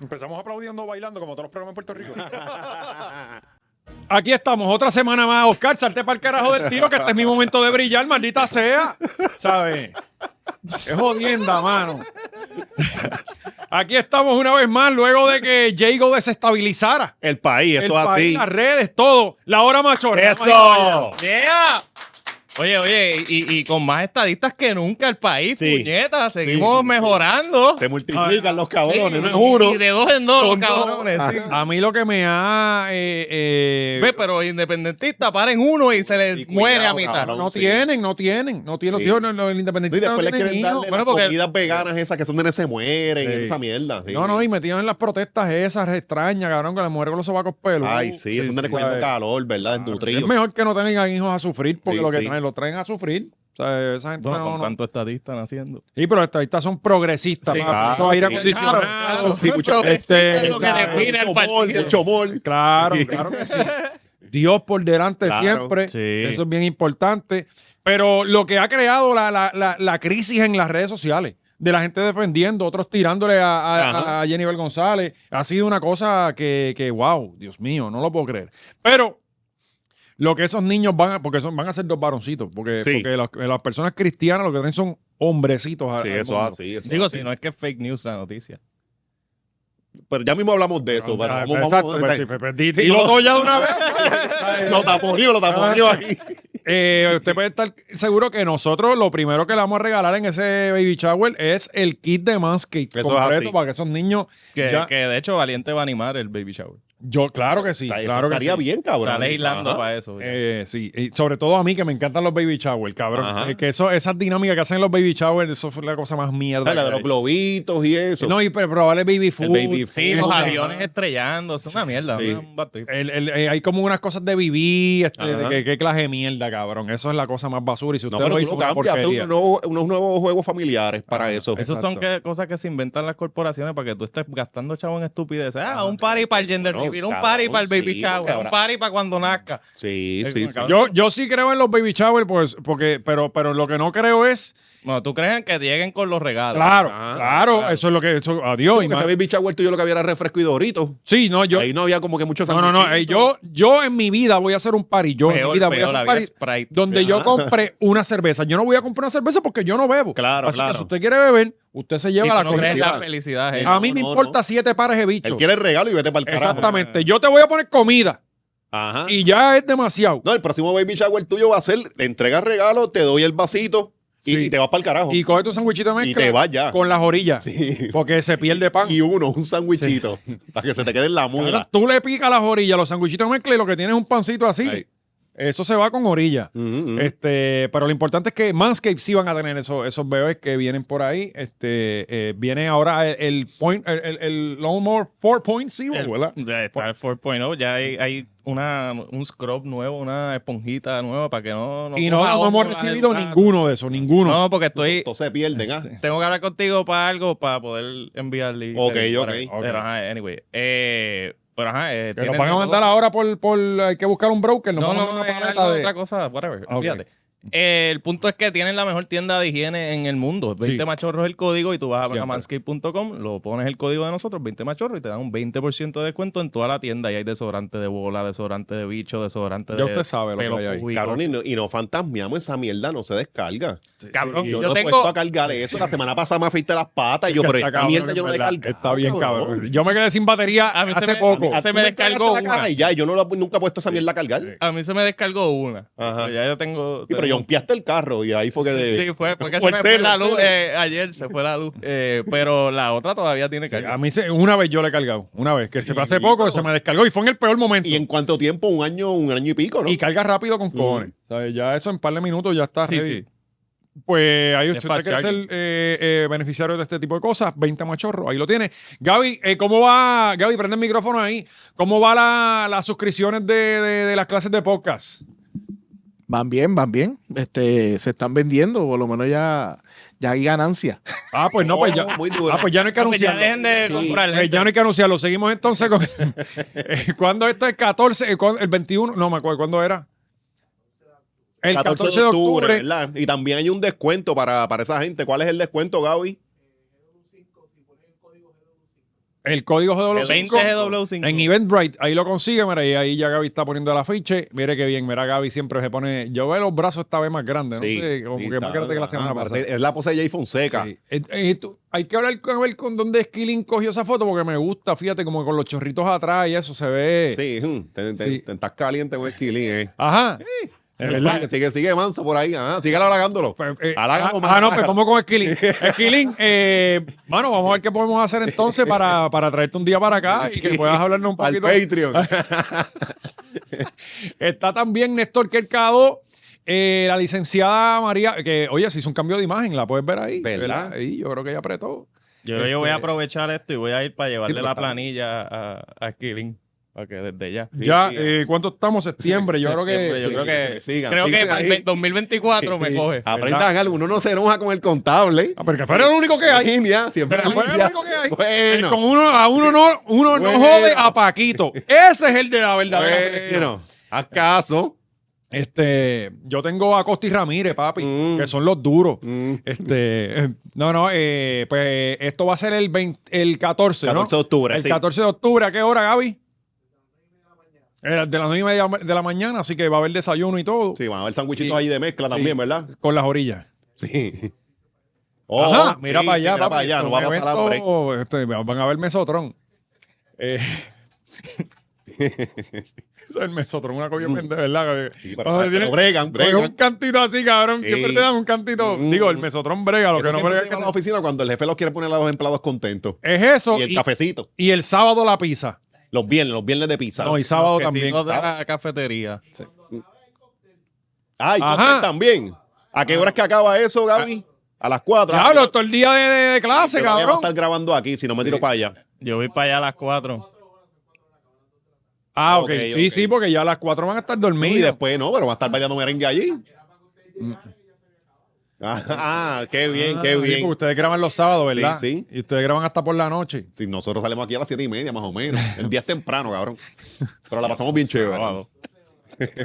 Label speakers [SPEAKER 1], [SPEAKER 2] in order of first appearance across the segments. [SPEAKER 1] Empezamos aplaudiendo, bailando, como todos los programas en Puerto Rico.
[SPEAKER 2] Aquí estamos, otra semana más. Oscar, salte para el carajo del tiro, que este es mi momento de brillar, maldita sea. ¿Sabes? Es jodienda, mano. Aquí estamos una vez más, luego de que Jago desestabilizara.
[SPEAKER 3] El país,
[SPEAKER 2] el
[SPEAKER 3] eso es
[SPEAKER 2] país,
[SPEAKER 3] así.
[SPEAKER 2] Las redes, todo. La hora machorra.
[SPEAKER 3] ¡Eso!
[SPEAKER 4] Yeah. Oye, oye, y, y con más estadistas que nunca el país,
[SPEAKER 3] Sí.
[SPEAKER 4] puñeta, seguimos
[SPEAKER 3] Sí.
[SPEAKER 4] mejorando.
[SPEAKER 3] Se
[SPEAKER 2] Ah,
[SPEAKER 3] multiplican los
[SPEAKER 4] Sí,
[SPEAKER 3] cabrones,
[SPEAKER 4] y-
[SPEAKER 3] no juro.
[SPEAKER 4] Y de dos en dos, los
[SPEAKER 3] Son dos.
[SPEAKER 4] cabrones. sí.
[SPEAKER 2] A mí lo que me ha... eh, eh,
[SPEAKER 4] Ve, pero independentista, paren uno y se les
[SPEAKER 3] Y cuidado,
[SPEAKER 4] muere a mitad.
[SPEAKER 3] cabrón.
[SPEAKER 2] no
[SPEAKER 3] sí.
[SPEAKER 2] tienen, no tienen, no tienen. Los
[SPEAKER 3] Sí.
[SPEAKER 2] hijos, no, no, el
[SPEAKER 3] No, y
[SPEAKER 2] independentista
[SPEAKER 3] después
[SPEAKER 2] no
[SPEAKER 3] les
[SPEAKER 2] tiene
[SPEAKER 3] quieren
[SPEAKER 2] hijos.
[SPEAKER 3] darle
[SPEAKER 4] Bueno,
[SPEAKER 3] las
[SPEAKER 4] porque-
[SPEAKER 3] comidas veganas esas que son de se mueren
[SPEAKER 2] Sí.
[SPEAKER 3] y esa mierda. sí.
[SPEAKER 2] No, no, y metidos en las protestas esas extrañas, cabrón, que las mujeres con los sobacos pelos.
[SPEAKER 3] Ay, sí, esos nenes comiendo
[SPEAKER 2] ¿sabes?
[SPEAKER 3] calor, ¿verdad? En tu
[SPEAKER 2] Es mejor que no tengan hijos a sufrir, porque
[SPEAKER 3] Sí,
[SPEAKER 2] lo que
[SPEAKER 3] sí.
[SPEAKER 2] traen, lo traen a sufrir. O sea, esa gente no, no.
[SPEAKER 4] estadista naciendo.
[SPEAKER 2] Sí, pero los estadistas son progresistas,
[SPEAKER 4] Sí,
[SPEAKER 2] ¿no?
[SPEAKER 3] claro,
[SPEAKER 2] eso aire
[SPEAKER 3] sí.
[SPEAKER 2] acondicionado.
[SPEAKER 4] Claro,
[SPEAKER 3] Sí, mucho-
[SPEAKER 5] Este,
[SPEAKER 4] progresista es lo que
[SPEAKER 2] Exacto.
[SPEAKER 4] define el partido.
[SPEAKER 3] Mucho mol.
[SPEAKER 2] Claro, claro que sí. Dios por delante
[SPEAKER 3] Claro,
[SPEAKER 2] siempre.
[SPEAKER 4] sí.
[SPEAKER 2] Eso es bien importante. Pero lo que ha creado la, la- la- la crisis en las redes sociales, de la gente defendiendo, otros tirándole a, a-
[SPEAKER 3] Ajá.
[SPEAKER 2] a Jennifer González, ha sido una cosa que, que, wow, Dios mío, no lo puedo creer. Pero lo que esos niños van a, porque son, van a ser dos varoncitos, porque,
[SPEAKER 3] Sí.
[SPEAKER 2] porque las, las personas cristianas lo que tienen son hombrecitos. al-
[SPEAKER 3] Sí,
[SPEAKER 2] al
[SPEAKER 3] eso
[SPEAKER 2] mundo.
[SPEAKER 3] es así. eso
[SPEAKER 4] Digo,
[SPEAKER 3] es
[SPEAKER 4] si
[SPEAKER 3] así.
[SPEAKER 4] no es que es fake news la noticia.
[SPEAKER 3] Pero ya mismo hablamos de eso. pero
[SPEAKER 2] Ah,
[SPEAKER 3] vamos-
[SPEAKER 2] exacto,
[SPEAKER 3] vamos-
[SPEAKER 2] pero
[SPEAKER 3] exacto.
[SPEAKER 2] sí, pero- pero di-
[SPEAKER 3] Sí,
[SPEAKER 2] dilo
[SPEAKER 3] no.
[SPEAKER 2] todo ya de una vez.
[SPEAKER 3] Lo taponeo, lo taponeo aquí.
[SPEAKER 2] Eh, usted puede estar seguro que nosotros lo primero que le vamos a regalar en ese baby shower es el kit de Manscaped
[SPEAKER 3] Eso es
[SPEAKER 2] completo
[SPEAKER 3] así.
[SPEAKER 2] para que esos niños.
[SPEAKER 4] Que,
[SPEAKER 2] Ya.
[SPEAKER 4] que de hecho Valiente va a animar el baby shower.
[SPEAKER 2] Yo, claro que sí,
[SPEAKER 3] Está- eso
[SPEAKER 2] claro que
[SPEAKER 3] estaría
[SPEAKER 2] sí.
[SPEAKER 3] bien, cabrón.
[SPEAKER 4] Sale hilando
[SPEAKER 3] Ajá.
[SPEAKER 4] para eso. ya.
[SPEAKER 2] Eh, sí, y sobre todo a mí que me encantan los baby shower, cabrón.
[SPEAKER 3] Ajá.
[SPEAKER 2] Eh, que eso, esas dinámicas que hacen los baby shower, eso fue la cosa más mierda.
[SPEAKER 3] La
[SPEAKER 2] que
[SPEAKER 3] de los
[SPEAKER 2] hay.
[SPEAKER 3] globitos y eso.
[SPEAKER 2] no, y pero probar el baby food.
[SPEAKER 3] el baby
[SPEAKER 4] sí,
[SPEAKER 3] food,
[SPEAKER 4] los
[SPEAKER 3] ajá.
[SPEAKER 4] aviones estrellando, es una mierda.
[SPEAKER 3] Sí.
[SPEAKER 4] un batido.
[SPEAKER 2] El- el- eh, hay como unas cosas de vivir, este, de
[SPEAKER 3] Ajá.
[SPEAKER 2] que, que clase de mierda, cabrón. Eso es la cosa más basura. Y si usted
[SPEAKER 3] No, pero
[SPEAKER 2] lo
[SPEAKER 3] tú
[SPEAKER 2] hizo,
[SPEAKER 3] lo
[SPEAKER 2] una
[SPEAKER 3] cambias, haces
[SPEAKER 2] porquería.
[SPEAKER 3] unos nuevos, unos nuevos juegos familiares para eso.
[SPEAKER 4] Esas son
[SPEAKER 2] Exacto.
[SPEAKER 4] que- cosas que se inventan las corporaciones para que tú estés gastando chavo en estupideces. Ah, un party para el gender
[SPEAKER 3] Bueno,
[SPEAKER 4] reveal, un
[SPEAKER 3] cabrón,
[SPEAKER 4] party para el
[SPEAKER 3] sí,
[SPEAKER 4] baby shower,
[SPEAKER 3] porque
[SPEAKER 4] un
[SPEAKER 3] ahora-
[SPEAKER 4] party para cuando nazca.
[SPEAKER 3] Sí,
[SPEAKER 4] Es
[SPEAKER 3] sí,
[SPEAKER 4] como
[SPEAKER 3] sí.
[SPEAKER 4] cabrón.
[SPEAKER 2] Yo, yo sí creo en los baby shower, pues, porque, pero, pero lo que no creo es.
[SPEAKER 4] No, tú crees en que lleguen con los regalos.
[SPEAKER 2] Claro,
[SPEAKER 3] Ah,
[SPEAKER 2] claro,
[SPEAKER 4] claro.
[SPEAKER 2] eso es lo que. Eso, adiós.
[SPEAKER 3] Como que
[SPEAKER 2] ima-
[SPEAKER 3] ese baby shower tuyo lo que había era refresco y doritos.
[SPEAKER 2] Sí, no, yo.
[SPEAKER 3] Ahí no había como que muchos
[SPEAKER 2] No, no, no. eh, yo, yo en mi vida voy a hacer un party. Yo en mi
[SPEAKER 4] Peor,
[SPEAKER 2] vida voy a
[SPEAKER 4] peor,
[SPEAKER 2] hacer un
[SPEAKER 4] había
[SPEAKER 2] party
[SPEAKER 4] Sprite.
[SPEAKER 2] donde yo
[SPEAKER 3] Ajá.
[SPEAKER 2] compre una cerveza. Yo no voy a comprar una cerveza porque yo no bebo.
[SPEAKER 3] Claro,
[SPEAKER 2] Así
[SPEAKER 3] claro.
[SPEAKER 2] que si usted quiere beber, usted se
[SPEAKER 4] Y
[SPEAKER 2] lleva
[SPEAKER 4] tú
[SPEAKER 2] la Ah,
[SPEAKER 4] no crees en
[SPEAKER 2] comida.
[SPEAKER 4] la felicidad. gente.
[SPEAKER 3] No,
[SPEAKER 2] A mí me
[SPEAKER 3] no,
[SPEAKER 2] importa
[SPEAKER 3] no.
[SPEAKER 2] siete pares de bichos.
[SPEAKER 3] Él quiere el regalo y vete para el carajo.
[SPEAKER 2] Exactamente. Yo te voy a poner comida
[SPEAKER 3] Ajá.
[SPEAKER 2] y ya es demasiado.
[SPEAKER 3] No, el próximo baby shower tuyo va a ser, le entregas regalo, te doy el vasito y,
[SPEAKER 2] Sí.
[SPEAKER 3] y te vas para el carajo.
[SPEAKER 2] Y coge tu sandwichito de
[SPEAKER 3] Y
[SPEAKER 2] mezcla
[SPEAKER 3] te vas ya.
[SPEAKER 2] con las orillas.
[SPEAKER 3] Sí.
[SPEAKER 2] Porque se pierde pan.
[SPEAKER 3] Y uno, un sandwichito, para que se te quede en la
[SPEAKER 2] Cabrón,
[SPEAKER 3] muda.
[SPEAKER 2] Tú le picas las orillas, los sanguichitos mezcla y lo que tienes es un pancito así.
[SPEAKER 3] Ahí.
[SPEAKER 2] Eso se va con orilla.
[SPEAKER 3] Mm, mm.
[SPEAKER 2] Este, pero lo importante es que Manscaped sí van a tener esos, esos bebés que vienen por ahí. Este, eh, viene ahora el, el point, el, el, el Lawnmower 4.0,
[SPEAKER 4] El-
[SPEAKER 2] ¿verdad?
[SPEAKER 4] ya está el 4.0, ya hay, hay una, un scrub nuevo, una esponjita nueva para que no...
[SPEAKER 2] Y no,
[SPEAKER 4] coja
[SPEAKER 2] no hemos
[SPEAKER 4] hongo en el
[SPEAKER 2] recibido
[SPEAKER 4] brazo.
[SPEAKER 2] ninguno de esos, ninguno.
[SPEAKER 4] Ah, No, porque estoy...
[SPEAKER 3] Todos se pierden, ¿ah?
[SPEAKER 4] Sí. Tengo que hablar contigo para algo para poder enviarle.
[SPEAKER 3] Ok,
[SPEAKER 4] para-
[SPEAKER 3] ok.
[SPEAKER 4] Pero ajá, anyway. Eh, pero ajá. eh,
[SPEAKER 2] que nos
[SPEAKER 4] tienen
[SPEAKER 2] van a
[SPEAKER 4] de
[SPEAKER 2] mandar
[SPEAKER 4] todo.
[SPEAKER 2] ahora por, por. Hay que buscar un broker, nos
[SPEAKER 4] No,
[SPEAKER 2] van a
[SPEAKER 4] no,
[SPEAKER 2] mandar
[SPEAKER 4] no,
[SPEAKER 2] una
[SPEAKER 4] es
[SPEAKER 2] paleta
[SPEAKER 4] algo
[SPEAKER 2] de. Ah,
[SPEAKER 4] otra cosa, whatever.
[SPEAKER 2] Ok.
[SPEAKER 4] Fíjate. el punto es que tienen la mejor tienda de higiene en el mundo. 20
[SPEAKER 2] Sí.
[SPEAKER 4] machorros el código y tú vas a
[SPEAKER 2] Siempre.
[SPEAKER 4] manscape.com, lo pones el código de nosotros, 20 machorros, y te dan un 20% de descuento en toda la tienda. Y hay desodorante de bola, desodorante de bicho, desodorante
[SPEAKER 2] Ya
[SPEAKER 4] de.
[SPEAKER 2] usted sabe lo que
[SPEAKER 4] pelo
[SPEAKER 2] hay ahí.
[SPEAKER 4] púbico.
[SPEAKER 3] Cabrón, y no, y no fantasmeamos, esa mierda no se descarga.
[SPEAKER 4] Cabrón,
[SPEAKER 3] Yo,
[SPEAKER 4] yo
[SPEAKER 3] no he
[SPEAKER 4] tengo-
[SPEAKER 3] puesto a cargar eso. La semana pasada me afeité las patas y yo,
[SPEAKER 2] Que
[SPEAKER 3] pero
[SPEAKER 2] está
[SPEAKER 3] esta
[SPEAKER 2] cabrón,
[SPEAKER 3] mierda
[SPEAKER 2] en
[SPEAKER 3] yo no la he
[SPEAKER 2] verdad.
[SPEAKER 3] cargado,
[SPEAKER 2] Está bien, cabrón. Yo me quedé sin batería
[SPEAKER 4] A mí se
[SPEAKER 2] hace
[SPEAKER 4] me-
[SPEAKER 2] poco.
[SPEAKER 4] a mí-
[SPEAKER 3] Ah,
[SPEAKER 4] Se
[SPEAKER 3] tú
[SPEAKER 4] me
[SPEAKER 3] entregaste
[SPEAKER 4] descargó
[SPEAKER 3] la
[SPEAKER 4] una.
[SPEAKER 3] caja y ya, y yo no la- nunca he puesto esa mierda a cargar. Sí,
[SPEAKER 4] A mí se me descargó una.
[SPEAKER 3] Ajá.
[SPEAKER 4] Ya yo tengo.
[SPEAKER 3] pero yo
[SPEAKER 4] tengo-
[SPEAKER 3] ampliaste el carro y ahí fue que... de-
[SPEAKER 4] Sí, fue porque
[SPEAKER 3] O
[SPEAKER 4] se
[SPEAKER 3] el
[SPEAKER 4] me fue
[SPEAKER 3] cero,
[SPEAKER 4] la
[SPEAKER 3] el
[SPEAKER 4] luz.
[SPEAKER 3] cero.
[SPEAKER 4] eh, ayer se fue la luz. eh, pero la otra todavía tiene
[SPEAKER 2] Sí, Ah,
[SPEAKER 4] que.
[SPEAKER 2] a mí se- una vez yo le he cargado, una vez, que se
[SPEAKER 3] Sí,
[SPEAKER 2] hace poco
[SPEAKER 3] pero-
[SPEAKER 2] se me descargó y fue en el peor momento.
[SPEAKER 3] ¿Y en Mm. cuánto tiempo? Un año, un año y pico, ¿no?
[SPEAKER 2] Y carga rápido con cojones. ¿Sabes? Ya eso en par de minutos ya está
[SPEAKER 4] Sí,
[SPEAKER 2] ready.
[SPEAKER 4] sí.
[SPEAKER 2] Pues ahí usted
[SPEAKER 4] fast
[SPEAKER 2] quiere ser
[SPEAKER 4] charging.
[SPEAKER 2] eh, eh, beneficiario de este tipo de cosas, 20 machorros, ahí lo tiene. Gaby, eh, ¿cómo va? Gaby, prende el micrófono ahí. ¿Cómo va la- las suscripciones de, de- de las clases de podcast?
[SPEAKER 5] Van bien, van bien. Este, se están vendiendo, por lo menos ya, ya hay ganancia.
[SPEAKER 2] Ah, pues no, pues ya,
[SPEAKER 3] Oh, muy duro.
[SPEAKER 2] ah, pues ya no hay que
[SPEAKER 4] No, pues ya
[SPEAKER 2] anunciarlo.
[SPEAKER 4] dejen de
[SPEAKER 3] Sí.
[SPEAKER 4] comprar
[SPEAKER 2] Eh, ya no hay que anunciarlo. Seguimos entonces con. Eh, ¿Cuándo esto es 14? Eh, ¿cuándo? el 21, no me acuerdo, ¿cuándo era? El 14, de octubre.
[SPEAKER 3] ¿verdad? Y también hay un descuento para, para esa gente. ¿Cuál es el descuento, Gaby?
[SPEAKER 2] El código GW5
[SPEAKER 4] 20GW5.
[SPEAKER 2] en Eventbrite, ahí lo consigue, mira, y ahí ya Gaby está poniendo el afiche. Mire que bien, mira, Gaby siempre se pone. Yo veo los brazos esta vez más grandes,
[SPEAKER 3] Sí,
[SPEAKER 2] no sé, como
[SPEAKER 3] sí,
[SPEAKER 2] que
[SPEAKER 3] está-
[SPEAKER 2] más grandes que la semana
[SPEAKER 3] ah,
[SPEAKER 2] pasada.
[SPEAKER 3] parece- Es la pose de Jay Fonseca.
[SPEAKER 2] Sí. Eh, eh, tú- hay que hablar con, ver con dónde es Killing cogió esa foto porque me gusta, fíjate, como con los chorritos atrás y eso se ve.
[SPEAKER 3] Sí, mm, te- te-
[SPEAKER 2] Sí.
[SPEAKER 3] te- estás caliente con el Kilín, eh.
[SPEAKER 2] Ajá. Es verdad.
[SPEAKER 3] Sigue, sigue, sigue manso por ahí. Ajá. Sigue halagándolo.
[SPEAKER 2] Pues, eh,
[SPEAKER 3] Halágalo
[SPEAKER 2] ah,
[SPEAKER 3] más,
[SPEAKER 2] ah, no, pues
[SPEAKER 3] halágalo.
[SPEAKER 2] como con Esquilín. Esquilín, eh, mano, vamos a ver qué podemos hacer entonces para, para traerte un día para acá y que
[SPEAKER 3] Sí.
[SPEAKER 2] puedas hablarnos un
[SPEAKER 3] Al
[SPEAKER 2] poquito.
[SPEAKER 3] Patreon.
[SPEAKER 2] Está también Néstor Quercado, eh, la licenciada María, que oye, se hizo un cambio de imagen, la puedes ver ahí.
[SPEAKER 3] ¿Verdad?
[SPEAKER 2] Ahí, yo creo que ella apretó.
[SPEAKER 4] Yo creo que yo voy a
[SPEAKER 2] Este-
[SPEAKER 4] aprovechar esto y voy a ir para llevarle
[SPEAKER 3] pero
[SPEAKER 4] la
[SPEAKER 3] está-
[SPEAKER 4] planilla a, a Killing. Para que desde ya.
[SPEAKER 3] Sí,
[SPEAKER 2] ya,
[SPEAKER 3] sí,
[SPEAKER 2] eh, ¿cuánto estamos? Septiembre, yo creo que.
[SPEAKER 4] Septiembre, yo
[SPEAKER 3] sí,
[SPEAKER 4] creo que.
[SPEAKER 3] que sigan,
[SPEAKER 4] creo
[SPEAKER 3] sigan
[SPEAKER 4] que para el
[SPEAKER 3] ahí.
[SPEAKER 4] ve- 2024 me
[SPEAKER 2] Sí.
[SPEAKER 4] coge.
[SPEAKER 3] Aprendan algo. Uno no se enoja con el contable.
[SPEAKER 2] Ah, porque fue lo único que hay.
[SPEAKER 3] Limpia, siempre
[SPEAKER 2] Pero fue lo
[SPEAKER 3] limpia.
[SPEAKER 2] único que hay.
[SPEAKER 3] Bueno.
[SPEAKER 2] Con uno, a uno no, uno no
[SPEAKER 3] Bueno.
[SPEAKER 2] jode a Paquito. Ese es el de la verdadera presión.
[SPEAKER 3] Bueno, haz caso.
[SPEAKER 2] Este, yo tengo a Costi Ramírez, papi,
[SPEAKER 3] Mm.
[SPEAKER 2] que son los duros.
[SPEAKER 3] Mm,
[SPEAKER 2] Este, eh, no, no, eh, pues esto va a ser el, 20 el 14, ¿no?
[SPEAKER 3] 14 de octubre,
[SPEAKER 2] El
[SPEAKER 3] sí.
[SPEAKER 2] 14 de octubre, ¿a qué hora, Gaby? Era de las 9 y media de la mañana, así que va a haber desayuno y todo.
[SPEAKER 3] Sí, van a haber sándwichitos
[SPEAKER 2] Sí.
[SPEAKER 3] ahí de mezcla
[SPEAKER 2] Sí.
[SPEAKER 3] también, ¿verdad?
[SPEAKER 2] Con las orillas.
[SPEAKER 3] Sí.
[SPEAKER 2] Ajá,
[SPEAKER 3] Oh,
[SPEAKER 2] mira
[SPEAKER 3] sí,
[SPEAKER 2] para
[SPEAKER 3] sí,
[SPEAKER 2] allá.
[SPEAKER 3] Mira para
[SPEAKER 2] papi,
[SPEAKER 3] allá,
[SPEAKER 2] esto
[SPEAKER 3] no
[SPEAKER 2] es
[SPEAKER 3] va a
[SPEAKER 2] un
[SPEAKER 3] pasar hambre.
[SPEAKER 2] evento, este, van a ver mesotrón. Eh, eso es el mesotrón, una cosa bien pendeja, ¿verdad?
[SPEAKER 3] Mm. Sí,
[SPEAKER 2] O sea,
[SPEAKER 3] pero-
[SPEAKER 2] tiene-
[SPEAKER 3] pero bregan,
[SPEAKER 2] Coge un
[SPEAKER 3] bregan.
[SPEAKER 2] cantito así, cabrón.
[SPEAKER 3] Sí.
[SPEAKER 2] Siempre te dan un cantito.
[SPEAKER 3] Mm.
[SPEAKER 2] Digo, el mesotrón brega, lo
[SPEAKER 3] Eso
[SPEAKER 2] que no
[SPEAKER 3] siempre
[SPEAKER 2] brega es
[SPEAKER 3] se lleva a
[SPEAKER 2] que
[SPEAKER 3] la oficina cuando el jefe los quiere poner a los empleados contentos.
[SPEAKER 2] te- Es eso.
[SPEAKER 3] Y el
[SPEAKER 2] y-
[SPEAKER 3] cafecito.
[SPEAKER 2] Y el sábado la pizza.
[SPEAKER 3] Los viernes, los viernes de pizza.
[SPEAKER 2] No, y sábado
[SPEAKER 4] Que
[SPEAKER 2] también.
[SPEAKER 4] si no sea la cafetería.
[SPEAKER 3] Ay,
[SPEAKER 2] Ajá. Ah.
[SPEAKER 3] cóctel también. ¿A qué hora es que acaba eso, Gaby? A las 4.
[SPEAKER 2] Ya hablo todo el día de, de- de clase,
[SPEAKER 3] Voy a
[SPEAKER 2] cabrón.
[SPEAKER 3] estar grabando aquí si no me tiro para allá.
[SPEAKER 4] Yo voy para allá a las 4.
[SPEAKER 2] Ah, ok.
[SPEAKER 3] Ok,
[SPEAKER 2] sí,
[SPEAKER 3] ok.
[SPEAKER 2] sí, porque ya a las 4 van a estar dormidas.
[SPEAKER 3] Y después no, pero va a estar bailando merengue allí.
[SPEAKER 2] Mm.
[SPEAKER 3] Ah, qué bien, qué
[SPEAKER 2] Sí, porque
[SPEAKER 3] bien.
[SPEAKER 2] ustedes graban los sábados,
[SPEAKER 3] Sí,
[SPEAKER 2] ¿verdad?
[SPEAKER 3] sí.
[SPEAKER 2] Y ustedes graban hasta por la noche.
[SPEAKER 3] Si nosotros salimos aquí a las siete y media, más o menos. El día es temprano, cabrón. Pero la pasamos bien chévere.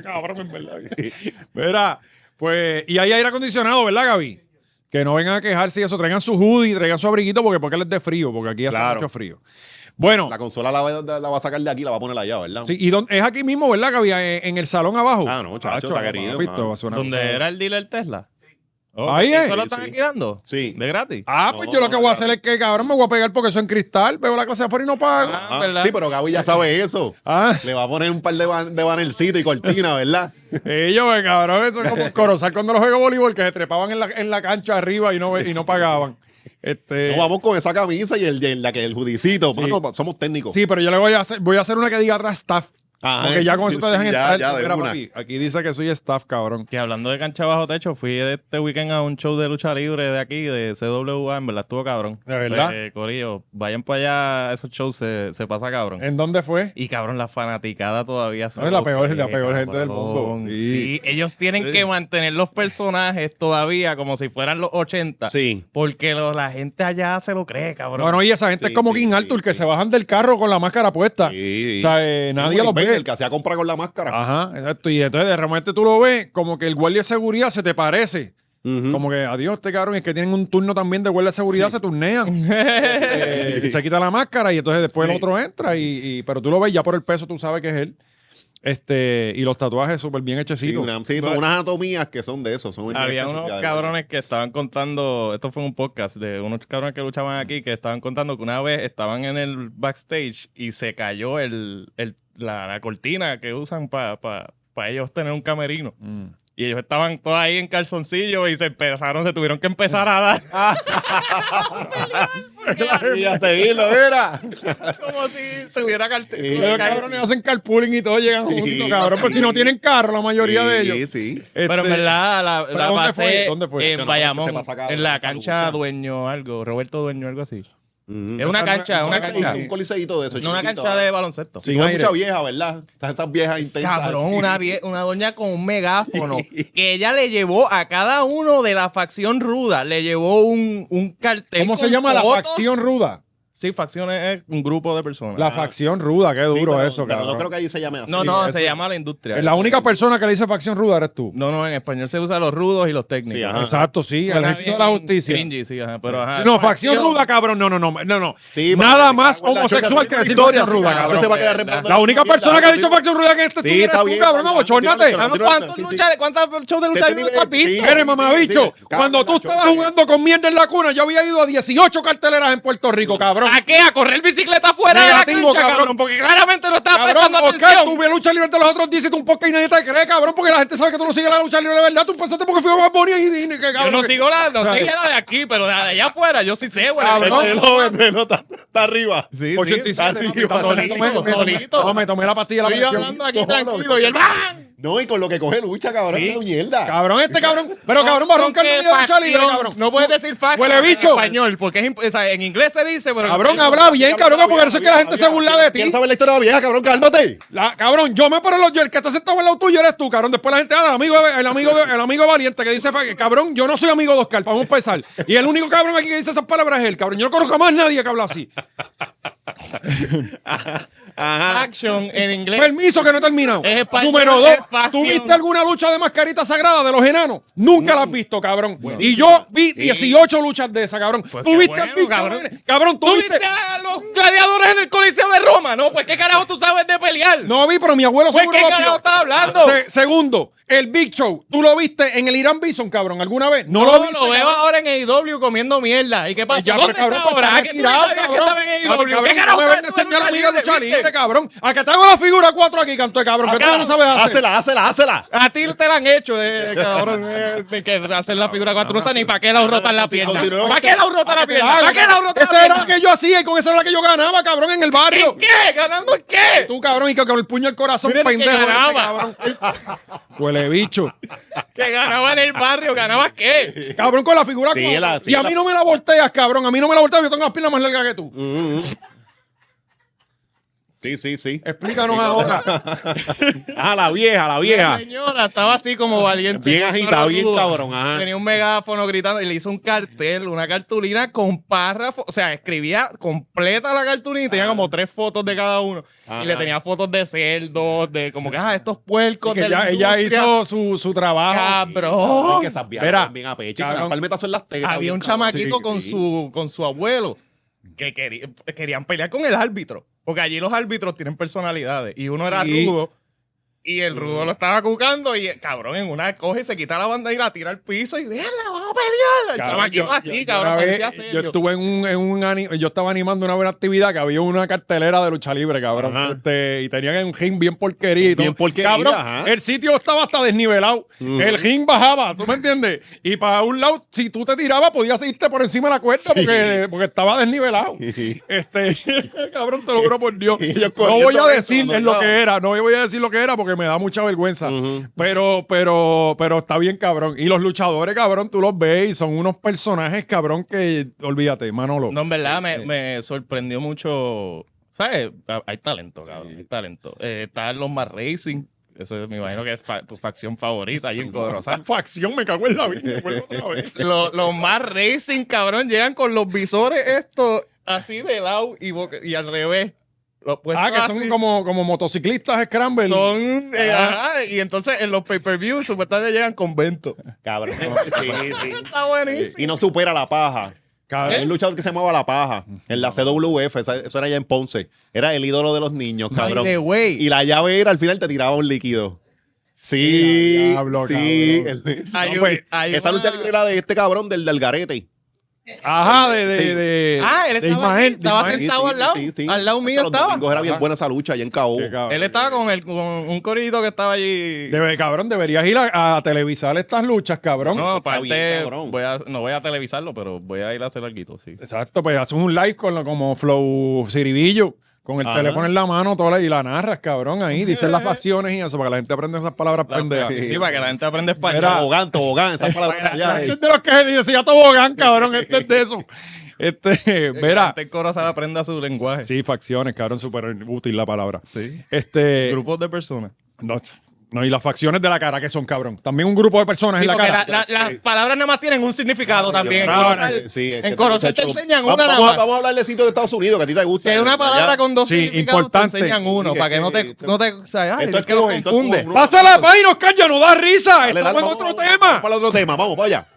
[SPEAKER 2] cabrón, en verdad. Mira, pues, y hay aire acondicionado, ¿verdad, Gaby? Que no vengan a quejarse y eso, traigan su hoodie, traigan su abriguito, porque porque les de frío, porque aquí hace
[SPEAKER 3] Claro.
[SPEAKER 2] mucho frío. Bueno,
[SPEAKER 3] La consola la va, la va a sacar de aquí, la va a poner allá, ¿verdad?
[SPEAKER 2] sí, y don- es aquí mismo, ¿verdad, Gaby? Eh, En, en el salón abajo.
[SPEAKER 3] Ah, no, chacho,
[SPEAKER 2] Acho,
[SPEAKER 3] está querido,
[SPEAKER 2] papito,
[SPEAKER 3] mano.
[SPEAKER 2] va a ser una
[SPEAKER 4] Donde
[SPEAKER 2] cosa-
[SPEAKER 4] era el dealer Tesla.
[SPEAKER 2] Ahí es.
[SPEAKER 4] ¿Eso lo
[SPEAKER 3] Sí,
[SPEAKER 4] están
[SPEAKER 3] sí.
[SPEAKER 4] alquilando?
[SPEAKER 3] Sí.
[SPEAKER 4] ¿De gratis?
[SPEAKER 2] Ah, pues
[SPEAKER 3] No,
[SPEAKER 2] yo lo
[SPEAKER 3] no,
[SPEAKER 2] que voy a
[SPEAKER 3] no,
[SPEAKER 2] hacer
[SPEAKER 3] no.
[SPEAKER 2] es que, cabrón, me voy a pegar porque eso en cristal, veo la clase afuera y no pago. Ah.
[SPEAKER 3] Ah,
[SPEAKER 4] ¿verdad?
[SPEAKER 3] sí, pero Gaby ya sabe eso. Le va a poner un par de, ban de bannercitos y cortina, ¿verdad?
[SPEAKER 2] ellos, eh, cabrón, eso es como en Corozal cuando los juego voleibol que se trepaban en la, en la cancha arriba y no, y no pagaban. Este,
[SPEAKER 3] No, vamos con esa camisa y el, y el- la que- el judicito. Mano, somos técnicos.
[SPEAKER 2] Sí, pero yo le voy a hacer, voy a hacer una que diga atrás staff.
[SPEAKER 3] Ah,
[SPEAKER 2] porque ya con eso te
[SPEAKER 3] sí,
[SPEAKER 2] dejan
[SPEAKER 3] ya,
[SPEAKER 2] entrar.
[SPEAKER 3] ya, de
[SPEAKER 2] Mira,
[SPEAKER 3] una.
[SPEAKER 2] papi, aquí dice que soy staff, cabrón.
[SPEAKER 4] Que hablando de cancha bajo techo, fui este weekend a un show de lucha libre de aquí, de CWA, en verdad estuvo cabrón.
[SPEAKER 2] ¿De verdad?
[SPEAKER 4] Eh, corillo, vayan para allá, esos shows se, se pasa cabrón.
[SPEAKER 2] ¿En dónde fue?
[SPEAKER 4] Y cabrón, la fanaticada todavía
[SPEAKER 2] Eh.
[SPEAKER 4] son
[SPEAKER 2] No, es la
[SPEAKER 4] los
[SPEAKER 2] peor-
[SPEAKER 4] que,
[SPEAKER 2] la peor gente del
[SPEAKER 4] cabrón.
[SPEAKER 2] mundo. Sí.
[SPEAKER 4] Sí. ellos tienen que mantener los personajes todavía como si fueran los 80.
[SPEAKER 3] Sí.
[SPEAKER 4] Porque lo- la gente allá se lo cree, cabrón.
[SPEAKER 2] No, no, y esa gente
[SPEAKER 3] Sí,
[SPEAKER 2] es como
[SPEAKER 3] sí,
[SPEAKER 2] King
[SPEAKER 3] sí,
[SPEAKER 2] Arthur, que
[SPEAKER 3] sí.
[SPEAKER 2] se bajan del carro con la máscara puesta.
[SPEAKER 3] Sí.
[SPEAKER 2] O sea, eh, nadie los ve. Ah.
[SPEAKER 3] El que hacía compra con la máscara.
[SPEAKER 2] Ajá, exacto. Y entonces de repente tú lo ves como que el guardia de seguridad se te parece.
[SPEAKER 3] Ujú.
[SPEAKER 2] Como que, adiós, te cabrón, es que tienen un turno también de guardia de seguridad, se turnean. Eh, se quita la máscara y entonces después el otro entra. Y, y- pero tú lo ves ya por el peso, tú sabes que es él. Este, y los tatuajes súper bien
[SPEAKER 3] Sí,
[SPEAKER 2] hechecitos.
[SPEAKER 3] una- sí, son unas anatomías que son de eso. Son bien
[SPEAKER 4] Había
[SPEAKER 3] específicas,
[SPEAKER 4] unos
[SPEAKER 3] de verdad.
[SPEAKER 4] cabrones que estaban contando, esto fue un podcast de unos cabrones que luchaban aquí, que estaban contando que una vez estaban en el backstage y se cayó el, el- la, la cortina que usan para ellos tener un camerino.
[SPEAKER 2] Mm.
[SPEAKER 4] Y ellos estaban todos ahí en calzoncillo y se empezaron, se tuvieron que empezar a dar
[SPEAKER 3] Y a seguirlo, era.
[SPEAKER 4] como si se hubiera
[SPEAKER 3] Sí.
[SPEAKER 2] Los
[SPEAKER 4] cartel.
[SPEAKER 2] cabrones hacen carpooling y todos llegan
[SPEAKER 3] Sí,
[SPEAKER 2] juntos, cabrón. Pues
[SPEAKER 3] sí.
[SPEAKER 2] si no tienen carro, la mayoría de ellos.
[SPEAKER 3] Sí, sí.
[SPEAKER 4] Pero en
[SPEAKER 2] Este,
[SPEAKER 4] verdad la,
[SPEAKER 2] ¿pero
[SPEAKER 4] la
[SPEAKER 2] dónde
[SPEAKER 4] pasé
[SPEAKER 2] fue? ¿Dónde fue?
[SPEAKER 4] en
[SPEAKER 3] Yo no,
[SPEAKER 4] Bayamón,
[SPEAKER 3] se pasa acá,
[SPEAKER 4] en la
[SPEAKER 3] pasa
[SPEAKER 4] cancha
[SPEAKER 3] algo.
[SPEAKER 4] dueño algo, Roberto dueño algo así.
[SPEAKER 3] Ujú.
[SPEAKER 4] Es una
[SPEAKER 2] Esa no-
[SPEAKER 4] cancha, es una
[SPEAKER 2] esa-
[SPEAKER 4] cancha.
[SPEAKER 3] Un coliseíto de eso.
[SPEAKER 4] No una
[SPEAKER 3] chiquitito,
[SPEAKER 4] cancha de
[SPEAKER 3] ¿verdad?
[SPEAKER 4] baloncesto.
[SPEAKER 3] Y
[SPEAKER 2] Sin
[SPEAKER 3] no es
[SPEAKER 2] aire.
[SPEAKER 3] mucha vieja, ¿verdad? Esas, esas viejas intensas.
[SPEAKER 4] Cabrón,
[SPEAKER 3] sí.
[SPEAKER 4] una, vie- una doña con un megáfono que ella le llevó a cada uno de la facción ruda, le llevó un, un cartel.
[SPEAKER 2] ¿Cómo se
[SPEAKER 4] con
[SPEAKER 2] llama la
[SPEAKER 4] fotos.
[SPEAKER 2] facción ruda?
[SPEAKER 4] Sí, facciones es un grupo de personas.
[SPEAKER 2] La facción ruda, qué duro
[SPEAKER 3] pero-
[SPEAKER 2] eso,
[SPEAKER 3] pero
[SPEAKER 2] cabrón.
[SPEAKER 3] no creo que ahí se llame así.
[SPEAKER 4] No, no,
[SPEAKER 2] Sí,
[SPEAKER 4] se
[SPEAKER 2] eso-
[SPEAKER 4] llama la industria.
[SPEAKER 2] La única persona que le dice facción ruda eres tú.
[SPEAKER 4] No, no, en español se usa los rudos y los técnicos.
[SPEAKER 3] Sí, ajá.
[SPEAKER 2] Exacto, sí, el
[SPEAKER 4] Suena
[SPEAKER 2] ejército de
[SPEAKER 4] bien
[SPEAKER 2] la justicia.
[SPEAKER 4] cringy, sí, ajá, pero ajá.
[SPEAKER 2] No, facción ruda, cabrón. No, no, no, no, no.
[SPEAKER 3] Sí,
[SPEAKER 2] Nada
[SPEAKER 3] mano,
[SPEAKER 2] más
[SPEAKER 3] me cago en la
[SPEAKER 2] homosexual
[SPEAKER 3] chocha,
[SPEAKER 2] que
[SPEAKER 3] sí,
[SPEAKER 2] decir
[SPEAKER 3] Victoria,
[SPEAKER 2] facción
[SPEAKER 3] sí,
[SPEAKER 2] ruda,
[SPEAKER 3] cabrón.
[SPEAKER 2] cabrón.
[SPEAKER 3] se va a quedar repartiendo
[SPEAKER 2] La única
[SPEAKER 3] mierda,
[SPEAKER 2] persona que ha dicho
[SPEAKER 3] sí.
[SPEAKER 2] facción ruda en este
[SPEAKER 3] Sí,
[SPEAKER 2] estudio
[SPEAKER 3] está
[SPEAKER 2] eres tú,
[SPEAKER 3] bien,
[SPEAKER 2] cabrón.
[SPEAKER 3] está bien,
[SPEAKER 2] Abochórnate.
[SPEAKER 3] está bien,
[SPEAKER 2] ¿Cuántos
[SPEAKER 3] sí, sí.
[SPEAKER 2] luchas- ¿Cuántos shows de
[SPEAKER 3] Este
[SPEAKER 2] lucha libre
[SPEAKER 3] nivel-
[SPEAKER 2] tú has visto?
[SPEAKER 3] sí,
[SPEAKER 2] Eres
[SPEAKER 3] sí,
[SPEAKER 2] mamabicho.
[SPEAKER 3] sí, sí.
[SPEAKER 2] Cuando tú
[SPEAKER 3] Cabrón,
[SPEAKER 2] estabas
[SPEAKER 3] cabrón.
[SPEAKER 2] jugando con mierda en la cuna, yo había ido a 18 carteleras en Puerto Rico, cabrón.
[SPEAKER 6] ¿A qué? ¿A correr bicicleta fuera de
[SPEAKER 2] Negativo,
[SPEAKER 6] la cancha, cabrón?
[SPEAKER 2] cabrón.
[SPEAKER 6] Porque claramente no estás
[SPEAKER 2] Cabrón,
[SPEAKER 6] prestando
[SPEAKER 2] Oscar,
[SPEAKER 6] atención.
[SPEAKER 2] tú ves lucha libre entre los otros 10 y tú un poco y nadie te cree, cabrón, porque la gente sabe que tú no sigues la lucha libre de verdad. Tú pensaste porque fui a Bad Bunny y, y- que, cabrón,
[SPEAKER 6] Yo no
[SPEAKER 2] que-
[SPEAKER 6] sigo la, no
[SPEAKER 2] ¿sabes?
[SPEAKER 6] sigo la de aquí, pero la de allá afuera, yo sí sé, güey.
[SPEAKER 2] Cabrón.
[SPEAKER 3] El reloj, el reloj está, está arriba.
[SPEAKER 4] Sí, sí. pues.
[SPEAKER 2] 87.
[SPEAKER 3] Está
[SPEAKER 2] papi,
[SPEAKER 3] arriba,
[SPEAKER 2] tomé-
[SPEAKER 6] solito,
[SPEAKER 2] tomé- tomé-
[SPEAKER 6] solito.
[SPEAKER 2] No, me tomé la pastilla de la
[SPEAKER 6] Estoy
[SPEAKER 2] presión.
[SPEAKER 6] hablando aquí
[SPEAKER 3] solo,
[SPEAKER 6] tranquilo y el ¡bam!
[SPEAKER 3] No, y con lo que coge lucha, cabrón,
[SPEAKER 6] Sí.
[SPEAKER 3] es una mierda.
[SPEAKER 2] Cabrón, este cabrón. Pero cabrón, Barrón
[SPEAKER 6] ¿Con
[SPEAKER 2] Carlos
[SPEAKER 6] qué
[SPEAKER 2] de lucha libre,
[SPEAKER 6] facción?
[SPEAKER 2] cabrón.
[SPEAKER 6] No puedes decir facción
[SPEAKER 2] Huele bicho.
[SPEAKER 6] en español, porque es, imp- o sea, en inglés se dice, pero...
[SPEAKER 2] Cabrón, habla bien, cabrón, que por eso es que la gente se burla de ti.
[SPEAKER 3] ¿Quieres saber la historia de la vieja, cabrón? Cálmate.
[SPEAKER 2] La- cabrón, yo me paro en los yo, el que está sentado al lado tuyo eres tú, cabrón. Después la gente, ah, el amigo, de- el amigo, de- el amigo valiente que dice, fa- cabrón, yo no soy amigo de Oscar, vamos a empezar. Y el único cabrón aquí que dice esas palabras es él, cabrón. Yo no conozco a más nadie que habla así.
[SPEAKER 3] Ajá.
[SPEAKER 6] Action en
[SPEAKER 2] Pues
[SPEAKER 6] inglés.
[SPEAKER 2] Permiso que no he terminado.
[SPEAKER 6] Es español,
[SPEAKER 2] Número dos,
[SPEAKER 6] es fácil.
[SPEAKER 2] ¿tú viste alguna lucha de mascarita sagrada de los enanos? Nunca la has visto, cabrón. Y yo vi 18 luchas de esa, cabrón. ¿Tú
[SPEAKER 6] Pues qué
[SPEAKER 2] viste
[SPEAKER 6] bueno,
[SPEAKER 2] al bicho,
[SPEAKER 6] cabrón.
[SPEAKER 2] nene? cabrón? ¿tú,
[SPEAKER 6] ¿Tú
[SPEAKER 2] viste?
[SPEAKER 6] viste a los gladiadores en el Coliseo de Roma? No, pues ¿qué carajo tú sabes de pelear?
[SPEAKER 2] No vi, pero mi abuelo
[SPEAKER 6] pues
[SPEAKER 2] seguro
[SPEAKER 6] ¿qué
[SPEAKER 2] lo
[SPEAKER 6] carajo
[SPEAKER 2] vio.
[SPEAKER 6] estás hablando?
[SPEAKER 2] Se- segundo, el Big Show, ¿tú lo viste en el Irán Bison, cabrón, alguna vez? No,
[SPEAKER 6] No,
[SPEAKER 2] lo viste.
[SPEAKER 6] lo veo
[SPEAKER 2] cabrón.
[SPEAKER 6] ahora en AEW comiendo mierda. ¿Y qué pasa?
[SPEAKER 2] Ya,
[SPEAKER 6] ¿Dónde
[SPEAKER 2] pero cabrón,
[SPEAKER 6] está ahora?
[SPEAKER 2] pues,
[SPEAKER 6] ¿Que tú no
[SPEAKER 2] tirado,
[SPEAKER 6] sabías que
[SPEAKER 2] cabrón.
[SPEAKER 6] estaba en
[SPEAKER 2] Cabrón,
[SPEAKER 6] AEW? ¿Qué
[SPEAKER 2] cabrón,
[SPEAKER 6] carajo
[SPEAKER 2] no me
[SPEAKER 6] sabes
[SPEAKER 2] ven a
[SPEAKER 6] tú de
[SPEAKER 2] enseñar la amiga de lucha
[SPEAKER 6] viste?
[SPEAKER 2] libre, cabrón. Acá tengo la figura 4 aquí, canto de cabrón. ¿Qué tú no sabes hacer?
[SPEAKER 3] Hazla, hazla, hazla.
[SPEAKER 6] A ti te la han hecho, eh, cabrón, eh, de que hacer la figura cuatro, no sabes ni para qué la rotan la pierna.
[SPEAKER 3] Continuemos.
[SPEAKER 6] ¿Para qué la rotan la pierna? ¿Para qué la rotan
[SPEAKER 2] Esa era
[SPEAKER 6] la
[SPEAKER 2] la
[SPEAKER 6] pierna?
[SPEAKER 2] que yo hacía y con esa era la que yo ganaba, cabrón, en el barrio.
[SPEAKER 6] ¿Qué? ¿Ganando en qué?
[SPEAKER 2] Tú, cabrón, y que con el puño al corazón,
[SPEAKER 6] Mira el que
[SPEAKER 2] pendejo. ese,
[SPEAKER 6] ganaba.
[SPEAKER 2] cabrón. Huele bicho.
[SPEAKER 6] Que ganaba en el barrio, ganaba qué?
[SPEAKER 2] Cabrón, con la figura.
[SPEAKER 3] Sí,
[SPEAKER 2] cuadra.
[SPEAKER 3] la- sí,
[SPEAKER 2] y a
[SPEAKER 3] la-
[SPEAKER 2] mí no me la volteas, cabrón. A mí no me la volteas, yo tengo las piernas más largas que tú.
[SPEAKER 3] Sí, sí, sí.
[SPEAKER 2] Explícanos ahora.
[SPEAKER 3] Ah, la vieja, la vieja.
[SPEAKER 6] La señora estaba así como valiente.
[SPEAKER 3] Bien agitada, bien
[SPEAKER 6] Rudo.
[SPEAKER 3] cabrón, ajá.
[SPEAKER 6] Tenía un megáfono gritando y le hizo un cartel, una cartulina con párrafos. O sea, escribía completa la cartulina y tenía
[SPEAKER 3] Ah.
[SPEAKER 6] como tres fotos de cada uno. Y le tenía fotos de cerdos, de como que, ah, estos puercos.
[SPEAKER 2] Que
[SPEAKER 6] de
[SPEAKER 2] ella,
[SPEAKER 6] la
[SPEAKER 2] ella
[SPEAKER 6] industria. Ah,
[SPEAKER 2] hizo su, su trabajo.
[SPEAKER 6] Cabrón.
[SPEAKER 3] que esas viejas
[SPEAKER 2] Mira,
[SPEAKER 3] están bien apechas.
[SPEAKER 2] cabrón.
[SPEAKER 3] Las palmetas son las tetas.
[SPEAKER 6] oh, Había
[SPEAKER 3] bien,
[SPEAKER 6] un
[SPEAKER 3] cabrón.
[SPEAKER 6] chamaquito
[SPEAKER 3] Sí,
[SPEAKER 6] con
[SPEAKER 3] sí.
[SPEAKER 6] su con su abuelo que quería- querían pelear con el árbitro. Porque allí los árbitros tienen personalidades. Y uno era
[SPEAKER 2] Sí.
[SPEAKER 6] rudo. Y el rudo lo estaba cucando. Y cabrón, en una coge se quita la banda y la tira al piso. Y veanla, vamos a pelear. El
[SPEAKER 2] Cabrón,
[SPEAKER 6] chamaquito
[SPEAKER 2] yo-
[SPEAKER 6] así,
[SPEAKER 2] yo-
[SPEAKER 6] cabrón.
[SPEAKER 2] una vez,
[SPEAKER 6] parecía serio.
[SPEAKER 2] yo estuve en un, en un ani- yo estaba animando una buena actividad que había una cartelera de lucha libre, cabrón.
[SPEAKER 3] Ajá.
[SPEAKER 2] Este, y tenían un ring bien porquerito.
[SPEAKER 3] Bien porquería,
[SPEAKER 2] Cabrón,
[SPEAKER 3] ajá.
[SPEAKER 2] el sitio estaba hasta desnivelado. El ring bajaba, ¿tú me entiendes? Y para un lado, si tú te tirabas, podías irte por encima de la cuerda porque, porque estaba desnivelado. Este, cabrón, te lo juro por Dios.
[SPEAKER 3] Y ellos
[SPEAKER 2] No
[SPEAKER 3] corriendo
[SPEAKER 2] voy a
[SPEAKER 3] recto,
[SPEAKER 2] decir
[SPEAKER 3] no,
[SPEAKER 2] es lo
[SPEAKER 3] no.
[SPEAKER 2] que era, no voy a decir lo que era porque me da mucha vergüenza. Pero, pero, pero está bien, cabrón. Y los luchadores, cabrón, tú los ves y son unos personajes, cabrón, que olvídate, Manolo.
[SPEAKER 4] No, en verdad
[SPEAKER 2] eh,
[SPEAKER 4] me, me sorprendió mucho. ¿Sabes? Ha- Hay talento, cabrón. Hay talento. Eh, están los más racing. Eso me imagino que es fa- tu facción favorita ahí en Codrozal.
[SPEAKER 2] Facción, me cago en la vida. vuelvo otra vez.
[SPEAKER 6] Lo- los más racing, cabrón, llegan con los visores estos así de lado y, boca- y al revés. Los puestos
[SPEAKER 2] Ah, que son
[SPEAKER 6] así.
[SPEAKER 2] como, Ah. como motociclistas Scramble.
[SPEAKER 6] Pues Son, eh, ajá, y entonces en los pay-per-view supuestamente llegan convento.
[SPEAKER 3] Cabrón. Sí, sí.
[SPEAKER 6] Está buenísimo.
[SPEAKER 3] Y no supera la paja.
[SPEAKER 6] ¿Eh?
[SPEAKER 3] Hay
[SPEAKER 2] Cabrón.
[SPEAKER 3] un luchador que se llamaba La Paja en la CWF, esa- eso era allá en Ponce. Era el ídolo de los niños, cabrón.
[SPEAKER 6] the way.
[SPEAKER 3] Y la llave era al final te tiraba un líquido. Sí,
[SPEAKER 2] diablo,
[SPEAKER 3] sí.
[SPEAKER 2] cabrón.
[SPEAKER 3] El-
[SPEAKER 6] Hay
[SPEAKER 3] No,
[SPEAKER 6] un-
[SPEAKER 3] pues,
[SPEAKER 6] hay
[SPEAKER 3] esa
[SPEAKER 6] una-
[SPEAKER 3] lucha libre era de este cabrón del, del garete.
[SPEAKER 2] Ajá, de, de,
[SPEAKER 3] Sí.
[SPEAKER 2] de-
[SPEAKER 6] Ah, él
[SPEAKER 2] de
[SPEAKER 6] estaba
[SPEAKER 2] Ismael,
[SPEAKER 6] aquí,
[SPEAKER 2] de
[SPEAKER 6] estaba
[SPEAKER 2] Ismael.
[SPEAKER 6] sentado. al lado, al lado mío
[SPEAKER 3] los
[SPEAKER 6] estaba.
[SPEAKER 3] domingos era bien
[SPEAKER 2] Ajá.
[SPEAKER 3] buena esa lucha allá en KO.
[SPEAKER 2] Qué cabrón.
[SPEAKER 4] Él estaba con, el, con un corillito que estaba allí.
[SPEAKER 2] Debe- cabrón, deberías ir a, a televisar estas luchas, cabrón.
[SPEAKER 4] No,
[SPEAKER 3] está bien,
[SPEAKER 4] aparte,
[SPEAKER 3] cabrón.
[SPEAKER 4] voy a- no voy a televisarlo, pero voy a ir a hacer algo, sí.
[SPEAKER 2] Exacto, pues haces un live con lo- como Flow Ciribillo, con el
[SPEAKER 3] Ajá.
[SPEAKER 2] teléfono en la mano toda la- y la narras, cabrón, ahí. Dices las pasiones y eso, para que la gente aprenda esas palabras pendejas.
[SPEAKER 3] sí.
[SPEAKER 4] Sí, para que la gente aprenda español.
[SPEAKER 2] Era-
[SPEAKER 3] Tobogán, tobogán, esas palabras allá.
[SPEAKER 2] Este
[SPEAKER 3] eh.
[SPEAKER 2] es de los que decía tobogán, cabrón, este es de eso. Este, verá.
[SPEAKER 4] Antes Corazal aprenda su lenguaje.
[SPEAKER 2] Sí, facciones, cabrón, súper útil la palabra.
[SPEAKER 4] Sí.
[SPEAKER 2] Este,
[SPEAKER 4] Grupos de personas.
[SPEAKER 2] no, No, y las facciones de la cara que son, cabrón. También un grupo de personas
[SPEAKER 6] Sí,
[SPEAKER 2] en la
[SPEAKER 6] porque
[SPEAKER 2] cara. Ah,
[SPEAKER 6] la- la- las palabras nada más tienen un significado también.
[SPEAKER 2] Ahora,
[SPEAKER 6] Entonces,
[SPEAKER 3] Sí, es
[SPEAKER 6] en
[SPEAKER 3] que este
[SPEAKER 6] Corozal te
[SPEAKER 3] muchacho-
[SPEAKER 6] enseñan
[SPEAKER 3] Va-
[SPEAKER 6] una nada
[SPEAKER 3] vamos, a-
[SPEAKER 6] más.
[SPEAKER 3] vamos a hablar de sitio de Estados Unidos que a ti te gusta.
[SPEAKER 6] Si hay una
[SPEAKER 3] Allá-
[SPEAKER 6] palabra con dos
[SPEAKER 2] Sí,
[SPEAKER 6] significados,
[SPEAKER 2] importante.
[SPEAKER 6] te enseñan uno,
[SPEAKER 3] Sí,
[SPEAKER 6] para que no
[SPEAKER 3] sí,
[SPEAKER 6] te,
[SPEAKER 3] esto-
[SPEAKER 6] no te, o sea, ay,
[SPEAKER 3] Esto es
[SPEAKER 6] que lo
[SPEAKER 3] Cuba, esto es
[SPEAKER 6] confunde.
[SPEAKER 3] Cuba,
[SPEAKER 2] ¡Pasa la página, Oscar! ¡Ya no da risa!
[SPEAKER 3] Dale, dale,
[SPEAKER 2] ¡Estamos en
[SPEAKER 3] vamos,
[SPEAKER 2] otro
[SPEAKER 3] vamos,
[SPEAKER 2] tema!
[SPEAKER 3] Vamos para el otro tema, vamos para allá.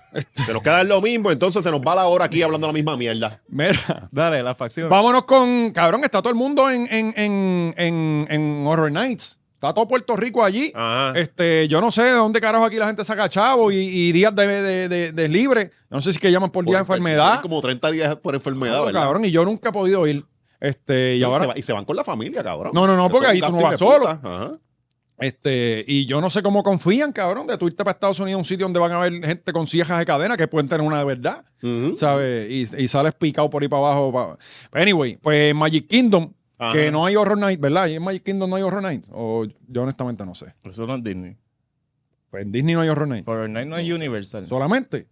[SPEAKER 3] Se nos queda lo mismo, entonces se nos va la hora aquí hablando la misma mierda.
[SPEAKER 2] Mira,
[SPEAKER 4] Dale, la facción.
[SPEAKER 2] vámonos con... Cabrón, está todo el mundo en, en, en, en, en Horror Nights. Está todo Puerto Rico allí.
[SPEAKER 3] Ajá.
[SPEAKER 2] Este, yo no sé de dónde carajo aquí la gente saca chavo y, y días de, de, de- de libre. No sé si que llaman por, día de
[SPEAKER 3] Por enfer-
[SPEAKER 2] enfermedad.
[SPEAKER 3] Como 30 días por enfermedad,
[SPEAKER 2] Claro,
[SPEAKER 3] ¿verdad?
[SPEAKER 2] cabrón, y yo nunca he podido ir. Este, y
[SPEAKER 3] Y,
[SPEAKER 2] ahora,
[SPEAKER 3] se va- y se van con la familia, cabrón.
[SPEAKER 2] No, no, no,
[SPEAKER 3] Eso
[SPEAKER 2] porque
[SPEAKER 3] es un
[SPEAKER 2] ahí tú no
[SPEAKER 3] gasto
[SPEAKER 2] vas
[SPEAKER 3] hijo de
[SPEAKER 2] solo.
[SPEAKER 3] puta. Ajá.
[SPEAKER 2] este, y yo no sé cómo confían, cabrón, de tú irte para Estados Unidos, un sitio donde van a haber gente con ciejas de cadena que pueden tener una de verdad,
[SPEAKER 3] Ujú.
[SPEAKER 2] ¿sabes? Y, y sales picado por ahí para abajo. pa- Anyway, pues Magic Kingdom,
[SPEAKER 3] Ajá.
[SPEAKER 2] que no hay Horror Night, ¿verdad? ¿Y en Magic Kingdom no hay Horror Night? O yo honestamente no sé.
[SPEAKER 4] Eso no es Disney.
[SPEAKER 2] Pues en Disney no hay Horror Night.
[SPEAKER 4] Horror Night no
[SPEAKER 3] Mm.
[SPEAKER 4] es Universal.
[SPEAKER 2] Solamente.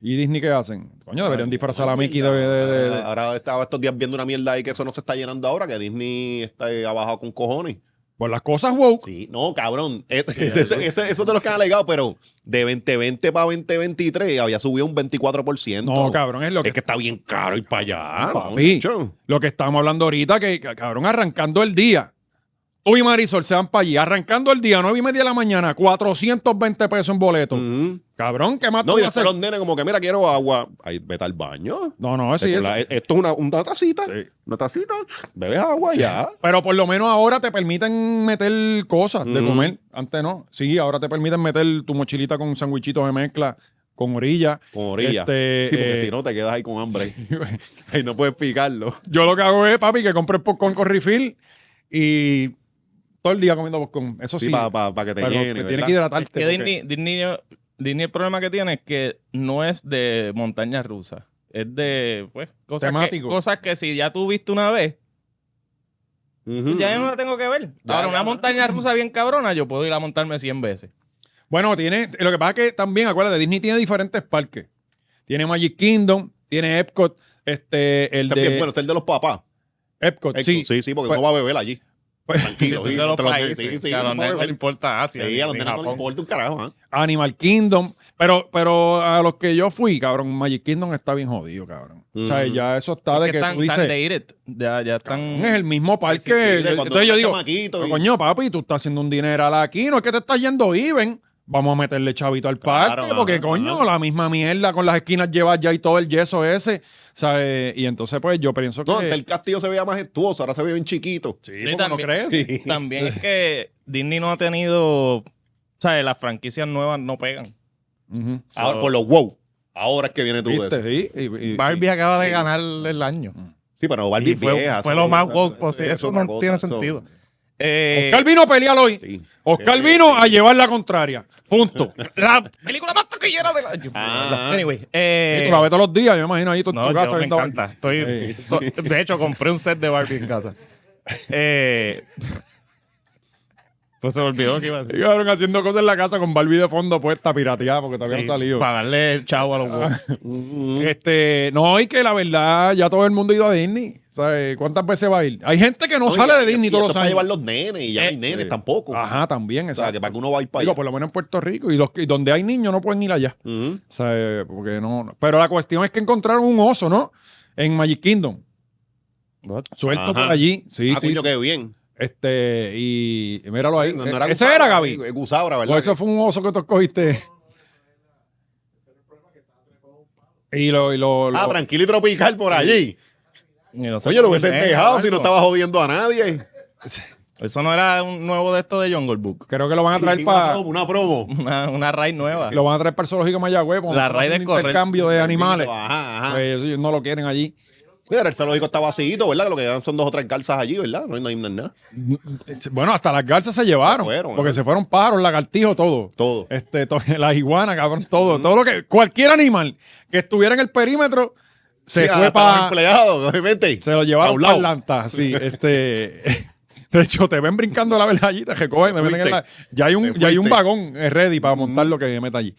[SPEAKER 2] ¿Y Disney qué hacen? Coño, deberían disfrazar a Mickey de... de- de- de-
[SPEAKER 3] Ahora estaba estos días viendo una mierda ahí que eso no se está llenando ahora, que Disney está eh, ha bajado con cojones.
[SPEAKER 2] Por Pues las cosas woke.
[SPEAKER 3] Sí, no, cabrón. Es- eso, eso- eso es de los que han alegado, pero de 2020 para 2023 había subido un 24%.
[SPEAKER 2] No, cabrón, es lo que
[SPEAKER 3] Es que está bien caro ir para allá.
[SPEAKER 2] Papi.
[SPEAKER 3] muchacho.
[SPEAKER 2] lo que estábamos hablando ahorita, que ca- cabrón, arrancando el día. Tú y Marisol se van para allí, arrancando el día, 9 y media de la mañana, 420 pesos en boleto.
[SPEAKER 3] Ujú.
[SPEAKER 2] Cabrón, ¿qué más tú
[SPEAKER 3] Mm. No, y
[SPEAKER 2] vas a
[SPEAKER 3] después
[SPEAKER 2] hacer?
[SPEAKER 3] los nenes como que, mira, quiero agua. Ahí, vete al baño.
[SPEAKER 2] No, no, sí,
[SPEAKER 3] Con
[SPEAKER 2] es.
[SPEAKER 3] la- e, esto es una, una tacita.
[SPEAKER 2] Sí.
[SPEAKER 3] Una tacita. Bebes agua ya.
[SPEAKER 2] Pero por lo menos ahora te permiten meter cosas de
[SPEAKER 3] Ujú.
[SPEAKER 2] comer. Antes no. Sí, ahora te permiten meter tu mochilita con sandwichitos de mezcla, con orilla.
[SPEAKER 3] Con orilla.
[SPEAKER 2] Este,
[SPEAKER 3] Sí, porque
[SPEAKER 2] eh,
[SPEAKER 3] si no te quedas ahí con hambre. Y no puedes picarlo.
[SPEAKER 2] Yo lo que hago es, papi, que compré el popcorn con refill y todo el día comiendo popcorn. Eso sí.
[SPEAKER 3] Sí, para que te
[SPEAKER 2] pero
[SPEAKER 3] llene.
[SPEAKER 2] te
[SPEAKER 3] ¿verdad?
[SPEAKER 2] tiene que hidratarte.
[SPEAKER 4] Que
[SPEAKER 2] porque-
[SPEAKER 4] Disney, Disney- Disney el problema que tiene es que no es de montaña rusa. Es de, pues, cosas, que,
[SPEAKER 2] Temático.
[SPEAKER 4] cosas que si ya tú viste una vez,
[SPEAKER 3] Ujú.
[SPEAKER 4] ya yo no la tengo que ver.
[SPEAKER 3] Ya,
[SPEAKER 4] Ahora,
[SPEAKER 3] ya,
[SPEAKER 4] una
[SPEAKER 3] ya.
[SPEAKER 4] montaña rusa bien cabrona, yo puedo ir a montarme 100 veces.
[SPEAKER 2] Bueno, tiene, lo que pasa es que también, acuérdate, Disney tiene diferentes parques. Tiene Magic Kingdom, tiene Epcot, este, el
[SPEAKER 3] Ese es
[SPEAKER 2] de
[SPEAKER 3] bien bueno, este es el de los papás.
[SPEAKER 2] Epcot, sí.
[SPEAKER 3] Sí, sí, sí, porque
[SPEAKER 2] Pues-
[SPEAKER 3] no va a beber allí.
[SPEAKER 2] Pues-
[SPEAKER 3] Tranquilo.
[SPEAKER 4] Eso
[SPEAKER 3] sí,
[SPEAKER 4] es de los
[SPEAKER 3] te lo-
[SPEAKER 4] países.
[SPEAKER 3] sí, sí,
[SPEAKER 4] que a
[SPEAKER 3] no
[SPEAKER 4] los
[SPEAKER 3] va a
[SPEAKER 4] nenes no le
[SPEAKER 3] beber.
[SPEAKER 4] importa Asia.
[SPEAKER 3] Sí, a los
[SPEAKER 4] ni
[SPEAKER 3] nenes no les
[SPEAKER 4] Japón.
[SPEAKER 3] importa un carajo. ¿ah?
[SPEAKER 2] Animal Kingdom, pero, pero a los que yo fui, cabrón, Magic Kingdom está bien jodido, cabrón. O sea,
[SPEAKER 3] Ujú.
[SPEAKER 2] ya eso está
[SPEAKER 4] Es
[SPEAKER 2] de
[SPEAKER 4] que
[SPEAKER 2] que
[SPEAKER 4] están,
[SPEAKER 2] tú
[SPEAKER 4] están
[SPEAKER 2] dices,
[SPEAKER 4] de it. Ya, ya están.
[SPEAKER 2] Pues es el mismo parque.
[SPEAKER 3] Sí, sí, sí, de cuando
[SPEAKER 2] Entonces yo
[SPEAKER 3] era
[SPEAKER 2] digo,
[SPEAKER 3] chamaquito
[SPEAKER 2] pero
[SPEAKER 3] y-
[SPEAKER 2] coño, papi, tú estás haciendo un dineral aquí, no es que te estás yendo even. Vamos a meterle chavito al parque,
[SPEAKER 3] Claro,
[SPEAKER 2] porque
[SPEAKER 3] ajá,
[SPEAKER 2] coño,
[SPEAKER 3] ajá.
[SPEAKER 2] la misma mierda con las esquinas llevas ya y todo el yeso ese, ¿sabes? Y entonces, pues yo pienso que.
[SPEAKER 3] No, antes el castillo se veía majestuoso, ahora se ve bien chiquito.
[SPEAKER 2] Sí,
[SPEAKER 4] Sí,
[SPEAKER 2] porque no
[SPEAKER 4] también-
[SPEAKER 2] crees.
[SPEAKER 3] Sí.
[SPEAKER 4] También es que Disney no ha tenido. O sea, las franquicias nuevas no pegan.
[SPEAKER 2] Ujú.
[SPEAKER 3] Ahora
[SPEAKER 4] So-
[SPEAKER 3] por los wow. Ahora es que viene tú de
[SPEAKER 2] ¿Viste?
[SPEAKER 3] eso.
[SPEAKER 2] Sí, y- y-
[SPEAKER 6] Barbie acaba de ganar el año.
[SPEAKER 3] Sí, pero Barbie
[SPEAKER 6] Y fue-
[SPEAKER 3] vieja,
[SPEAKER 6] fue
[SPEAKER 3] sí,
[SPEAKER 6] lo más
[SPEAKER 3] esa-
[SPEAKER 6] woke, pues,
[SPEAKER 3] esa-
[SPEAKER 6] eso
[SPEAKER 3] esa es
[SPEAKER 6] no
[SPEAKER 3] otra cosa,
[SPEAKER 6] tiene
[SPEAKER 3] eso-
[SPEAKER 6] sentido.
[SPEAKER 4] Eh,
[SPEAKER 2] Oscar vino a pelear hoy.
[SPEAKER 3] Sí.
[SPEAKER 2] Oscar
[SPEAKER 3] Sí,
[SPEAKER 2] vino
[SPEAKER 3] sí.
[SPEAKER 2] a llevar la contraria. Punto.
[SPEAKER 6] La película más toquillera del año.
[SPEAKER 3] Ah.
[SPEAKER 6] Anyway, eh,
[SPEAKER 2] Y tú la ves todos los días, yo me imagino ahí tú en
[SPEAKER 4] No,
[SPEAKER 2] tu
[SPEAKER 4] yo
[SPEAKER 2] casa.
[SPEAKER 4] me
[SPEAKER 2] viendo-
[SPEAKER 4] encanta. Estoy, so- de hecho, compré un set de Barbie en casa. Eh, pues se me olvidó que iba a
[SPEAKER 2] Y
[SPEAKER 4] decir.
[SPEAKER 2] quedaron haciendo cosas en la casa con Barbie de fondo puesta, pirateada, porque todavía
[SPEAKER 4] Sí,
[SPEAKER 2] no salido.
[SPEAKER 4] Para darle el chavo a los
[SPEAKER 3] Ah.
[SPEAKER 4] huevos.
[SPEAKER 3] Ujú.
[SPEAKER 2] Este, no, y que la verdad, ya todo el mundo ha ido a Disney. ¿Sabes cuántas veces va a ir? Hay gente que no,
[SPEAKER 3] y
[SPEAKER 2] sale
[SPEAKER 3] ya-
[SPEAKER 2] de Disney
[SPEAKER 3] y
[SPEAKER 2] todos
[SPEAKER 3] esto
[SPEAKER 2] los
[SPEAKER 3] es para llevar
[SPEAKER 2] años.
[SPEAKER 3] los nenes y ya
[SPEAKER 4] Eh,
[SPEAKER 3] hay nenes
[SPEAKER 2] sí.
[SPEAKER 3] tampoco.
[SPEAKER 2] Ajá, también,
[SPEAKER 3] O sea, que
[SPEAKER 2] exacto.
[SPEAKER 3] para que uno va a ir para
[SPEAKER 2] Digo,
[SPEAKER 3] allá.
[SPEAKER 2] por lo menos en Puerto Rico y, los, que- y donde hay niños no pueden ir allá.
[SPEAKER 3] Ujú.
[SPEAKER 2] ¿Sabes? Porque no, no. Pero la cuestión es que encontraron un oso, ¿no? En Magic Kingdom. Suelto
[SPEAKER 3] Ajá.
[SPEAKER 2] por allí. Sí,
[SPEAKER 3] ah,
[SPEAKER 2] sí.
[SPEAKER 3] coño,
[SPEAKER 2] sí.
[SPEAKER 3] qué bien.
[SPEAKER 2] Este, y y míralo ahí. E,
[SPEAKER 3] No, no era
[SPEAKER 2] ¿Ese
[SPEAKER 3] Gusabra,
[SPEAKER 2] era Gaby?
[SPEAKER 3] eh, Gusabra, ¿verdad?
[SPEAKER 2] O ese fue un oso que tú escogiste. Y lo, y lo, lo-
[SPEAKER 3] Ah, tranquilo y tropical por allí.
[SPEAKER 4] Y no sé
[SPEAKER 3] Oye, lo
[SPEAKER 4] cómo
[SPEAKER 3] hubiesen
[SPEAKER 4] es,
[SPEAKER 3] dejado si no
[SPEAKER 4] algo.
[SPEAKER 3] estaba jodiendo a nadie.
[SPEAKER 4] Eso no era un nuevo de esto de Jungle Book.
[SPEAKER 2] creo que lo van a traer
[SPEAKER 3] Sí, Una
[SPEAKER 2] para
[SPEAKER 3] promo, una promo.
[SPEAKER 4] Una, una raid nueva.
[SPEAKER 2] lo van a traer para el zoológico de Mayagüez. porque
[SPEAKER 4] La
[SPEAKER 2] están
[SPEAKER 4] raíz
[SPEAKER 2] haciendo
[SPEAKER 4] de
[SPEAKER 2] un
[SPEAKER 4] correr.
[SPEAKER 2] intercambio de animales.
[SPEAKER 3] Ajá, ajá.
[SPEAKER 2] Pues ellos no lo quieren allí.
[SPEAKER 3] Mira, el zoológico está vacío, ¿verdad? Que lo que dan son dos o tres calzas allí, ¿verdad? No hay, no hay nada.
[SPEAKER 2] Bueno, hasta las garzas se llevaron.
[SPEAKER 3] Se fueron,
[SPEAKER 2] porque
[SPEAKER 3] ¿eh?
[SPEAKER 2] se fueron pájaros, lagartijos, todo.
[SPEAKER 3] Todo.
[SPEAKER 2] Este, to- las iguanas, cabrón, todo. Todo lo que. Cualquier animal que estuviera en el perímetro se
[SPEAKER 3] Sí, ah,
[SPEAKER 2] fue
[SPEAKER 3] hasta los
[SPEAKER 2] para.
[SPEAKER 3] empleados, obviamente.
[SPEAKER 2] Se lo
[SPEAKER 3] A
[SPEAKER 2] llevaron
[SPEAKER 3] un
[SPEAKER 2] para
[SPEAKER 3] lado.
[SPEAKER 2] Atlanta, sí. Este, de hecho, te ven brincando la verdad allí, te recogen, te meten en la- Ya hay un,
[SPEAKER 3] Te
[SPEAKER 2] ya hay un
[SPEAKER 3] fuiste.
[SPEAKER 2] vagón eh, ready para montar lo que meta allí.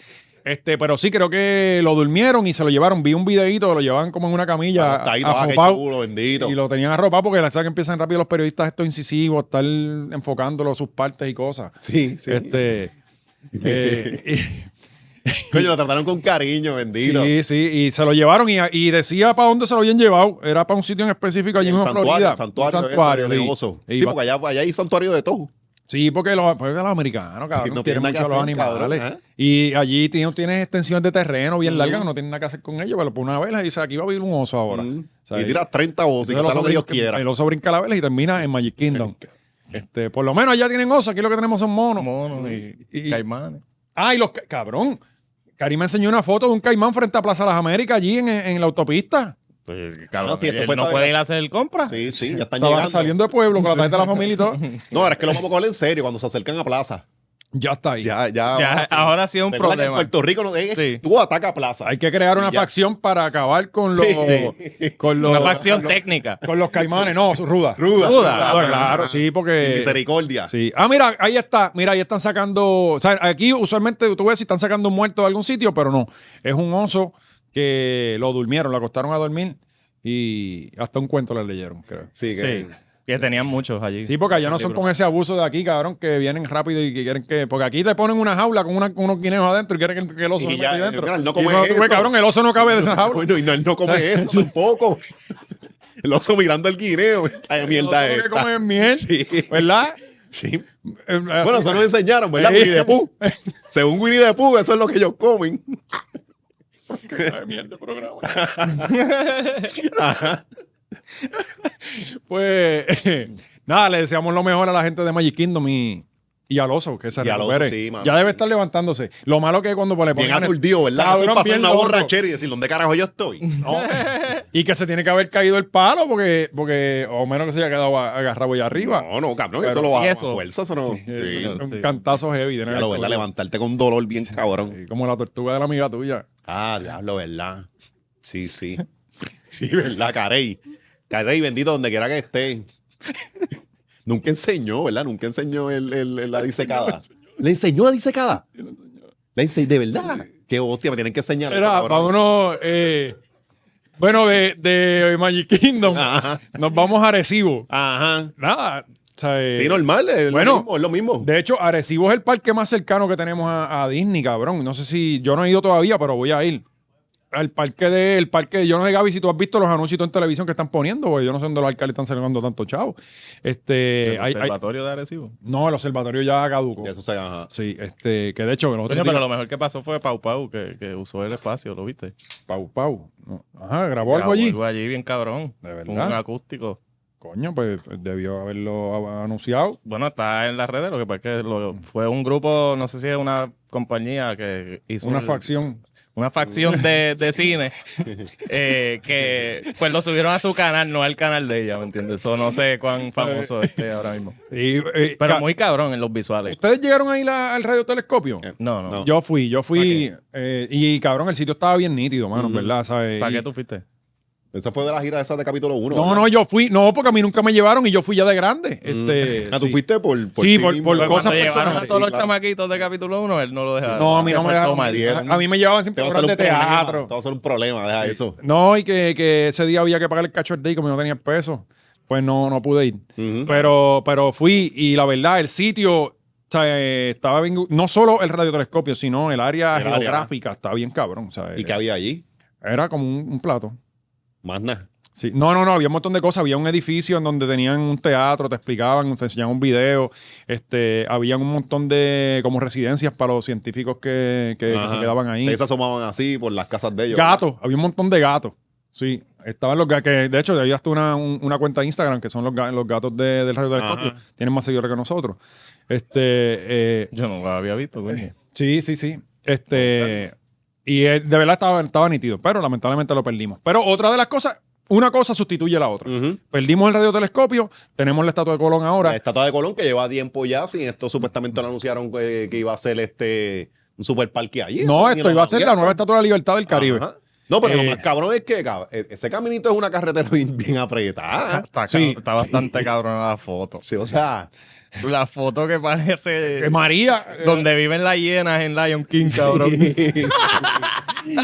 [SPEAKER 2] Este, pero sí, creo que lo durmieron y se lo llevaron. Vi un videito, lo llevaban como en una camilla.
[SPEAKER 3] Acostadito, ah, qué
[SPEAKER 2] arropado,
[SPEAKER 3] chulo, bendito.
[SPEAKER 2] y lo tenían arropado porque la que empiezan rápido los periodistas estos incisivos, estar enfocándolo sus partes y cosas.
[SPEAKER 3] Sí, sí.
[SPEAKER 2] Este. eh, y-
[SPEAKER 3] Coño, lo trataron con cariño, bendito.
[SPEAKER 2] Sí, sí, y se lo llevaron y, y decía para dónde se lo habían llevado. Era para un sitio en específico allí
[SPEAKER 3] el
[SPEAKER 2] mismo en Florida.
[SPEAKER 3] santuario,
[SPEAKER 2] Un
[SPEAKER 3] el santuario, ese
[SPEAKER 2] santuario,
[SPEAKER 3] de,
[SPEAKER 2] sí.
[SPEAKER 3] de oso.
[SPEAKER 2] Y
[SPEAKER 3] Sí,
[SPEAKER 2] va-
[SPEAKER 3] porque allá, allá hay santuario de todo.
[SPEAKER 2] sí, porque los, porque los americanos, cabrón,
[SPEAKER 3] no
[SPEAKER 2] tienen
[SPEAKER 3] tienen
[SPEAKER 2] mucho a
[SPEAKER 3] nada que
[SPEAKER 2] los
[SPEAKER 3] hacer, cabrón,
[SPEAKER 2] animales.
[SPEAKER 3] ¿eh?
[SPEAKER 2] Y allí tienes, tienes extensiones de terreno bien largas, que no tienen nada que hacer con ellos, pero por una vela dice, aquí va a vivir un oso ahora.
[SPEAKER 3] Mm.
[SPEAKER 2] O sea, eh,
[SPEAKER 3] y tiras 30 osos
[SPEAKER 2] entonces
[SPEAKER 3] y que sea
[SPEAKER 2] el
[SPEAKER 3] lo
[SPEAKER 2] oso
[SPEAKER 3] que Dios
[SPEAKER 2] brinca-
[SPEAKER 3] quiera.
[SPEAKER 2] El oso brinca la vela y termina en Magic Kingdom. Este, por lo menos allá tienen osos, aquí lo que tenemos son monos.
[SPEAKER 4] Monos y,
[SPEAKER 2] Y- y-
[SPEAKER 4] caimanes.
[SPEAKER 2] Ah, y los ca- cabrón. Karim me enseñó una foto de un caimán frente a Plaza Las Américas allí en, en la autopista.
[SPEAKER 4] Pues, cabrón,
[SPEAKER 3] Ah, sí, esto
[SPEAKER 4] él
[SPEAKER 3] fue
[SPEAKER 4] no
[SPEAKER 3] saber-
[SPEAKER 4] puede ir a hacer compras.
[SPEAKER 3] Sí, sí, ya están
[SPEAKER 2] Estaban
[SPEAKER 3] llegando.
[SPEAKER 2] saliendo de pueblo con la tarjeta de la familia y todo.
[SPEAKER 3] No, ahora es que lo vamos a coger en serio cuando se acercan a plaza.
[SPEAKER 2] Ya está ahí.
[SPEAKER 3] Ya, ya.
[SPEAKER 4] Ya,
[SPEAKER 3] ahora sí.
[SPEAKER 4] ahora sí es un
[SPEAKER 3] Recuerda que en
[SPEAKER 4] problema.
[SPEAKER 3] Puerto Rico no, eh,
[SPEAKER 4] Sí.
[SPEAKER 3] tú ataca a plaza.
[SPEAKER 2] Hay que crear una
[SPEAKER 3] Ya.
[SPEAKER 2] facción para acabar con los, con los,
[SPEAKER 4] Una facción técnica.
[SPEAKER 2] con los caimanes. No, ruda.
[SPEAKER 3] Ruda.
[SPEAKER 2] Ah,
[SPEAKER 3] Ruda.
[SPEAKER 2] claro, sí,
[SPEAKER 3] Sin
[SPEAKER 2] porque.
[SPEAKER 3] misericordia.
[SPEAKER 2] Sí. Ah, mira, ahí está. Mira, ahí están sacando. O sea, aquí usualmente tú ves si están sacando un muerto de algún sitio, pero no. Es un oso que lo durmieron, lo acostaron a dormir y hasta un cuento le leyeron, creo.
[SPEAKER 3] Sí,
[SPEAKER 4] Sí.
[SPEAKER 3] que- Ah,
[SPEAKER 4] Que tenían muchos allí.
[SPEAKER 2] Sí, porque allá no son
[SPEAKER 4] Libro.
[SPEAKER 2] con ese abuso de aquí, cabrón, que vienen rápido y que quieren que. Porque aquí te ponen una jaula con, una- con unos guineos adentro y quieren que, que el oso
[SPEAKER 3] Y
[SPEAKER 2] se
[SPEAKER 3] ya,
[SPEAKER 2] meta ahí dentro.
[SPEAKER 3] claro, no
[SPEAKER 2] Y
[SPEAKER 3] comes
[SPEAKER 2] cuando tú ves,
[SPEAKER 3] eso.
[SPEAKER 2] cabrón, el oso no cabe de esa jaula.
[SPEAKER 3] Bueno, y no, él no come eso tampoco. El oso mirando el guineo. Ay, mierda
[SPEAKER 2] El oso
[SPEAKER 3] es.
[SPEAKER 2] que come miel,
[SPEAKER 3] Sí.
[SPEAKER 2] ¿verdad?
[SPEAKER 3] Sí.
[SPEAKER 2] Eh,
[SPEAKER 3] Bueno,
[SPEAKER 2] así-
[SPEAKER 3] eso nos enseñaron, ¿verdad?
[SPEAKER 2] Sí.
[SPEAKER 3] Winnie the Pooh. Según Winnie the Pooh, eso es lo que ellos comen.
[SPEAKER 2] Ay, mierda, programa. pues nada, le deseamos lo mejor a la gente de Magic Kingdom y, y al oso, que se
[SPEAKER 3] Y al oso,
[SPEAKER 2] recupere.
[SPEAKER 3] sí, mano.
[SPEAKER 2] ya debe estar levantándose. Lo malo que es cuando le
[SPEAKER 3] Bien
[SPEAKER 2] ponen-
[SPEAKER 3] aturdido, ¿verdad?
[SPEAKER 2] Cabrón,
[SPEAKER 3] Eso es pasar
[SPEAKER 2] bien
[SPEAKER 3] una
[SPEAKER 2] loco.
[SPEAKER 3] borrachera y decir, ¿dónde carajo yo estoy?
[SPEAKER 2] No. y que se tiene que haber caído el palo porque, porque o menos que se haya quedado a- agarrado allá arriba.
[SPEAKER 3] No, no, cabrón,
[SPEAKER 2] Pero-
[SPEAKER 3] eso lo baja
[SPEAKER 4] ¿y
[SPEAKER 3] a
[SPEAKER 4] eso?
[SPEAKER 3] fuerza, eso no. Sí.
[SPEAKER 2] Es un
[SPEAKER 4] sí.
[SPEAKER 2] cantazo heavy. tiene que
[SPEAKER 3] Ya lo,
[SPEAKER 2] haber
[SPEAKER 3] ¿verdad?
[SPEAKER 2] cogido.
[SPEAKER 3] Levantarte con dolor bien cabrón.
[SPEAKER 2] Sí, Como la tortuga de la amiga tuya.
[SPEAKER 3] Ah, diablo, ¿verdad? Sí, sí. Sí, ¿verdad? Carey. Carey, bendito donde quiera que esté. Nunca enseñó, ¿verdad? Nunca enseñó el, el- el- la disecada. ¿Le enseñó la disecada? ¿La enseñó? ¿De verdad? Qué hostia, me tienen que enseñar. eso,
[SPEAKER 2] Era,
[SPEAKER 3] cabrón.
[SPEAKER 2] vámonos. eh, bueno, de, de Magic Kingdom
[SPEAKER 3] Ajá.
[SPEAKER 2] nos vamos a Arecibo.
[SPEAKER 3] Ajá.
[SPEAKER 2] Nada. o sea, eh,
[SPEAKER 3] Sí, normal. Es
[SPEAKER 2] bueno,
[SPEAKER 3] lo mismo. Es lo mismo.
[SPEAKER 2] de hecho, Arecibo es el parque más cercano que tenemos a, a Disney, cabrón. No sé si yo no he ido todavía, pero voy a ir. Al parque de, el parque de, yo no sé, Gaby, si tú has visto los anuncios en televisión que están poniendo, porque yo no sé dónde los alcaldes están sacando tanto chavo. Este, hay-
[SPEAKER 4] El
[SPEAKER 2] hay-
[SPEAKER 4] observatorio de Arecibo.
[SPEAKER 2] no, el observatorio ya caduco.
[SPEAKER 3] Eso se ajá.
[SPEAKER 2] Sí, este, que de hecho, que nosotros.
[SPEAKER 4] Coño, pero lo mejor que pasó fue Pau Pau, que, que usó el espacio, ¿lo viste?
[SPEAKER 2] Pau, pau. No. Ajá, grabó algo allí.
[SPEAKER 4] Grabó allí bien cabrón.
[SPEAKER 2] De verdad.
[SPEAKER 4] Un acústico.
[SPEAKER 2] Coño, pues debió haberlo a- anunciado.
[SPEAKER 4] Bueno, está en las redes, lo que pasa es que lo- fue un grupo, no sé si es una compañía que hizo...
[SPEAKER 2] Una
[SPEAKER 4] el-
[SPEAKER 2] facción.
[SPEAKER 4] Una facción de, de cine eh, que pues lo subieron a su canal, no al canal de ella, ¿me entiendes? Eso no sé cuán famoso esté ahora mismo.
[SPEAKER 2] Y, eh,
[SPEAKER 4] Pero
[SPEAKER 2] ca-
[SPEAKER 4] muy cabrón en los visuales.
[SPEAKER 2] ¿Ustedes llegaron ahí la- al radiotelescopio?
[SPEAKER 4] No, no.
[SPEAKER 3] Eh, No.
[SPEAKER 2] Yo fui, yo fui. eh, y cabrón, el sitio estaba bien nítido, mano, ¿verdad? ¿Sabes?
[SPEAKER 4] ¿Para
[SPEAKER 2] Y-
[SPEAKER 4] qué tú fuiste?
[SPEAKER 3] Esa fue de la gira esa de capítulo Mm. 1.
[SPEAKER 2] No, no, yo fui. No, porque a mí nunca me llevaron y yo fui ya de grande. Este,
[SPEAKER 3] Ah, tú
[SPEAKER 2] sí.
[SPEAKER 3] fuiste por.
[SPEAKER 2] Sí,
[SPEAKER 3] ti
[SPEAKER 2] por-
[SPEAKER 3] mismo,
[SPEAKER 2] por
[SPEAKER 3] ¿verdad?
[SPEAKER 2] cosas
[SPEAKER 4] Cuando llevaron a
[SPEAKER 2] personales,
[SPEAKER 4] todos los
[SPEAKER 3] Sí, claro.
[SPEAKER 4] chamaquitos de capítulo 1, él no lo dejaba.
[SPEAKER 2] No, a mí no me dejaron.
[SPEAKER 4] mal.
[SPEAKER 3] Dieron-
[SPEAKER 2] A, a mí me llevaban siempre
[SPEAKER 3] Te va a
[SPEAKER 2] obras
[SPEAKER 3] hacer un
[SPEAKER 2] de
[SPEAKER 3] problema,
[SPEAKER 2] teatro.
[SPEAKER 3] Te va a hacer un problema, deja eso.
[SPEAKER 2] No, y que, que ese día había que pagar el cacho del día y como no tenía el peso, pues no, no pude ir.
[SPEAKER 3] Ujú.
[SPEAKER 2] Pero, pero fui y la verdad, el sitio o sea, eh, estaba bien. No solo el radiotelescopio, sino el área
[SPEAKER 3] El área,
[SPEAKER 2] geográfica estaba bien cabrón. o sea,
[SPEAKER 3] ¿Y qué había allí?
[SPEAKER 2] Era como un, un plato.
[SPEAKER 3] Más nada.
[SPEAKER 2] Sí. No, no, no, había un montón de cosas. Había un edificio en donde tenían un teatro, te explicaban, te enseñaban un video. Este, había un montón de como residencias para los científicos que, eh, que- que se
[SPEAKER 3] Ajá.
[SPEAKER 2] quedaban ahí.
[SPEAKER 3] Ustedes se asomaban así por las casas de ellos.
[SPEAKER 2] Gatos, había un montón de gatos. Sí, estaban los gatos, que de hecho había hasta una, un- una cuenta de Instagram que son los, ga- los gatos de- del Radio Telescopio.
[SPEAKER 3] Ajá.
[SPEAKER 2] Tienen más seguidores que nosotros. Este, eh,
[SPEAKER 4] Yo no lo había visto, coño.
[SPEAKER 2] sí, sí, sí. Este, y eh, de verdad estaba, estaba nítido, pero lamentablemente lo perdimos. Pero otra de las cosas, una cosa sustituye a la otra.
[SPEAKER 3] Ujú.
[SPEAKER 2] Perdimos el radiotelescopio, tenemos la estatua de Colón
[SPEAKER 3] La
[SPEAKER 2] ahora.
[SPEAKER 3] estatua de Colón que lleva tiempo ya, sin esto supuestamente lo anunciaron eh, que, que iba a ser este un superparque allí.
[SPEAKER 2] No,
[SPEAKER 3] Ni
[SPEAKER 2] esto
[SPEAKER 3] lo
[SPEAKER 2] iba a ser la
[SPEAKER 3] anunciaron.
[SPEAKER 2] nueva estatua de la libertad del Caribe.
[SPEAKER 3] Ajá. No, pero lo
[SPEAKER 2] Eh.
[SPEAKER 3] más cabrón es que cab- e- ese caminito es una carretera bien, bien apretada.
[SPEAKER 4] Está,
[SPEAKER 2] Sí.
[SPEAKER 4] ca- está bastante cabrona la foto.
[SPEAKER 3] Sí, o sea,
[SPEAKER 4] La foto que parece
[SPEAKER 2] Que María. eh,
[SPEAKER 4] donde viven las hienas en Lion King, cabrón.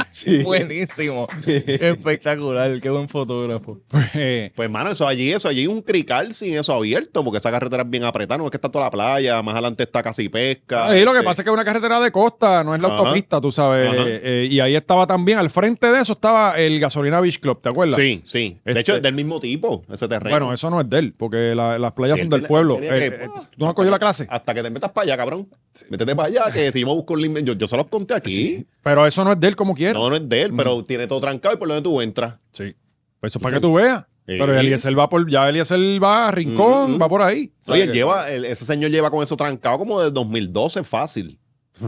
[SPEAKER 3] sí.
[SPEAKER 4] Pues, Buenísimo. Espectacular. Qué buen fotógrafo.
[SPEAKER 2] eh,
[SPEAKER 3] Pues, mano, eso allí, eso allí es un crical sin eso abierto, porque esa carretera es bien apretada. No es que está toda la playa, más adelante está casi pesca.
[SPEAKER 2] Ahí Ah, lo que
[SPEAKER 3] este,
[SPEAKER 2] pasa es que es una carretera de costa, no es la
[SPEAKER 3] Ajá.
[SPEAKER 2] autopista, tú sabes.
[SPEAKER 3] Ajá.
[SPEAKER 2] eh, y ahí estaba también, al frente de eso estaba el Gasolina Beach Club, ¿te acuerdas?
[SPEAKER 3] Sí, sí. De
[SPEAKER 2] Este-
[SPEAKER 3] hecho, es del mismo tipo, ese terreno.
[SPEAKER 2] Bueno, eso no es de él, porque la- las playas
[SPEAKER 3] Sí,
[SPEAKER 2] son
[SPEAKER 3] él
[SPEAKER 2] del
[SPEAKER 3] tenía-
[SPEAKER 2] pueblo.
[SPEAKER 3] él tenía
[SPEAKER 2] Eh,
[SPEAKER 3] que-
[SPEAKER 2] eh, ¿Tú no has cogido
[SPEAKER 3] Ah,
[SPEAKER 2] la clase?
[SPEAKER 3] Hasta que te metas para allá, cabrón. Métete para allá, que si yo me busco un lim- yo, yo se los conté aquí.
[SPEAKER 2] Pero eso no es de él como quiera.
[SPEAKER 3] No, no es de él, pero tiene todo trancado y por donde tú entras.
[SPEAKER 2] Sí. Pues eso es para que tú veas. Pero Eliezer va por, ya Eliezer va a Rincón,
[SPEAKER 3] Mm.
[SPEAKER 2] va por ahí.
[SPEAKER 3] Oye, él
[SPEAKER 2] ¿Sabes?
[SPEAKER 3] lleva, el- ese señor lleva con eso trancado como del 2012, fácil.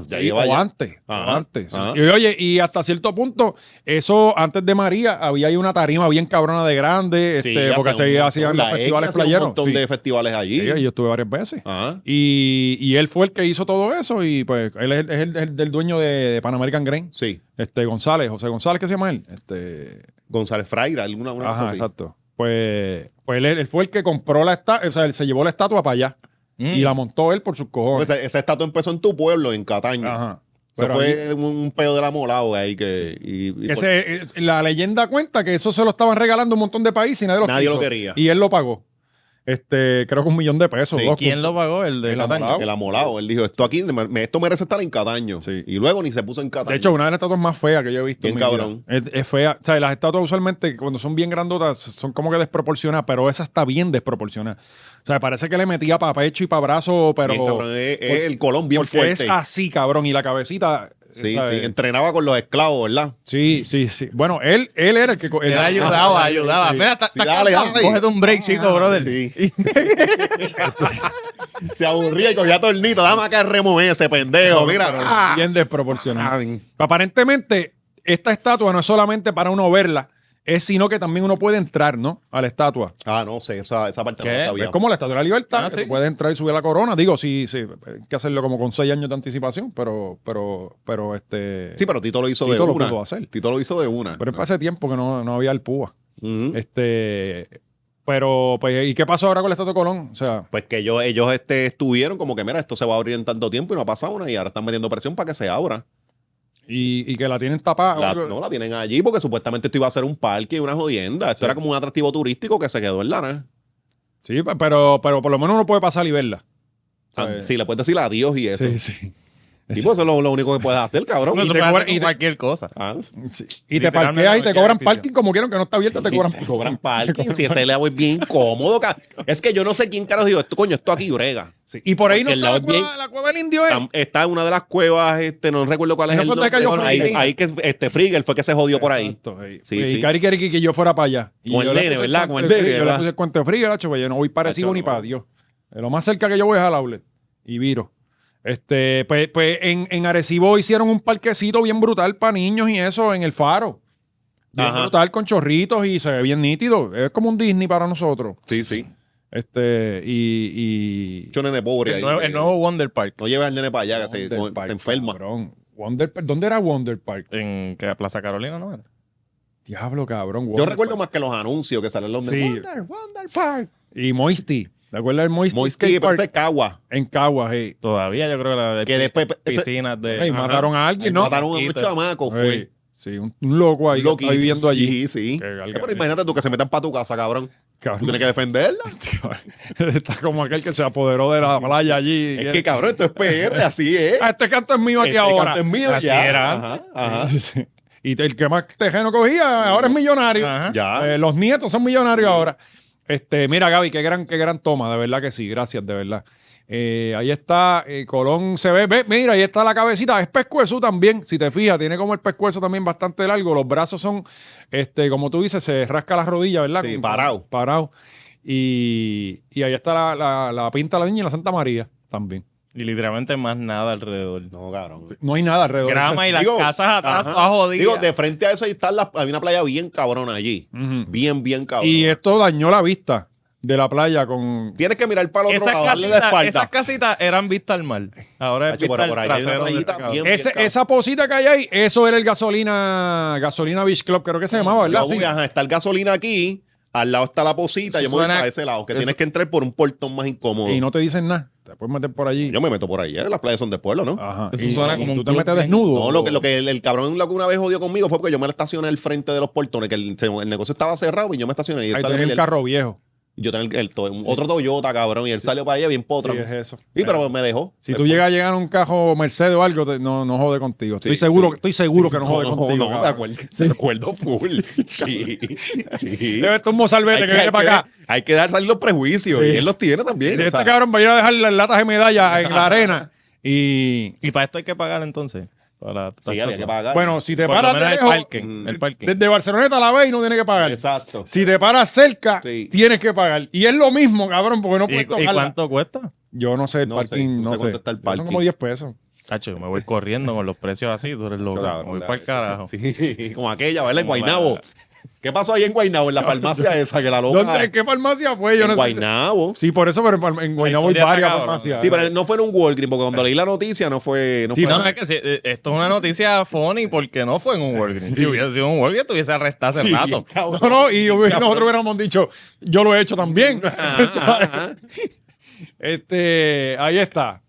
[SPEAKER 3] Ya
[SPEAKER 2] Sí,
[SPEAKER 3] lleva
[SPEAKER 2] o
[SPEAKER 3] ya-
[SPEAKER 2] antes, o
[SPEAKER 3] Ajá,
[SPEAKER 2] antes, sí.
[SPEAKER 3] ajá.
[SPEAKER 2] Y oye, y hasta cierto punto, eso antes de María, había ahí una tarima bien cabrona de grande,
[SPEAKER 3] Sí,
[SPEAKER 2] este,
[SPEAKER 3] ya
[SPEAKER 2] porque
[SPEAKER 3] hace un
[SPEAKER 2] se
[SPEAKER 3] montón.
[SPEAKER 2] hacían
[SPEAKER 3] La
[SPEAKER 2] los
[SPEAKER 3] X
[SPEAKER 2] festivales
[SPEAKER 3] hacía
[SPEAKER 2] playeros.
[SPEAKER 3] Un montón
[SPEAKER 2] sí.
[SPEAKER 3] de festivales allí. Ah,
[SPEAKER 2] Sí, yo estuve varias veces.
[SPEAKER 3] Ajá.
[SPEAKER 2] Y, y él fue el que hizo todo eso y pues él es, el- es el, el del dueño de, de Pan American Grain,
[SPEAKER 3] Sí.
[SPEAKER 2] este González, José González, ¿qué se llama él? Este,
[SPEAKER 3] González Fraira, alguna una cosa
[SPEAKER 2] ajá,
[SPEAKER 3] así.
[SPEAKER 2] exacto. Pues, pues él, él fue el que compró la estatua, o sea, él se llevó la estatua para allá y la montó él por sus cojones.
[SPEAKER 3] Mm. Pues esa, esa estatua empezó en tu pueblo, en Cataño.
[SPEAKER 2] Ajá.
[SPEAKER 3] Se
[SPEAKER 2] Pero
[SPEAKER 3] fue un, un peo de la molao ahí que. y- y-
[SPEAKER 2] Que se- eh, la leyenda cuenta que eso se lo estaban regalando un montón de países y nadie lo,
[SPEAKER 3] Nadie
[SPEAKER 2] quiso.
[SPEAKER 3] lo quería.
[SPEAKER 2] Y él lo pagó. Este, creo que un millón de pesos.
[SPEAKER 3] Sí,
[SPEAKER 2] dos
[SPEAKER 4] ¿Quién lo pagó? El de
[SPEAKER 2] El
[SPEAKER 4] Cataño.
[SPEAKER 2] amorado.
[SPEAKER 3] El amolado, él dijo, esto aquí, me- esto merece estar en Cataño.
[SPEAKER 2] Sí.
[SPEAKER 3] Y luego ni se puso en Cataño.
[SPEAKER 2] De hecho, una de las estatuas más feas que yo he visto. en
[SPEAKER 3] Bien
[SPEAKER 2] mi vida.
[SPEAKER 3] cabrón.
[SPEAKER 2] Es, es fea. O sea, las estatuas usualmente cuando son bien grandotas son como que desproporcionadas, pero esa está bien desproporcionada. O sea, parece que le metía para pecho y para brazo, pero.
[SPEAKER 3] Bien cabrón, es, es
[SPEAKER 2] por-
[SPEAKER 3] el colón bien
[SPEAKER 2] porque
[SPEAKER 3] fuerte.
[SPEAKER 2] es así, cabrón. Y la cabecita.
[SPEAKER 3] Sí,
[SPEAKER 2] ¿sabes?
[SPEAKER 3] sí, entrenaba con los esclavos, ¿verdad?
[SPEAKER 2] sí, sí, sí. Bueno, él, él era el que. co-
[SPEAKER 6] Él
[SPEAKER 2] el-
[SPEAKER 6] ayudaba, ayudaba. Mira, está,
[SPEAKER 3] Sí,
[SPEAKER 6] está
[SPEAKER 3] dale,
[SPEAKER 6] cansado.
[SPEAKER 3] dale.
[SPEAKER 6] Cógete un Ah, break, chico,
[SPEAKER 4] Ah,
[SPEAKER 6] brother.
[SPEAKER 3] Sí. se aburría y cogía tornito. Dame acá el remo ese, pendejo. Mira.
[SPEAKER 2] bien desproporcionada.
[SPEAKER 3] Ah.
[SPEAKER 2] Aparentemente, esta estatua no es solamente para uno verla, es sino que también uno puede entrar, ¿no? A la estatua.
[SPEAKER 3] Ah, no sé, esa, esa parte no
[SPEAKER 4] ¿Qué?
[SPEAKER 3] la
[SPEAKER 2] Es
[SPEAKER 3] sabía.
[SPEAKER 2] como la Estatua de la Libertad,
[SPEAKER 4] Ah,
[SPEAKER 2] que tú
[SPEAKER 4] sí.
[SPEAKER 2] puedes entrar y subir la corona. Digo, sí, sí, hay que hacerlo como con seis años de anticipación, pero, pero, pero este.
[SPEAKER 3] Sí, pero Tito lo hizo
[SPEAKER 2] Tito
[SPEAKER 3] de
[SPEAKER 2] lo
[SPEAKER 3] una. Ah.
[SPEAKER 2] pudo hacer.
[SPEAKER 3] Tito lo hizo de una.
[SPEAKER 2] pero hace tiempo que no, no había el púa.
[SPEAKER 3] Ujú.
[SPEAKER 2] Este. Pero, pues, ¿y qué pasó ahora con la estatua de Colón? O sea,
[SPEAKER 3] Pues que ellos, ellos este, estuvieron como que, mira, esto se va a abrir en tanto tiempo y no ha pasado una y ahora están metiendo presión para que se abra.
[SPEAKER 2] y, y que la tienen tapada.
[SPEAKER 3] La- no la tienen allí porque supuestamente esto iba a ser un parque y una jodienda. Esto era como un atractivo turístico que se quedó en lana.
[SPEAKER 2] Sí, pero, pero por lo menos uno puede pasar y verla.
[SPEAKER 3] Ah,
[SPEAKER 2] Sí.
[SPEAKER 3] Sí, le puedes decir adiós y eso.
[SPEAKER 2] Sí, sí.
[SPEAKER 3] Sí, pues eso es lo, lo único que puedes hacer, cabrón.
[SPEAKER 6] No
[SPEAKER 2] Y
[SPEAKER 6] se
[SPEAKER 2] te
[SPEAKER 6] puede
[SPEAKER 2] cobra-
[SPEAKER 6] hacer
[SPEAKER 2] y
[SPEAKER 6] con
[SPEAKER 2] te-
[SPEAKER 6] cualquier cosa.
[SPEAKER 3] Ah.
[SPEAKER 2] Sí. Y te
[SPEAKER 4] Literalmente
[SPEAKER 2] parqueas y te
[SPEAKER 4] no queda
[SPEAKER 2] cobran
[SPEAKER 4] edificio.
[SPEAKER 2] parking como quieran, que no está abierta, te cobran
[SPEAKER 3] Se cobran parking. Si ese agua es bien cómodo. ca- Es que yo no sé quién caros dijo esto, coño, esto aquí brega.
[SPEAKER 2] Y por ahí no
[SPEAKER 3] Porque
[SPEAKER 2] está
[SPEAKER 3] el
[SPEAKER 2] la
[SPEAKER 3] lado es
[SPEAKER 2] cueva,
[SPEAKER 3] bien-
[SPEAKER 2] la cueva del indio, ¿eh?
[SPEAKER 3] Tam- Está en una de las cuevas, este, no recuerdo cuál es
[SPEAKER 2] No
[SPEAKER 3] el
[SPEAKER 2] fue donde
[SPEAKER 3] nombre.
[SPEAKER 2] cayó
[SPEAKER 3] bueno, ahí,
[SPEAKER 2] Frigel.
[SPEAKER 3] ahí que este Frigel fue que se jodió por ahí.
[SPEAKER 2] Exacto, ahí.
[SPEAKER 3] Sí,
[SPEAKER 2] y
[SPEAKER 3] sí.
[SPEAKER 2] Cari quiere que que yo fuera para allá. Y
[SPEAKER 3] Con el
[SPEAKER 2] yo le
[SPEAKER 3] nene,
[SPEAKER 2] puse
[SPEAKER 3] ¿verdad?
[SPEAKER 2] cuento
[SPEAKER 3] Con el
[SPEAKER 2] de
[SPEAKER 3] nene,
[SPEAKER 2] frío, Yo le
[SPEAKER 3] ¿verdad?
[SPEAKER 2] puse el cuento de frío, Nacho, pues yo no voy parecido
[SPEAKER 3] Nacho,
[SPEAKER 2] ni
[SPEAKER 3] no.
[SPEAKER 2] para Dios. Eh, Lo más cerca que yo voy es al outlet y viro. Este, pues, pues en, en Arecibo hicieron un parquecito bien brutal para niños y eso en el faro. Bien
[SPEAKER 3] Ajá.
[SPEAKER 2] brutal con chorritos y se ve bien nítido. Es como un Disney para nosotros.
[SPEAKER 3] Sí, sí.
[SPEAKER 2] Este, y. y
[SPEAKER 3] Mucho nene pobre
[SPEAKER 4] El
[SPEAKER 3] ahí.
[SPEAKER 4] nuevo,
[SPEAKER 3] que-
[SPEAKER 4] el nuevo Wonder Park.
[SPEAKER 3] No lleves al nene para allá, que se,
[SPEAKER 2] Wonder
[SPEAKER 3] con-
[SPEAKER 2] Park,
[SPEAKER 3] se enferma.
[SPEAKER 2] cabrón. Wonder Park- ¿Dónde era Wonder Park?
[SPEAKER 4] En que Plaza Carolina, ¿no? era?
[SPEAKER 2] Diablo, cabrón.
[SPEAKER 3] Yo
[SPEAKER 2] Wonder
[SPEAKER 3] recuerdo
[SPEAKER 2] Park.
[SPEAKER 3] más que los anuncios que salen los de
[SPEAKER 2] Sí.
[SPEAKER 3] Wonder, Wonder Park.
[SPEAKER 2] Y Moisty. ¿Te acuerdas del Moisty?
[SPEAKER 3] Moisky,
[SPEAKER 2] Skate
[SPEAKER 3] pero
[SPEAKER 2] Park?
[SPEAKER 3] ese es Cagua.
[SPEAKER 2] En Caguas, hey.
[SPEAKER 4] Todavía yo creo que la de
[SPEAKER 3] Que después. ese-
[SPEAKER 4] piscinas de...
[SPEAKER 2] Ey,
[SPEAKER 3] Ajá.
[SPEAKER 2] mataron a
[SPEAKER 3] ahí
[SPEAKER 2] alguien, ¿no?
[SPEAKER 3] Mataron a un
[SPEAKER 4] Quita.
[SPEAKER 3] chamaco,
[SPEAKER 2] Ey,
[SPEAKER 3] fue.
[SPEAKER 2] Sí, un, un loco ahí que
[SPEAKER 3] Loquito.
[SPEAKER 2] está viviendo allí.
[SPEAKER 3] Sí, sí.
[SPEAKER 2] Qué galga.
[SPEAKER 3] Eh, Pero imagínate tú que se metan para tu casa, cabrón. Tú
[SPEAKER 2] Cabrón,
[SPEAKER 3] tienes que defenderla.
[SPEAKER 2] está como aquel que se apoderó de la playa allí.
[SPEAKER 3] Es que, cabrón, esto es PR, así es.
[SPEAKER 2] Ah, este canto es mío aquí
[SPEAKER 3] Este
[SPEAKER 2] ahora.
[SPEAKER 3] canto es mío
[SPEAKER 4] Así
[SPEAKER 3] ya.
[SPEAKER 4] era
[SPEAKER 3] Ajá, ajá.
[SPEAKER 2] Sí. Y el que más tejeno cogía ahora es millonario.
[SPEAKER 4] Ajá.
[SPEAKER 3] Ya.
[SPEAKER 2] Eh, los nietos son millonarios ahora. Este, mira, Gaby, qué gran, qué gran toma, de verdad que sí, gracias, de verdad. Eh, ahí está, eh, Colón se ve, ve, mira, ahí está la cabecita, es pescuezo también, si te fijas, tiene como el pescuezo también bastante largo, los brazos son, este, como tú dices, se rasca las rodillas, ¿verdad?
[SPEAKER 3] Sí,
[SPEAKER 2] Como-
[SPEAKER 3] parado.
[SPEAKER 2] Parado. Y, y ahí está la, la, la pinta de la niña y la Santa María también.
[SPEAKER 4] Y literalmente más nada alrededor.
[SPEAKER 3] No, cabrón.
[SPEAKER 2] No hay nada alrededor.
[SPEAKER 4] Grama y las
[SPEAKER 3] Digo,
[SPEAKER 4] casas atrás
[SPEAKER 3] ajá.
[SPEAKER 4] todas jodidas.
[SPEAKER 3] Digo, de frente a eso ahí está la, hay una playa bien cabrona allí.
[SPEAKER 2] Ujú.
[SPEAKER 3] Bien, bien cabrona.
[SPEAKER 2] Y esto dañó la vista de la playa con.
[SPEAKER 3] Tienes que mirar para el otro
[SPEAKER 4] Esas
[SPEAKER 3] lado, darle la
[SPEAKER 4] casitas,
[SPEAKER 3] espalda.
[SPEAKER 4] esas casitas eran vistas al mar. Ahora es
[SPEAKER 3] Hacho,
[SPEAKER 4] vista
[SPEAKER 3] pero
[SPEAKER 4] al
[SPEAKER 3] por ahí hay una
[SPEAKER 4] trasero. del
[SPEAKER 3] playita
[SPEAKER 4] mercado.
[SPEAKER 3] bien-
[SPEAKER 2] Ese- esa posita que hay ahí, eso era el gasolina, gasolina Beach Club, creo
[SPEAKER 3] Mm,
[SPEAKER 2] que se llamaba, ¿verdad?
[SPEAKER 3] Yo voy, ajá, está el gasolina aquí, al lado está la posita,
[SPEAKER 4] Eso
[SPEAKER 3] yo me voy
[SPEAKER 4] suena-
[SPEAKER 3] para ese lado, que
[SPEAKER 4] eso-
[SPEAKER 3] tienes que entrar por un portón más incómodo.
[SPEAKER 2] Y no te dicen nada. Te puedes meter por allí.
[SPEAKER 3] Yo me meto por ahí, ¿eh? las playas son de pueblo, ¿no?
[SPEAKER 2] Ajá.
[SPEAKER 4] Eso
[SPEAKER 2] y,
[SPEAKER 4] suena
[SPEAKER 2] y
[SPEAKER 4] como un
[SPEAKER 2] tú te
[SPEAKER 4] club
[SPEAKER 2] metes
[SPEAKER 4] gay.
[SPEAKER 2] desnudo.
[SPEAKER 3] No, lo que, lo que el, el cabrón lo que una vez jodió conmigo fue porque yo me la estacioné al frente de los portones, que el, se- el negocio estaba cerrado y yo me estacioné. Y él
[SPEAKER 2] Ahí
[SPEAKER 3] salió
[SPEAKER 2] tenía
[SPEAKER 3] y
[SPEAKER 2] un
[SPEAKER 3] él-
[SPEAKER 2] carro viejo.
[SPEAKER 3] y yo tenía el, el to- un- otro Toyota, cabrón, y él salió para allá bien potra.
[SPEAKER 2] Sí,
[SPEAKER 3] Sí,
[SPEAKER 2] es eso.
[SPEAKER 3] pero me dejó. Eh,
[SPEAKER 2] Si tú llegas a llegar a un cajo Mercedes o algo, te- no, no jode contigo. Estoy
[SPEAKER 3] Sí,
[SPEAKER 2] seguro,
[SPEAKER 3] sí.
[SPEAKER 2] estoy seguro que no jode
[SPEAKER 3] no,
[SPEAKER 2] contigo.
[SPEAKER 3] no,
[SPEAKER 2] cabrón.
[SPEAKER 3] me acuerdo. Me acuerdo full. Sí, sí.
[SPEAKER 2] Debe estar un mozalbete que viene para acá.
[SPEAKER 3] hay que dar salir los prejuicios
[SPEAKER 2] Sí.
[SPEAKER 3] y él los tiene también. o
[SPEAKER 2] Este
[SPEAKER 3] sea.
[SPEAKER 2] cabrón va a ir a dejar las latas de medalla en la arena. Y
[SPEAKER 4] Y para esto hay que pagar entonces. Para
[SPEAKER 3] Sí, había que pagar. Mm.
[SPEAKER 2] bueno, si te
[SPEAKER 4] Por lo
[SPEAKER 2] paras de
[SPEAKER 4] menos el
[SPEAKER 2] lejos,
[SPEAKER 4] parking. El parking.
[SPEAKER 2] desde Barceloneta a la vez no tienes que pagar.
[SPEAKER 3] exacto.
[SPEAKER 2] Si te paras cerca,
[SPEAKER 3] Sí.
[SPEAKER 2] tienes que pagar. Y es lo mismo, cabrón, porque no
[SPEAKER 4] ¿Y,
[SPEAKER 2] puedes
[SPEAKER 4] y
[SPEAKER 2] tocarla.
[SPEAKER 4] cuánto cuesta?
[SPEAKER 2] Yo no sé, el
[SPEAKER 3] No sé,
[SPEAKER 2] parking,
[SPEAKER 3] no
[SPEAKER 2] no
[SPEAKER 3] sé
[SPEAKER 2] sé.
[SPEAKER 3] cuánto está el
[SPEAKER 2] Son
[SPEAKER 3] parking.
[SPEAKER 2] como 10 pesos.
[SPEAKER 4] Hacho, yo me voy corriendo con los precios así, tú eres loco.
[SPEAKER 3] Claro,
[SPEAKER 4] me voy
[SPEAKER 3] claro,
[SPEAKER 4] para el
[SPEAKER 3] claro.
[SPEAKER 4] carajo.
[SPEAKER 3] Sí, como aquella, ¿verdad? En
[SPEAKER 4] Como
[SPEAKER 3] Guainabo.
[SPEAKER 4] la-
[SPEAKER 3] ¿Qué pasó ahí en Guainabo? En la farmacia esa que la loca.
[SPEAKER 2] ¿Dónde? ¿En ¿Qué farmacia fue? Yo
[SPEAKER 3] en
[SPEAKER 2] no sé.
[SPEAKER 3] Guaynabo.
[SPEAKER 2] Sí, por eso, pero en Palma- en Guaynabo hay
[SPEAKER 4] historia está
[SPEAKER 2] varias
[SPEAKER 4] cabrón.
[SPEAKER 2] farmacias.
[SPEAKER 3] Sí, pero no fue en un Walgreens, porque cuando leí la noticia no fue. No
[SPEAKER 2] Sí,
[SPEAKER 3] fue
[SPEAKER 4] No, no, es que sí, eh, esto es una noticia funny porque no fue en un Walgreens. Si hubiera sido un Walgreens, estuviese arrestado hace rato.
[SPEAKER 3] Cabrón.
[SPEAKER 2] No, no, y hubi- nosotros hubiéramos dicho, yo lo he hecho también. ¿Sabes? este, ahí está.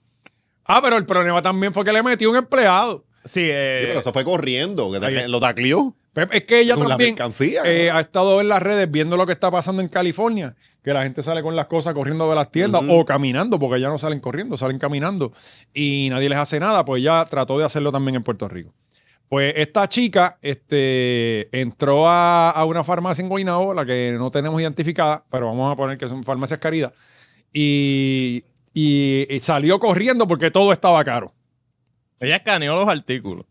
[SPEAKER 2] Ah, pero el problema también fue que le metió un empleado.
[SPEAKER 4] Sí,
[SPEAKER 3] Sí,
[SPEAKER 4] eh,
[SPEAKER 3] pero se fue corriendo, que
[SPEAKER 2] ahí-
[SPEAKER 3] te- lo taclió
[SPEAKER 2] Pero Es que ella
[SPEAKER 3] con la
[SPEAKER 2] también
[SPEAKER 3] mercancía.
[SPEAKER 2] eh, ha estado en las redes viendo lo que está pasando en California, que la gente sale con las cosas corriendo de las tiendas o caminando, porque ya no salen corriendo, salen caminando y nadie les hace nada, pues ella trató de hacerlo también en Puerto Rico. Pues esta chica este, entró a, a una farmacia en Guaynabo, la que no tenemos identificada, pero vamos a poner que son farmacias caridad, y, y- y salió corriendo porque todo estaba caro.
[SPEAKER 4] ella escaneó los artículos.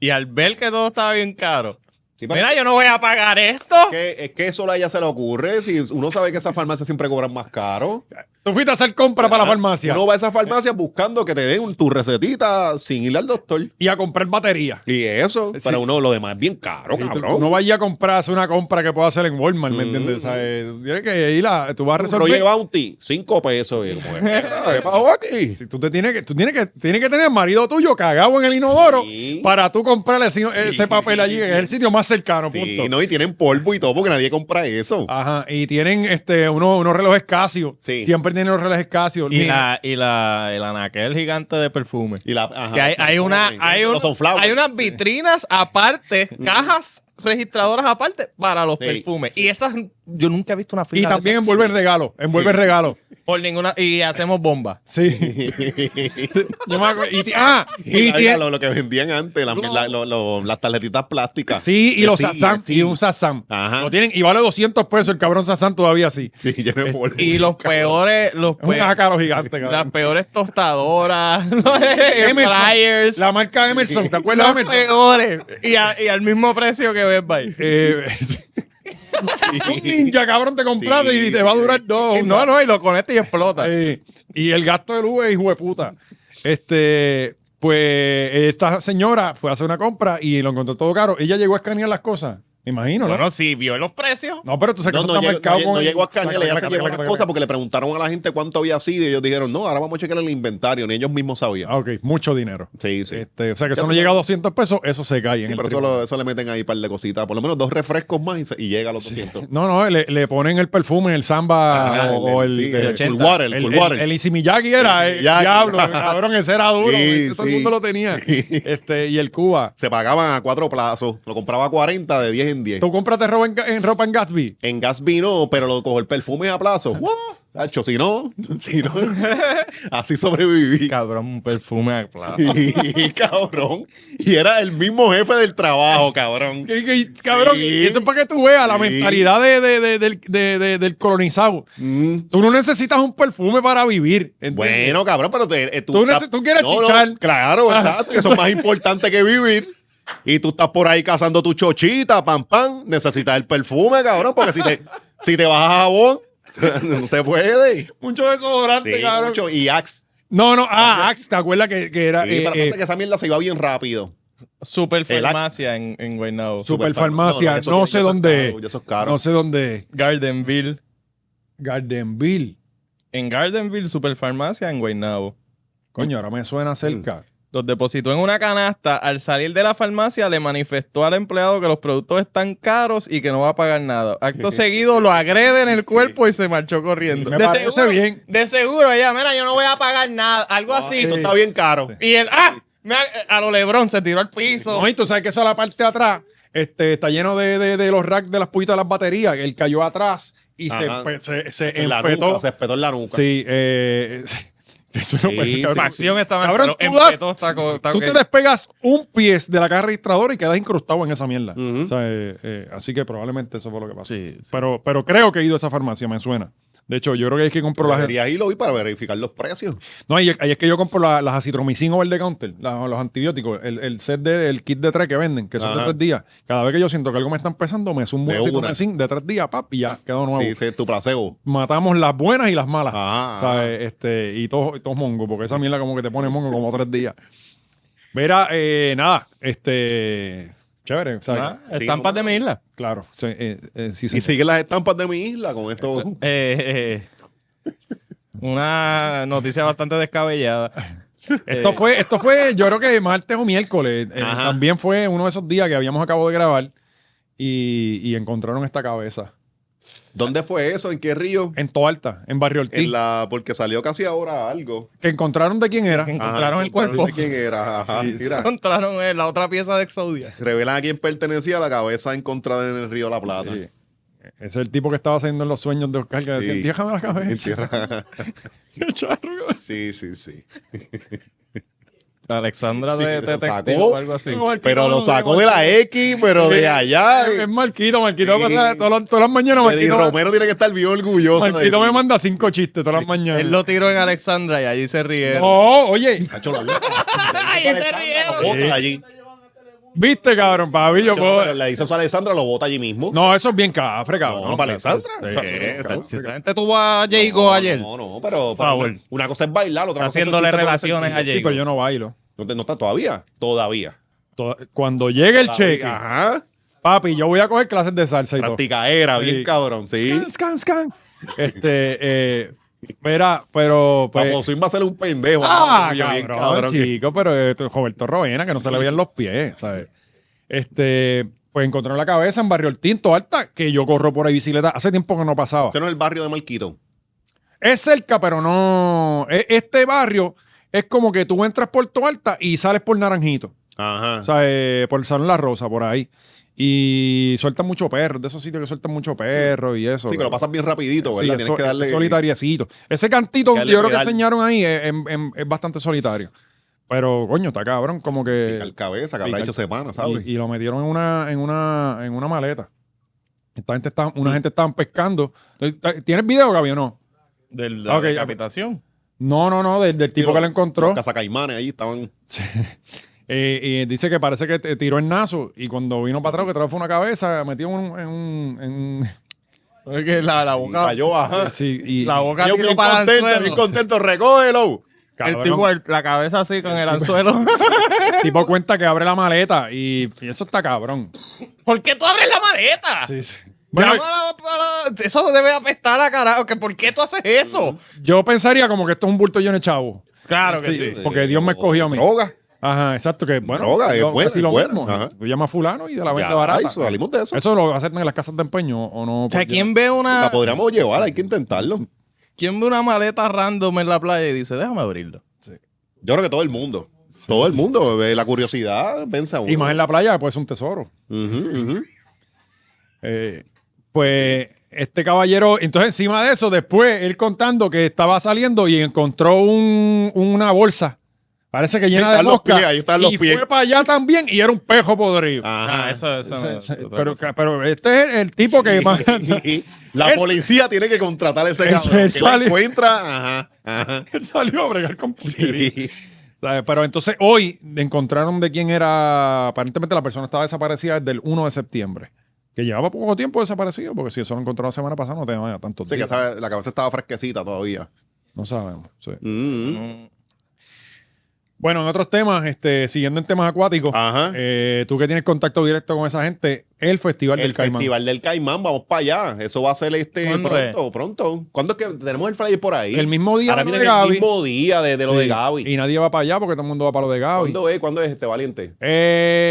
[SPEAKER 4] Y al ver que todo estaba bien caro,
[SPEAKER 3] Sí, pero
[SPEAKER 4] mira, yo no voy a pagar esto.
[SPEAKER 3] es, que, es que eso a ella se le ocurre. Si uno sabe que esas farmacias siempre cobran más caro.
[SPEAKER 2] Tú fuiste a hacer compra para la farmacia
[SPEAKER 3] Uno va a esas farmacias buscando que te den un- tu recetita sin ir al doctor.
[SPEAKER 2] y a comprar baterías.
[SPEAKER 3] Y eso,
[SPEAKER 2] Sí.
[SPEAKER 3] pero uno lo demás es bien caro,
[SPEAKER 2] Sí, tú-
[SPEAKER 3] Oh, cabrón.
[SPEAKER 2] tú no vayas a comprar, hacer una compra que pueda hacer en Walmart, ¿me
[SPEAKER 3] Mm.
[SPEAKER 2] entiendes? O sea, eh, tú tienes que ir a, tú vas a
[SPEAKER 3] Roger
[SPEAKER 2] resolver.
[SPEAKER 3] Bounty, 5 pesos. Y como, ¿Qué pasó aquí?
[SPEAKER 2] Si tú te tienes que, tú tienes que, tienes que tener al marido tuyo cagado en el inodoro
[SPEAKER 3] Sí.
[SPEAKER 2] para tú comprarle si- ese papel allí, que es el sitio más cercano, punto. Ah,
[SPEAKER 3] Sí, no, y tienen polvo y todo porque nadie compra eso.
[SPEAKER 2] Ajá, y tienen este, unos, unos relojes Casio.
[SPEAKER 3] Sí.
[SPEAKER 2] Siempre tienen los relojes Casio.
[SPEAKER 4] Y,
[SPEAKER 2] Mira,
[SPEAKER 4] la, y la, el anaquel gigante de perfume.
[SPEAKER 3] Y la, ajá,
[SPEAKER 4] Que hay, hay
[SPEAKER 3] los
[SPEAKER 4] una,
[SPEAKER 3] sunflowers,
[SPEAKER 4] hay, un-
[SPEAKER 3] los sunflowers.
[SPEAKER 4] hay unas vitrinas aparte, cajas registradoras aparte para los
[SPEAKER 3] Sí,
[SPEAKER 4] perfumes. Y esas, yo nunca he visto una
[SPEAKER 2] y
[SPEAKER 4] fila. de
[SPEAKER 2] también
[SPEAKER 4] esas.
[SPEAKER 2] envuelven regalos, envuelven regalos.
[SPEAKER 4] Por ninguna, y hacemos bombas.
[SPEAKER 2] Sí. Yo me acuerdo- y ti- ah,
[SPEAKER 3] Y,
[SPEAKER 2] y
[SPEAKER 3] la-
[SPEAKER 2] tie-
[SPEAKER 3] lo, lo que vendían antes, la- la- lo- lo- las tarjetitas plásticas.
[SPEAKER 2] Sí, y los
[SPEAKER 3] Sí,
[SPEAKER 2] Sassam,
[SPEAKER 3] sí.
[SPEAKER 2] y un Sassam.
[SPEAKER 3] Ajá.
[SPEAKER 2] Lo tienen, y vale 200 pesos el cabrón Sassam todavía así.
[SPEAKER 3] Sí, lleno de polvo.
[SPEAKER 4] Y los peores,
[SPEAKER 2] Es
[SPEAKER 4] los
[SPEAKER 2] un
[SPEAKER 3] Pues,
[SPEAKER 4] peores.
[SPEAKER 2] ácaro gigante,
[SPEAKER 4] Las
[SPEAKER 2] cabrón.
[SPEAKER 4] peores tostadoras, los
[SPEAKER 2] Emerson.
[SPEAKER 4] flyers,
[SPEAKER 2] La marca Emerson, ¿te acuerdas de
[SPEAKER 4] los
[SPEAKER 2] Emerson?
[SPEAKER 4] peores. Y, a- y al mismo precio que Best Buy.
[SPEAKER 2] Eh, un ninja, cabrón, te compraste
[SPEAKER 3] Sí,
[SPEAKER 2] y te va a durar dos.
[SPEAKER 4] Y no, no, y lo conecta y explota.
[SPEAKER 2] Eh, y el gasto del Uber, hijo de puta. Este, pues esta señora fue a hacer una compra y lo encontró todo caro. Ella llegó a escanear las cosas, me imagino, ¿no?
[SPEAKER 4] Bueno, sí, vio los precios.
[SPEAKER 2] No, pero tú sabes que
[SPEAKER 3] No,
[SPEAKER 2] eso está
[SPEAKER 3] no, llegó,
[SPEAKER 2] marcado
[SPEAKER 3] no,
[SPEAKER 2] con-
[SPEAKER 3] no llegó a Escanela, ya se
[SPEAKER 2] Taca,
[SPEAKER 3] llevó
[SPEAKER 2] taca,
[SPEAKER 3] las
[SPEAKER 2] taca,
[SPEAKER 3] cosas
[SPEAKER 2] taca.
[SPEAKER 3] porque le preguntaron a la gente cuánto había sido y ellos dijeron, no, ahora vamos a checar el inventario, ni ellos mismos sabían.
[SPEAKER 2] Ah, ok, mucho dinero.
[SPEAKER 3] Sí, sí.
[SPEAKER 2] Este, o sea que
[SPEAKER 3] Ya
[SPEAKER 2] eso
[SPEAKER 3] tú
[SPEAKER 2] no llega a
[SPEAKER 3] sabes.
[SPEAKER 2] 200 pesos, eso se cae en
[SPEAKER 3] Sí,
[SPEAKER 2] el
[SPEAKER 3] pero eso,
[SPEAKER 2] tribunal.
[SPEAKER 3] lo- eso le meten ahí un par de cositas, por lo menos dos refrescos más y, se- y llega a los 200.
[SPEAKER 2] No, no, le, le ponen el perfume, el samba
[SPEAKER 3] Ajá,
[SPEAKER 2] o, o el,
[SPEAKER 3] sí,
[SPEAKER 2] el-
[SPEAKER 3] el, cool
[SPEAKER 4] 80.
[SPEAKER 3] water,
[SPEAKER 2] el,
[SPEAKER 3] el, cool
[SPEAKER 2] el-
[SPEAKER 3] water.
[SPEAKER 2] el Easy Miyagi era,
[SPEAKER 3] El
[SPEAKER 2] eh,
[SPEAKER 3] Miyagi.
[SPEAKER 2] diablo, cabrón, ese era duro,
[SPEAKER 3] Sí,
[SPEAKER 2] ese todo el
[SPEAKER 3] sí.
[SPEAKER 2] mundo lo tenía. Este, y el Cuba.
[SPEAKER 3] se pagaban a cuatro plazos, lo compraba a 40 de 10 en 10.
[SPEAKER 2] ¿Tú compraste ropa en, Ga- en ropa en Gatsby?
[SPEAKER 3] En Gatsby no, pero lo cojo el perfume a plazo. ¡Wow! Tacho, si no, si no, así sobreviví.
[SPEAKER 4] Cabrón, un perfume a plaza.
[SPEAKER 3] Y, cabrón. Y era el mismo jefe del trabajo, cabrón.
[SPEAKER 2] Que- que- Cabrón,
[SPEAKER 3] Sí.
[SPEAKER 2] y eso es para que tú veas la
[SPEAKER 3] Sí.
[SPEAKER 2] mentalidad de, de- de- del- de- de- del colonizado.
[SPEAKER 3] Mm.
[SPEAKER 2] Tú no necesitas un perfume para vivir. ¿entiendes?
[SPEAKER 3] Bueno, cabrón, pero te- eh,
[SPEAKER 2] Tú
[SPEAKER 3] estás-
[SPEAKER 2] neces- tú quieres chichar. Ah.
[SPEAKER 3] claro, exacto. Eso es más importante que vivir. Y tú estás por ahí cazando tu chochita, pam, pam. Necesitas el perfume, cabrón, porque si te, si te vas a jabón, no se puede.
[SPEAKER 2] Mucho desodorante,
[SPEAKER 3] Sí,
[SPEAKER 2] cabrón.
[SPEAKER 3] mucho. Y Axe.
[SPEAKER 2] No, no, ah, Axe, ¿te acuerdas que, que era
[SPEAKER 3] Sí,
[SPEAKER 2] eh,
[SPEAKER 3] pero
[SPEAKER 2] eh,
[SPEAKER 3] pasa que esa mierda se iba bien rápido.
[SPEAKER 4] Superfarmacia en, en Guaynabo.
[SPEAKER 2] Superfarmacia?
[SPEAKER 3] eso
[SPEAKER 2] No
[SPEAKER 3] tiene-
[SPEAKER 2] sé
[SPEAKER 3] eso es
[SPEAKER 2] dónde
[SPEAKER 3] caro,
[SPEAKER 2] es.
[SPEAKER 3] Eso es caro.
[SPEAKER 2] No sé dónde es.
[SPEAKER 4] Gardenville.
[SPEAKER 2] Gardenville.
[SPEAKER 4] En Gardenville, Superfarmacia, en Guaynabo.
[SPEAKER 2] Coño, ahora me suena cerca.
[SPEAKER 4] Los depositó en una canasta. Al salir de la farmacia, le manifestó al empleado que los productos están caros y que no va a pagar nada. Acto seguido, lo agrede en el cuerpo y se marchó
[SPEAKER 3] Mm.
[SPEAKER 4] corriendo.
[SPEAKER 2] Me
[SPEAKER 4] De
[SPEAKER 2] parece
[SPEAKER 4] seguro-
[SPEAKER 2] bien.
[SPEAKER 4] De seguro, ella, mira, yo no voy a pagar nada.
[SPEAKER 3] Ah.
[SPEAKER 4] Algo así.
[SPEAKER 3] Esto está bien caro.
[SPEAKER 4] Y él, ¡ah! Me ha- a lo Lebron se tiró al piso.
[SPEAKER 2] No, y tú sabes que eso a la parte de atrás este, está lleno de, de- de los racks de las puitas de las baterías. Él cayó atrás y se,
[SPEAKER 3] Ajá.
[SPEAKER 2] pe- se, se
[SPEAKER 3] En la
[SPEAKER 2] empetó.
[SPEAKER 3] nuca, se espetó en la nuca.
[SPEAKER 2] Sí, eh, eso no
[SPEAKER 3] Sí,
[SPEAKER 2] puede-
[SPEAKER 3] sí,
[SPEAKER 2] cabrón,
[SPEAKER 6] Pasión estaba
[SPEAKER 2] Cabrón,
[SPEAKER 6] en
[SPEAKER 2] tú das-
[SPEAKER 6] Petó está co- está
[SPEAKER 2] Tú
[SPEAKER 6] ok.
[SPEAKER 2] te despegas un pie de la caja registradora y quedas incrustado en esa mierda.
[SPEAKER 3] Ujú.
[SPEAKER 2] O sea, eh, eh, así que probablemente eso fue lo que pasó. Pero, pero creo que he ido a esa farmacia, me suena. De hecho, yo creo que es que compro las.
[SPEAKER 3] Deberías ir hoy para verificar los precios.
[SPEAKER 2] No, ahí, ahí es que yo compro la- las acitromicin over the counter, la- los antibióticos, el, el set de, el kit de tres que venden, que son de
[SPEAKER 3] Ajá.
[SPEAKER 2] tres días. Cada vez que yo siento que algo me está empezando, me sumo un
[SPEAKER 3] De una.
[SPEAKER 2] acitromicin de tres días, pap, y ya quedó nuevo.
[SPEAKER 3] Sí, Ah. ese es tu placebo.
[SPEAKER 2] Matamos las buenas y las malas.
[SPEAKER 3] Ajá,
[SPEAKER 2] ¿sabes? Este, y todos y todos mongos, porque esa mierda como que te pone mongo como tres días. Mira, eh, nada, este. Chévere, ¿sabes?
[SPEAKER 4] Ah, Estampas de mi isla.
[SPEAKER 2] Claro, sí, eh, eh, sí,
[SPEAKER 3] Y
[SPEAKER 2] señor.
[SPEAKER 3] siguen las estampas de mi isla con esto.
[SPEAKER 4] Eh, eh, una noticia bastante descabellada.
[SPEAKER 2] Esto
[SPEAKER 4] Eh,
[SPEAKER 2] fue, esto fue, yo creo que martes o miércoles. Eh,
[SPEAKER 3] Ajá.
[SPEAKER 2] también fue uno de esos días que habíamos acabado de grabar y, y encontraron esta cabeza.
[SPEAKER 3] ¿Dónde fue eso? ¿En qué río?
[SPEAKER 2] En Toalta, en Barrio Ortiz.
[SPEAKER 3] En la, porque salió casi ahora algo.
[SPEAKER 2] Que encontraron de quién era.
[SPEAKER 3] Ajá,
[SPEAKER 4] Encontraron el cuerpo.
[SPEAKER 3] de ¿Quién era? Ajá,
[SPEAKER 2] Sí,
[SPEAKER 3] mira.
[SPEAKER 4] Encontraron eh, la otra pieza de Exodia.
[SPEAKER 3] Revelan a quién pertenecía la cabeza encontrada en el río La Plata.
[SPEAKER 2] Sí. Ese es el tipo que estaba haciendo los sueños de Oscar que decía,
[SPEAKER 3] Sí.
[SPEAKER 2] déjame la
[SPEAKER 3] En
[SPEAKER 2] cabeza.
[SPEAKER 3] tierra.
[SPEAKER 2] Qué charro.
[SPEAKER 3] Sí, sí, sí.
[SPEAKER 4] Alexandra
[SPEAKER 3] Sí,
[SPEAKER 4] de,
[SPEAKER 3] lo
[SPEAKER 4] de
[SPEAKER 3] sacó.
[SPEAKER 4] Textil o algo así.
[SPEAKER 3] Pero lo sacó de la X, pero de allá.
[SPEAKER 2] Es Marquito, Marquito,
[SPEAKER 3] Sí.
[SPEAKER 2] pasa- todas las- todas las mañanas
[SPEAKER 3] Eddie
[SPEAKER 2] Marquito,
[SPEAKER 3] Romero tiene que estar bien orgulloso. de
[SPEAKER 2] Marquito
[SPEAKER 3] ti.
[SPEAKER 2] me manda cinco chistes todas las mañanas.
[SPEAKER 4] Él lo tiró en Alexandra y allí se rieron.
[SPEAKER 2] No, oye,
[SPEAKER 3] Hacho, la loca.
[SPEAKER 6] Ay, ese rieron.
[SPEAKER 3] Lo bota allí.
[SPEAKER 2] viste, cabrón, papi, yo
[SPEAKER 3] Hacho, no,
[SPEAKER 2] puedo.
[SPEAKER 3] pero Le dice eso a Alessandra, lo bota allí mismo.
[SPEAKER 2] No, eso es bien cafre, cabrón.
[SPEAKER 3] No, para Alessandra.
[SPEAKER 2] Eso
[SPEAKER 4] Eh, esa-
[SPEAKER 2] es
[SPEAKER 4] Si
[SPEAKER 2] bien
[SPEAKER 4] esa
[SPEAKER 2] cafre.
[SPEAKER 4] gente tuvo a Jago
[SPEAKER 3] No,
[SPEAKER 4] ayer.
[SPEAKER 3] No, no, pero. pero
[SPEAKER 4] Favor.
[SPEAKER 3] una, una cosa es bailar, otra cosa es.
[SPEAKER 4] Haciéndole
[SPEAKER 3] tú te pones
[SPEAKER 4] relaciones
[SPEAKER 3] el-
[SPEAKER 4] a Jago.
[SPEAKER 2] Sí, pero yo no bailo.
[SPEAKER 3] No, te- no está todavía. Todavía.
[SPEAKER 2] Toda- Cuando llegue el
[SPEAKER 3] Todavía.
[SPEAKER 2] cheque,
[SPEAKER 3] Ajá.
[SPEAKER 2] papi, yo voy a coger clases de salsa y todo.
[SPEAKER 3] ah. Practica era,
[SPEAKER 2] Sí.
[SPEAKER 3] bien cabrón, sí.
[SPEAKER 2] Scan, scan, scan. Este, eh, mira, pero pues.
[SPEAKER 3] Papo Swing va a ser un pendejo.
[SPEAKER 2] Ah,
[SPEAKER 3] ¿no? Yo,
[SPEAKER 2] cabrón,
[SPEAKER 3] bien cabrón, que-
[SPEAKER 2] chico, pero eh, tu- Roberto Rovena, que no se le veían los pies, ¿sabes? Este, pues encontraron la cabeza en Barrio Ortiz, en Alta, que yo corro por ahí bicicleta. Hace tiempo que no pasaba.
[SPEAKER 3] Ese no es el barrio de Marquito.
[SPEAKER 2] Es cerca, pero no. e- Este barrio es como que tú entras por Toalta y sales por Naranjito.
[SPEAKER 3] Ajá.
[SPEAKER 2] O sea, eh, por el Salón La Rosa, por ahí. Y sueltan mucho perro, de esos sitios que sueltan mucho perro y eso.
[SPEAKER 3] sí, que lo pasas bien rapidito,
[SPEAKER 2] Sí,
[SPEAKER 3] ¿verdad?
[SPEAKER 2] eso-
[SPEAKER 3] Tienes que darle.
[SPEAKER 2] es eh, solitariecito. Ese cantito donde
[SPEAKER 3] que darle
[SPEAKER 2] yo creo que
[SPEAKER 3] pedal.
[SPEAKER 2] enseñaron ahí es, em- em- es bastante solitario. Pero, coño, está cabrón, como que.
[SPEAKER 3] Al cabeza, que habrá
[SPEAKER 2] picar-
[SPEAKER 3] hecho semanas, ¿sabes?
[SPEAKER 2] Y, y lo metieron en una, en una, en una maleta. Esta gente está, una gente estaban pescando. ¿Tienes video, Gaby, o no?
[SPEAKER 4] De la
[SPEAKER 2] Ok, ya-
[SPEAKER 4] decapitación.
[SPEAKER 2] No, no, no, del, del tipo
[SPEAKER 3] los-
[SPEAKER 2] que lo encontró.
[SPEAKER 3] Los cazacaimanes ahí estaban.
[SPEAKER 2] Eh, eh, dice que parece que te- tiró el nazo y cuando vino para atrás, que trajo fue una cabeza, metió en un. En un- en un-
[SPEAKER 4] Porque la, la boca.
[SPEAKER 3] Cayó, ajá.
[SPEAKER 2] sí, y-
[SPEAKER 4] La boca
[SPEAKER 3] Yo
[SPEAKER 4] tiró
[SPEAKER 3] bien
[SPEAKER 4] para el
[SPEAKER 3] contento, bien
[SPEAKER 4] anzuelo.
[SPEAKER 3] contento, recógelo.
[SPEAKER 2] cabrón,
[SPEAKER 4] El tipo, el- la cabeza así con el
[SPEAKER 3] pues.
[SPEAKER 4] anzuelo.
[SPEAKER 2] tipo cuenta que abre la maleta y, y eso está cabrón.
[SPEAKER 6] ¿Por qué tú abres la maleta?
[SPEAKER 2] Bueno,
[SPEAKER 6] Llama a la- a la- eso debe apestar a carajo. que ¿Por qué tú haces eso?
[SPEAKER 2] yo pensaría como que esto es un bulto lleno de chavo.
[SPEAKER 6] Claro que
[SPEAKER 2] Sí,
[SPEAKER 6] sí.
[SPEAKER 2] porque Dios me escogió a mí.
[SPEAKER 3] Droga.
[SPEAKER 2] Ajá, exacto. Que bueno,
[SPEAKER 3] Droga, es
[SPEAKER 2] lo-
[SPEAKER 3] buena,
[SPEAKER 2] casi
[SPEAKER 3] es
[SPEAKER 2] lo
[SPEAKER 3] buena,
[SPEAKER 2] mismo.
[SPEAKER 3] ajá.
[SPEAKER 2] Tú llamas a fulano y de la venta
[SPEAKER 3] Ya,
[SPEAKER 2] barata.
[SPEAKER 3] ahí salimos de eso.
[SPEAKER 2] Eso lo hacen en las casas de empeño o no. pues,
[SPEAKER 4] O sea,
[SPEAKER 2] Por Dios.
[SPEAKER 4] ¿quién ve una,
[SPEAKER 3] La podríamos llevar, hay que intentarlo.
[SPEAKER 4] quién ve una
[SPEAKER 3] Ah,
[SPEAKER 4] maleta random en la playa y dice, déjame abrirlo?
[SPEAKER 3] Yo creo que todo el mundo. todo el mundo. eh, La curiosidad vence a uno.
[SPEAKER 2] Y más en la playa, pues es un tesoro.
[SPEAKER 3] Ujú, ujú.
[SPEAKER 2] Eh, pues este caballero, entonces encima de eso, después él contando que estaba saliendo y encontró un- una bolsa. Parece que llena
[SPEAKER 3] Ahí
[SPEAKER 2] de
[SPEAKER 3] están los
[SPEAKER 2] mosca.
[SPEAKER 3] pies, ahí están los
[SPEAKER 2] y
[SPEAKER 3] pies.
[SPEAKER 2] fue para allá también y era un pejo podrido.
[SPEAKER 3] Ajá.
[SPEAKER 4] Ah, eso, eso no
[SPEAKER 2] Ese-
[SPEAKER 4] es
[SPEAKER 2] ese-
[SPEAKER 4] otra
[SPEAKER 2] pero,
[SPEAKER 4] cosa.
[SPEAKER 2] pero este es el tipo que más.
[SPEAKER 3] Sí. La
[SPEAKER 2] Él-
[SPEAKER 3] policía tiene que contratar a ese
[SPEAKER 2] Él-
[SPEAKER 3] cabrón.
[SPEAKER 2] él
[SPEAKER 3] Que la
[SPEAKER 2] sale-
[SPEAKER 3] encuentra. Ajá. Ajá.
[SPEAKER 2] él salió a bregar con porquería.
[SPEAKER 3] Sí.
[SPEAKER 2] ¿Sabes? Pero entonces hoy encontraron de quién era. Aparentemente la persona estaba desaparecida desde el 1 de septiembre. Que llevaba poco tiempo desaparecido, porque si eso lo encontraron la semana pasada, no tenía tanto
[SPEAKER 3] Sí,
[SPEAKER 2] tiempo.
[SPEAKER 3] que esa- la cabeza estaba fresquecita todavía.
[SPEAKER 2] No sabemos. sí.
[SPEAKER 3] Mm.
[SPEAKER 4] Mm.
[SPEAKER 2] Bueno, en otros temas, este, siguiendo en temas acuáticos,
[SPEAKER 3] Ajá.
[SPEAKER 2] eh, tú que tienes contacto directo con esa gente, el Festival
[SPEAKER 3] el
[SPEAKER 2] del Caimán.
[SPEAKER 3] Festival del Caimán, vamos para allá. Eso va a ser este
[SPEAKER 6] ¿Cuándo es?
[SPEAKER 3] pronto, pronto. ¿Cuándo es que tenemos el flyer por ahí?
[SPEAKER 2] El mismo día
[SPEAKER 3] Ahora
[SPEAKER 2] de lo
[SPEAKER 3] viene
[SPEAKER 2] de Gaby.
[SPEAKER 3] el mismo día de, de lo
[SPEAKER 2] Sí.
[SPEAKER 3] de Gaby.
[SPEAKER 2] Y nadie va para allá porque todo el mundo va para lo de Gaby.
[SPEAKER 3] ¿Cuándo es? ¿Cuándo es este valiente?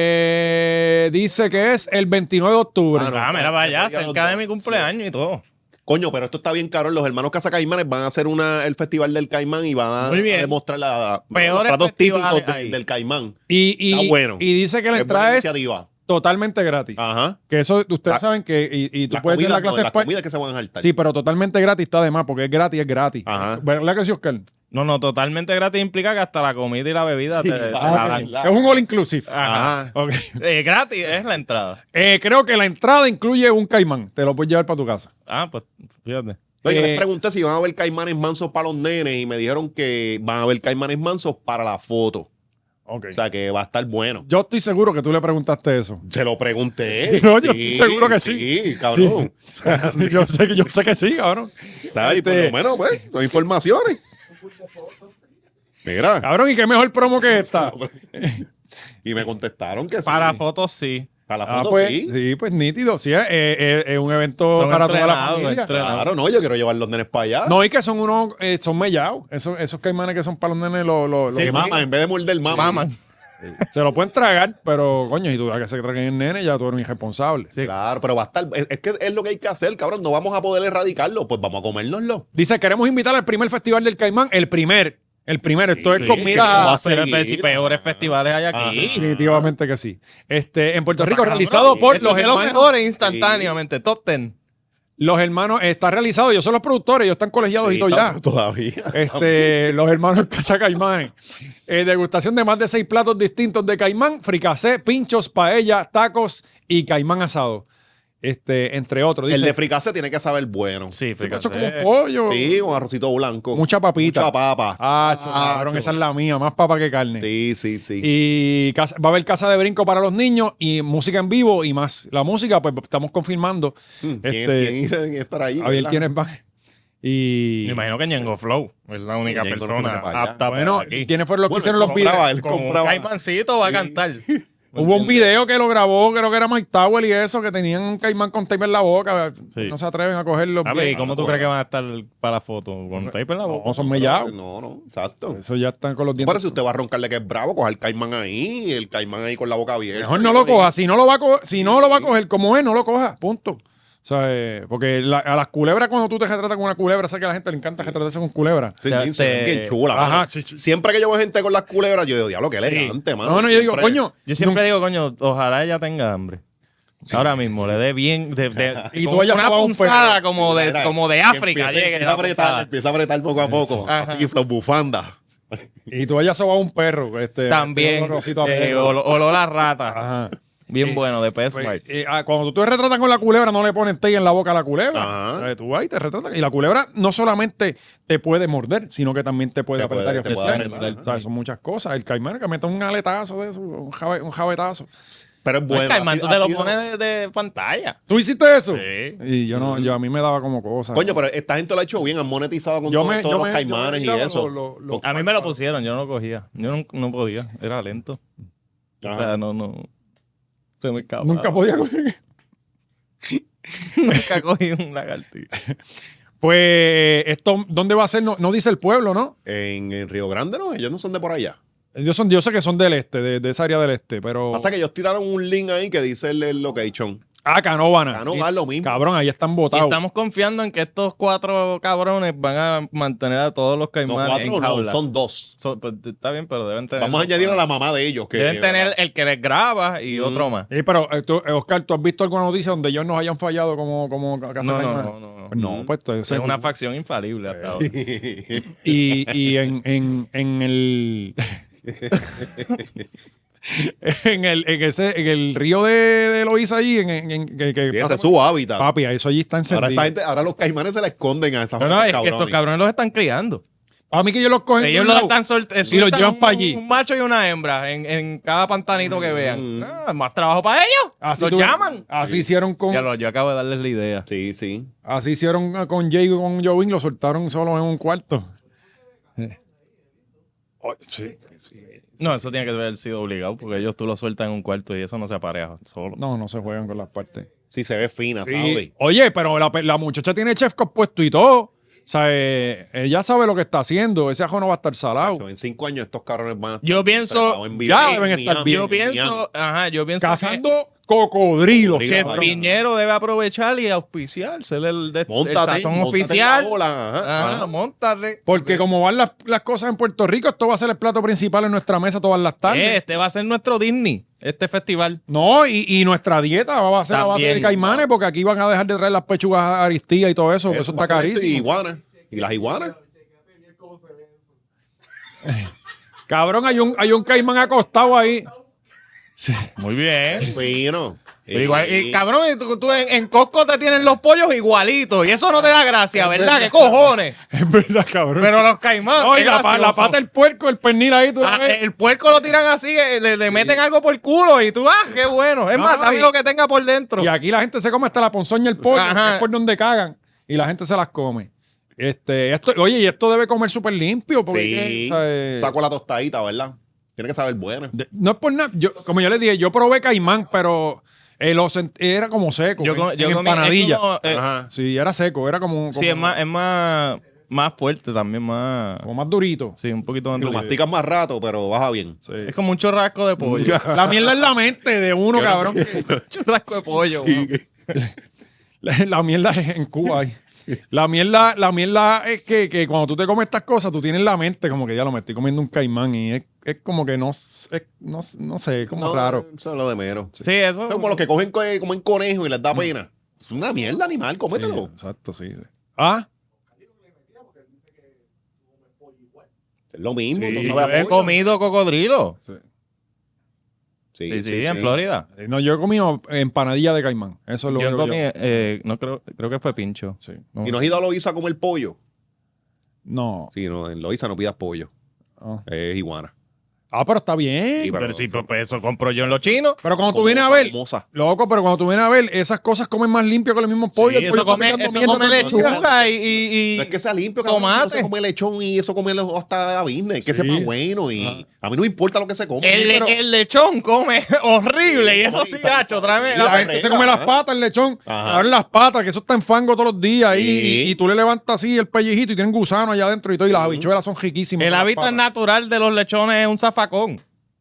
[SPEAKER 2] Eh, dice que es el 29 de octubre.
[SPEAKER 3] Ah, no.
[SPEAKER 6] Ah, mira, vaya,
[SPEAKER 3] Sí.
[SPEAKER 6] cerca de mi cumpleaños y todo.
[SPEAKER 3] Coño, pero esto está bien caro. Los hermanos Casa Caimanes van a hacer una, el Festival del Caimán y van a,
[SPEAKER 6] Muy bien.
[SPEAKER 3] a demostrar la,
[SPEAKER 6] Peores
[SPEAKER 3] los platos
[SPEAKER 6] festivales
[SPEAKER 3] típicos de-
[SPEAKER 6] ahí.
[SPEAKER 3] del Caimán.
[SPEAKER 2] Y, y-
[SPEAKER 3] Está bueno.
[SPEAKER 2] y dice que la
[SPEAKER 3] Es buena
[SPEAKER 2] entrada es
[SPEAKER 3] iniciativa.
[SPEAKER 2] totalmente gratis.
[SPEAKER 3] Ajá.
[SPEAKER 2] Que eso, ustedes
[SPEAKER 3] La-
[SPEAKER 2] saben que. Y, y tú
[SPEAKER 3] Las
[SPEAKER 2] puedes tener
[SPEAKER 3] comidas,
[SPEAKER 2] la
[SPEAKER 3] no,
[SPEAKER 2] clase
[SPEAKER 3] las
[SPEAKER 2] espa-
[SPEAKER 3] comidas que se van a saltar.
[SPEAKER 2] Sí, pero totalmente gratis está de más porque es gratis, es gratis.
[SPEAKER 3] Ajá.
[SPEAKER 2] ¿Verdad que sí, Oscar?
[SPEAKER 4] No, no, totalmente gratis implica que hasta la comida y la bebida te, te la
[SPEAKER 3] Ah,
[SPEAKER 4] dan.
[SPEAKER 3] la-
[SPEAKER 2] Es un all inclusive.
[SPEAKER 3] Ajá.
[SPEAKER 2] Ok.
[SPEAKER 6] Eh, gratis es la entrada.
[SPEAKER 2] Eh, creo que la entrada incluye un caimán. Te lo puedes llevar para tu casa.
[SPEAKER 4] Ah, pues fíjate.
[SPEAKER 3] No, yo
[SPEAKER 2] Eh,
[SPEAKER 3] les pregunté si van a haber caimanes mansos para los nenes y me dijeron que van a haber caimanes mansos para la foto.
[SPEAKER 2] Ok.
[SPEAKER 3] O sea que va a estar bueno.
[SPEAKER 2] Yo estoy seguro que tú le preguntaste eso.
[SPEAKER 3] Se lo
[SPEAKER 2] Sí,
[SPEAKER 3] pregunté.
[SPEAKER 2] no, yo estoy seguro que
[SPEAKER 3] Sí, cabrón.
[SPEAKER 2] yo, sé que, yo sé que sí, cabrón.
[SPEAKER 3] ¿Sabes? Y por lo
[SPEAKER 2] Este-
[SPEAKER 3] menos, pues, hay informaciones. Mira.
[SPEAKER 2] Cabrón, ¿y qué mejor promo que esta? Ah,
[SPEAKER 3] Y me contestaron que sí.
[SPEAKER 4] Para fotos sí.
[SPEAKER 3] Para la
[SPEAKER 2] Ah,
[SPEAKER 3] foto,
[SPEAKER 2] pues,
[SPEAKER 3] sí.
[SPEAKER 2] sí, pues nítido. Sí, es, es- es- es un evento
[SPEAKER 4] Son
[SPEAKER 2] para toda la
[SPEAKER 4] entrenados,
[SPEAKER 2] familia.
[SPEAKER 4] entrenados.
[SPEAKER 3] Claro, no, yo quiero llevar los nenes para allá.
[SPEAKER 2] No, y que son unos, eh, son mellados. Esos, esos caimanes que son para los nenes, lo- lo-
[SPEAKER 3] que
[SPEAKER 2] lo-
[SPEAKER 3] maman, en vez de morder, maman.
[SPEAKER 6] Maman.
[SPEAKER 2] se lo pueden tragar, pero coño, si tú dejas que se traguen el nene, ya tú eres un irresponsable.
[SPEAKER 3] Claro, pero va a estar. Es, es que es lo que hay que hacer, cabrón. No vamos a poder erradicarlo. Pues vamos a comérnoslo.
[SPEAKER 2] Dice, queremos invitar al primer festival del Caimán, el primer, el primer. Esto es
[SPEAKER 3] Ah, sí, Ah,
[SPEAKER 2] con mira
[SPEAKER 3] ¿cómo va a
[SPEAKER 4] Pero
[SPEAKER 3] seguir?
[SPEAKER 4] si peores festivales hay aquí.
[SPEAKER 3] Ajá.
[SPEAKER 2] Definitivamente que sí. Este, en Puerto Rico, realizado por
[SPEAKER 3] Este
[SPEAKER 6] Esto
[SPEAKER 2] los
[SPEAKER 6] es de los
[SPEAKER 2] hermanos.
[SPEAKER 6] mejores instantáneamente, top ten.
[SPEAKER 2] Los hermanos, está realizado, ellos son los productores, ellos están colegiados
[SPEAKER 3] Sí,
[SPEAKER 2] y todo ya.
[SPEAKER 3] tam- Todavía.
[SPEAKER 2] Este, los hermanos Casa Caimán. Eh, degustación de más de seis platos distintos de caimán, fricasé, pinchos, paella, tacos y caimán asado. Este, entre otros.
[SPEAKER 3] El
[SPEAKER 2] Dice,
[SPEAKER 3] de fricase tiene que saber bueno. Sí,
[SPEAKER 4] Sí, fíjate.
[SPEAKER 2] eso es como un pollo.
[SPEAKER 3] un arrocito blanco.
[SPEAKER 2] Mucha papita.
[SPEAKER 3] Mucha papa.
[SPEAKER 2] Ah, chon,
[SPEAKER 3] Ah,
[SPEAKER 2] cabrón,
[SPEAKER 3] chon.
[SPEAKER 2] esa es la mía, más papa que carne.
[SPEAKER 3] Sí, sí, sí.
[SPEAKER 2] Y casa- va a haber casa de brinco para los niños y música en vivo y más. La música, pues estamos confirmando.
[SPEAKER 3] Hmm, ¿Quién,
[SPEAKER 2] este-
[SPEAKER 3] quién irá- quién estará ahí?
[SPEAKER 2] Javier
[SPEAKER 3] verdad?
[SPEAKER 2] tiene más. Y.
[SPEAKER 4] Me imagino que Ñengo Flow es la única
[SPEAKER 3] Ñengo Flow
[SPEAKER 4] persona
[SPEAKER 3] se para allá.
[SPEAKER 4] apta
[SPEAKER 2] Bueno,
[SPEAKER 4] para aquí.
[SPEAKER 2] tiene fue lo que
[SPEAKER 3] Bueno,
[SPEAKER 2] hicieron
[SPEAKER 3] él
[SPEAKER 2] los videos.
[SPEAKER 3] compraba, él
[SPEAKER 6] Con un
[SPEAKER 3] compraba.
[SPEAKER 6] caipancito va a
[SPEAKER 3] Sí.
[SPEAKER 6] cantar.
[SPEAKER 2] Hubo un video que lo grabó, creo que era Mike Tower y eso, que tenían un caimán con tape en la boca.
[SPEAKER 4] Sí. Ah, pues,
[SPEAKER 2] No se atreven a cogerlo.
[SPEAKER 4] A ver, ¿y ¿cómo tú crees que van a estar para la foto? ¿Con tape en la boca?
[SPEAKER 2] No, son mellados.
[SPEAKER 3] No, no, exacto.
[SPEAKER 2] Eso ya están con los
[SPEAKER 3] Pero
[SPEAKER 2] dientes.
[SPEAKER 3] si usted va a roncarle que es bravo, coja el caimán ahí, el caimán ahí con la boca abierta.
[SPEAKER 2] Mejor no lo coja. Si no lo va a, co- si no lo va a coger como es, no lo coja. Punto. O sea, eh, porque la- a las culebras, cuando tú te retratas con una culebra, sé que a la gente le encanta retratarse con culebra.
[SPEAKER 3] Sí,
[SPEAKER 4] O sea,
[SPEAKER 3] sí, se ven
[SPEAKER 4] te-
[SPEAKER 3] bien chula,
[SPEAKER 2] Ajá,
[SPEAKER 3] mano.
[SPEAKER 2] sí, sí.
[SPEAKER 3] Siempre que yo veo gente con las culebras, yo digo, diablo, qué elegante, mano.
[SPEAKER 2] No, no, yo digo,
[SPEAKER 3] Siempre-
[SPEAKER 2] coño.
[SPEAKER 4] Yo siempre digo, coño, ojalá ella tenga hambre. Ahora mismo, le dé bien. de- de-
[SPEAKER 2] Y
[SPEAKER 4] con
[SPEAKER 2] tú hayas
[SPEAKER 6] Una
[SPEAKER 2] probado un perro.
[SPEAKER 6] punzada como de,
[SPEAKER 3] Mira,
[SPEAKER 6] como de
[SPEAKER 3] que
[SPEAKER 6] África.
[SPEAKER 3] Empieza,
[SPEAKER 6] llegue
[SPEAKER 3] empieza
[SPEAKER 6] la
[SPEAKER 3] a apretar,
[SPEAKER 6] punzada.
[SPEAKER 3] empieza a apretar poco a poco.
[SPEAKER 6] Ajá.
[SPEAKER 3] Así, flow, bufanda.
[SPEAKER 2] Y tú hayas sobado un perro. Este,
[SPEAKER 4] También.
[SPEAKER 2] un olorcito a
[SPEAKER 4] eh,
[SPEAKER 2] perro.
[SPEAKER 4] olo- olor a rata.
[SPEAKER 2] Ajá.
[SPEAKER 4] Bien
[SPEAKER 2] Eh,
[SPEAKER 4] bueno, de PS
[SPEAKER 2] Pues, eh, ah, cuando tú te retratas con la culebra, no le pones té en la boca a la culebra.
[SPEAKER 3] Ajá.
[SPEAKER 2] O sea, tú ahí te retratas. Y la culebra no solamente te puede morder, sino que también te puede
[SPEAKER 3] Te
[SPEAKER 2] apretar
[SPEAKER 3] puede-
[SPEAKER 2] y
[SPEAKER 3] te puede
[SPEAKER 2] ofrecer.
[SPEAKER 3] apretar,
[SPEAKER 2] O sea, son muchas cosas. El caimán que mete un aletazo de eso, un, jabe- un jabetazo.
[SPEAKER 3] Pero es bueno.
[SPEAKER 4] el Pues, caimán,
[SPEAKER 3] ha
[SPEAKER 4] tú
[SPEAKER 3] sido-
[SPEAKER 4] te
[SPEAKER 3] ha
[SPEAKER 4] lo
[SPEAKER 3] sido-
[SPEAKER 4] pones de, de pantalla.
[SPEAKER 2] ¿Tú hiciste eso?
[SPEAKER 4] Sí.
[SPEAKER 2] Y yo no, yo a mí me daba como cosa.
[SPEAKER 3] Coño, pero esta gente lo ha hecho bien, han monetizado con
[SPEAKER 2] Yo
[SPEAKER 3] todo-
[SPEAKER 2] me-
[SPEAKER 3] todos
[SPEAKER 2] yo
[SPEAKER 3] los
[SPEAKER 2] me-
[SPEAKER 3] caimanes
[SPEAKER 2] yo me
[SPEAKER 3] y eso.
[SPEAKER 2] lo- lo- lo-
[SPEAKER 4] A mí me lo pusieron, yo no lo cogía. Yo no, no podía, era lento.
[SPEAKER 3] Ajá.
[SPEAKER 4] O sea, no, no. Se me escapaba.
[SPEAKER 2] Nunca podía coger.
[SPEAKER 4] Nunca cogí un lagartijo.
[SPEAKER 2] Pues, esto, ¿dónde va a ser? No, no dice el pueblo, ¿no?
[SPEAKER 3] En, en Río Grande no, ellos no son de por allá.
[SPEAKER 2] Yo, son, yo sé que son del este, de, de esa área del este, pero.
[SPEAKER 3] Pasa que ellos tiraron un link ahí que dice el, el location.
[SPEAKER 2] Ah, Canóvana.
[SPEAKER 3] Ah, no, va lo mismo.
[SPEAKER 2] Cabrón, ahí están
[SPEAKER 4] Y
[SPEAKER 2] botados.
[SPEAKER 4] estamos confiando en que estos cuatro cabrones van a mantener a todos los
[SPEAKER 3] No,
[SPEAKER 4] caimanes
[SPEAKER 3] cuatro
[SPEAKER 4] en
[SPEAKER 3] no,
[SPEAKER 4] jaula.
[SPEAKER 3] son dos.
[SPEAKER 4] So- pues, está bien, pero deben tener.
[SPEAKER 3] Vamos a añadir a la mamá de ellos. Que,
[SPEAKER 4] Deben tener el que les graba y otro más.
[SPEAKER 2] Sí, pero eh, tú, eh, Oscar, ¿tú has visto alguna noticia donde ellos nos hayan fallado como, como ca- Casa
[SPEAKER 4] No, no,
[SPEAKER 2] Caimán?
[SPEAKER 4] no, no, no.
[SPEAKER 2] Pues no, pues esto es
[SPEAKER 4] Es una facción infalible hasta ahora.
[SPEAKER 2] Y, y en, en, en el. en, el, en, ese, en el río de, de Loíza allí, en, en- en- que, que-
[SPEAKER 3] Sí, ese es su hábitat.
[SPEAKER 2] papi, eso allí está
[SPEAKER 3] ahora,
[SPEAKER 2] encendido.
[SPEAKER 3] esta gente- ahora los caimanes se la esconden a esas
[SPEAKER 4] No, no,
[SPEAKER 3] esas
[SPEAKER 4] es que estos cabrones los están criando.
[SPEAKER 2] A mí que yo los cogen. de
[SPEAKER 4] Ellos
[SPEAKER 2] un
[SPEAKER 4] los
[SPEAKER 2] lado.
[SPEAKER 4] están soltando.
[SPEAKER 2] Y los llevan pa' allí.
[SPEAKER 4] Un macho y una hembra en, en cada pantanito que vean. Ah, más trabajo para ellos.
[SPEAKER 2] Así
[SPEAKER 4] los
[SPEAKER 2] tú-
[SPEAKER 4] llaman.
[SPEAKER 2] Así hicieron con.
[SPEAKER 4] Ya lo, yo acabo de darles la idea.
[SPEAKER 3] Sí, sí.
[SPEAKER 2] Así hicieron eh, con Jay y con Jovin, lo soltaron solo en un cuarto.
[SPEAKER 3] Oh,
[SPEAKER 1] sí.
[SPEAKER 4] No, eso tiene que haber sido obligado porque ellos tú lo sueltas en un cuarto y eso no se apareja solo.
[SPEAKER 2] No, no se juegan con las partes.
[SPEAKER 3] Sí, se ve fina,
[SPEAKER 2] Sí.
[SPEAKER 3] ¿sabes?
[SPEAKER 2] Oye, pero la, pe- la muchacha tiene chef compuesto y todo. O sea, eh, ella sabe lo que está haciendo. Ese ajo no va a estar salado.
[SPEAKER 3] En cinco años estos cabrones van a estar
[SPEAKER 6] Yo pienso,
[SPEAKER 3] preparados en
[SPEAKER 2] ya
[SPEAKER 3] Miami,
[SPEAKER 2] deben estar
[SPEAKER 3] Miami,
[SPEAKER 2] bien.
[SPEAKER 6] yo
[SPEAKER 3] Miami.
[SPEAKER 6] pienso, ajá, yo pienso
[SPEAKER 2] Cazando cocodrilos.
[SPEAKER 6] que
[SPEAKER 3] Cocodrilos.
[SPEAKER 6] Chef
[SPEAKER 3] cabrón.
[SPEAKER 6] Piñero debe aprovechar y auspiciar, ser el, de- el
[SPEAKER 3] Móntate,
[SPEAKER 6] sazón
[SPEAKER 3] móntate en
[SPEAKER 6] oficial.
[SPEAKER 3] la ola, ajá,
[SPEAKER 4] Ah,
[SPEAKER 6] Ajá,
[SPEAKER 3] ajá.
[SPEAKER 6] móntate.
[SPEAKER 2] Porque como van las, las cosas en Puerto Rico, esto va a ser el plato principal en nuestra mesa todas las
[SPEAKER 4] Eh,
[SPEAKER 2] tardes.
[SPEAKER 4] este va a ser nuestro Disney, este festival.
[SPEAKER 2] No, y, y nuestra dieta va a ser a base de
[SPEAKER 4] También.
[SPEAKER 2] caimanes, porque aquí van a dejar de traer las pechugas a aristía y todo eso, que eso
[SPEAKER 3] va
[SPEAKER 2] está
[SPEAKER 3] a ser esto Y
[SPEAKER 2] carísimo.
[SPEAKER 3] iguanas. Y las iguanas.
[SPEAKER 2] Cabrón, hay un, hay un caimán acostado ahí.
[SPEAKER 4] Muy bien.
[SPEAKER 3] Fino.
[SPEAKER 6] Pero igual-
[SPEAKER 3] Sí.
[SPEAKER 6] y, cabrón, y tú, tú en, en Costco te tienen los pollos igualitos. Y eso no te da gracia, ¿verdad? ¿Qué cojones?
[SPEAKER 2] Es verdad, cabrón.
[SPEAKER 6] Pero los caimanes.
[SPEAKER 2] No, y
[SPEAKER 6] qué
[SPEAKER 2] la, pa- la
[SPEAKER 6] gracioso.
[SPEAKER 2] pata del puerco, el pernil ahí, tú lo
[SPEAKER 6] Ah,
[SPEAKER 2] ves.
[SPEAKER 4] eh,
[SPEAKER 6] el puerco lo tiran así, eh, le, le meten algo por el culo y tú, ah, qué bueno. Es
[SPEAKER 2] No,
[SPEAKER 6] más,
[SPEAKER 2] no,
[SPEAKER 6] dame
[SPEAKER 2] y-
[SPEAKER 6] lo que tenga por
[SPEAKER 4] eh,
[SPEAKER 6] dentro.
[SPEAKER 2] Y aquí la gente se come hasta la ponzoña y el pollo,
[SPEAKER 6] Ajá.
[SPEAKER 2] que es por donde cagan, y la gente se las come. Este, esto, oye, y esto debe comer súper limpio, porque
[SPEAKER 3] Sí.
[SPEAKER 2] o sea, eh,
[SPEAKER 3] Saco la tostadita, ¿verdad? Tiene que saber buena.
[SPEAKER 2] de- no es por nada. Yo, como yo les dije, yo probé caimán, pero eh, lo sent- era como seco,
[SPEAKER 4] Yo, com-
[SPEAKER 2] en-
[SPEAKER 4] yo
[SPEAKER 2] en
[SPEAKER 4] comí- es
[SPEAKER 2] empanadilla.
[SPEAKER 4] como, eh,
[SPEAKER 3] Ajá.
[SPEAKER 2] Sí, era seco, era como, como,
[SPEAKER 4] sí, es más, es más, más fuerte también, más.
[SPEAKER 2] como más durito.
[SPEAKER 4] Sí, un poquito más
[SPEAKER 3] Lo
[SPEAKER 4] dulce.
[SPEAKER 3] masticas más rato, pero baja bien.
[SPEAKER 4] Es como un chorrasco de pollo.
[SPEAKER 2] La mierda es la mente de uno, cabrón.
[SPEAKER 6] Churrasco de pollo. wow.
[SPEAKER 2] La, la mierda es en Cuba. ahí. La mierda, la mierda es que, que cuando tú te comes estas cosas, tú tienes la mente como que ya lo me estoy comiendo un caimán y es, es como que no, s- es- no, s- no sé, es como
[SPEAKER 3] No,
[SPEAKER 2] raro.
[SPEAKER 3] Eso es lo de menos.
[SPEAKER 4] Sí, eso.
[SPEAKER 3] Son como los que cogen co- comen conejo y les da pena. Es una mierda animal, cómetelo.
[SPEAKER 2] Exacto, sí. sí. Ah,
[SPEAKER 3] Es lo mismo.
[SPEAKER 6] Sí,
[SPEAKER 3] no
[SPEAKER 6] yo
[SPEAKER 3] sabe a
[SPEAKER 6] he
[SPEAKER 3] pollo.
[SPEAKER 6] comido cocodrilo.
[SPEAKER 3] Sí,
[SPEAKER 4] Sí, sí,
[SPEAKER 3] sí,
[SPEAKER 4] en
[SPEAKER 3] sí.
[SPEAKER 4] Florida.
[SPEAKER 2] eh, no, yo he comido empanadilla de caimán. Eso es lo
[SPEAKER 4] Yo
[SPEAKER 2] único
[SPEAKER 4] comí,
[SPEAKER 2] que yo-
[SPEAKER 4] eh, no creo, creo que fue pincho.
[SPEAKER 2] Sí.
[SPEAKER 4] No.
[SPEAKER 3] Y no has ido a Loiza a comer pollo.
[SPEAKER 2] No.
[SPEAKER 3] Sí, no, en Loiza no pidas pollo.
[SPEAKER 2] Ah.
[SPEAKER 3] Es iguana.
[SPEAKER 2] Ah, pero está bien.
[SPEAKER 3] Sí,
[SPEAKER 2] pero,
[SPEAKER 6] Pero sí, pues pues, eso compro yo en los chinos.
[SPEAKER 2] cuando tú vienes a ver,
[SPEAKER 3] Moza.
[SPEAKER 2] loco, pero cuando tú vienes a ver, esas cosas comen más limpio que los mismos pollos. El
[SPEAKER 6] Sí, eso
[SPEAKER 2] pollo
[SPEAKER 6] come,
[SPEAKER 2] está picando
[SPEAKER 6] eso
[SPEAKER 2] mierda
[SPEAKER 6] come
[SPEAKER 2] todo el día.
[SPEAKER 6] lechuga y, y- y-
[SPEAKER 3] No es que sea limpio,
[SPEAKER 6] tomate.
[SPEAKER 3] cabrón. Si no se come lechón y eso come lo- hasta la business. Que
[SPEAKER 2] Sí.
[SPEAKER 3] sepa bueno. Y a mí no me importa lo que se come.
[SPEAKER 6] el,
[SPEAKER 3] pero-
[SPEAKER 6] el lechón come horrible. Y eso sí,
[SPEAKER 3] Sí,
[SPEAKER 6] gacho, tráeme.
[SPEAKER 2] La
[SPEAKER 3] Ajá.
[SPEAKER 2] gente se come las
[SPEAKER 3] Ajá.
[SPEAKER 2] patas, el lechón.
[SPEAKER 3] Ajá.
[SPEAKER 2] Ahora las patas, que eso está en fango todos los días. ahí,
[SPEAKER 3] Sí.
[SPEAKER 2] Y, y tú le levantas así el pellejito y tienen gusano allá adentro y todo. Y las habichuelas son riquísimas.
[SPEAKER 4] El
[SPEAKER 2] con las
[SPEAKER 4] hábitat
[SPEAKER 2] patas.
[SPEAKER 4] natural de los lechones es un zafacón.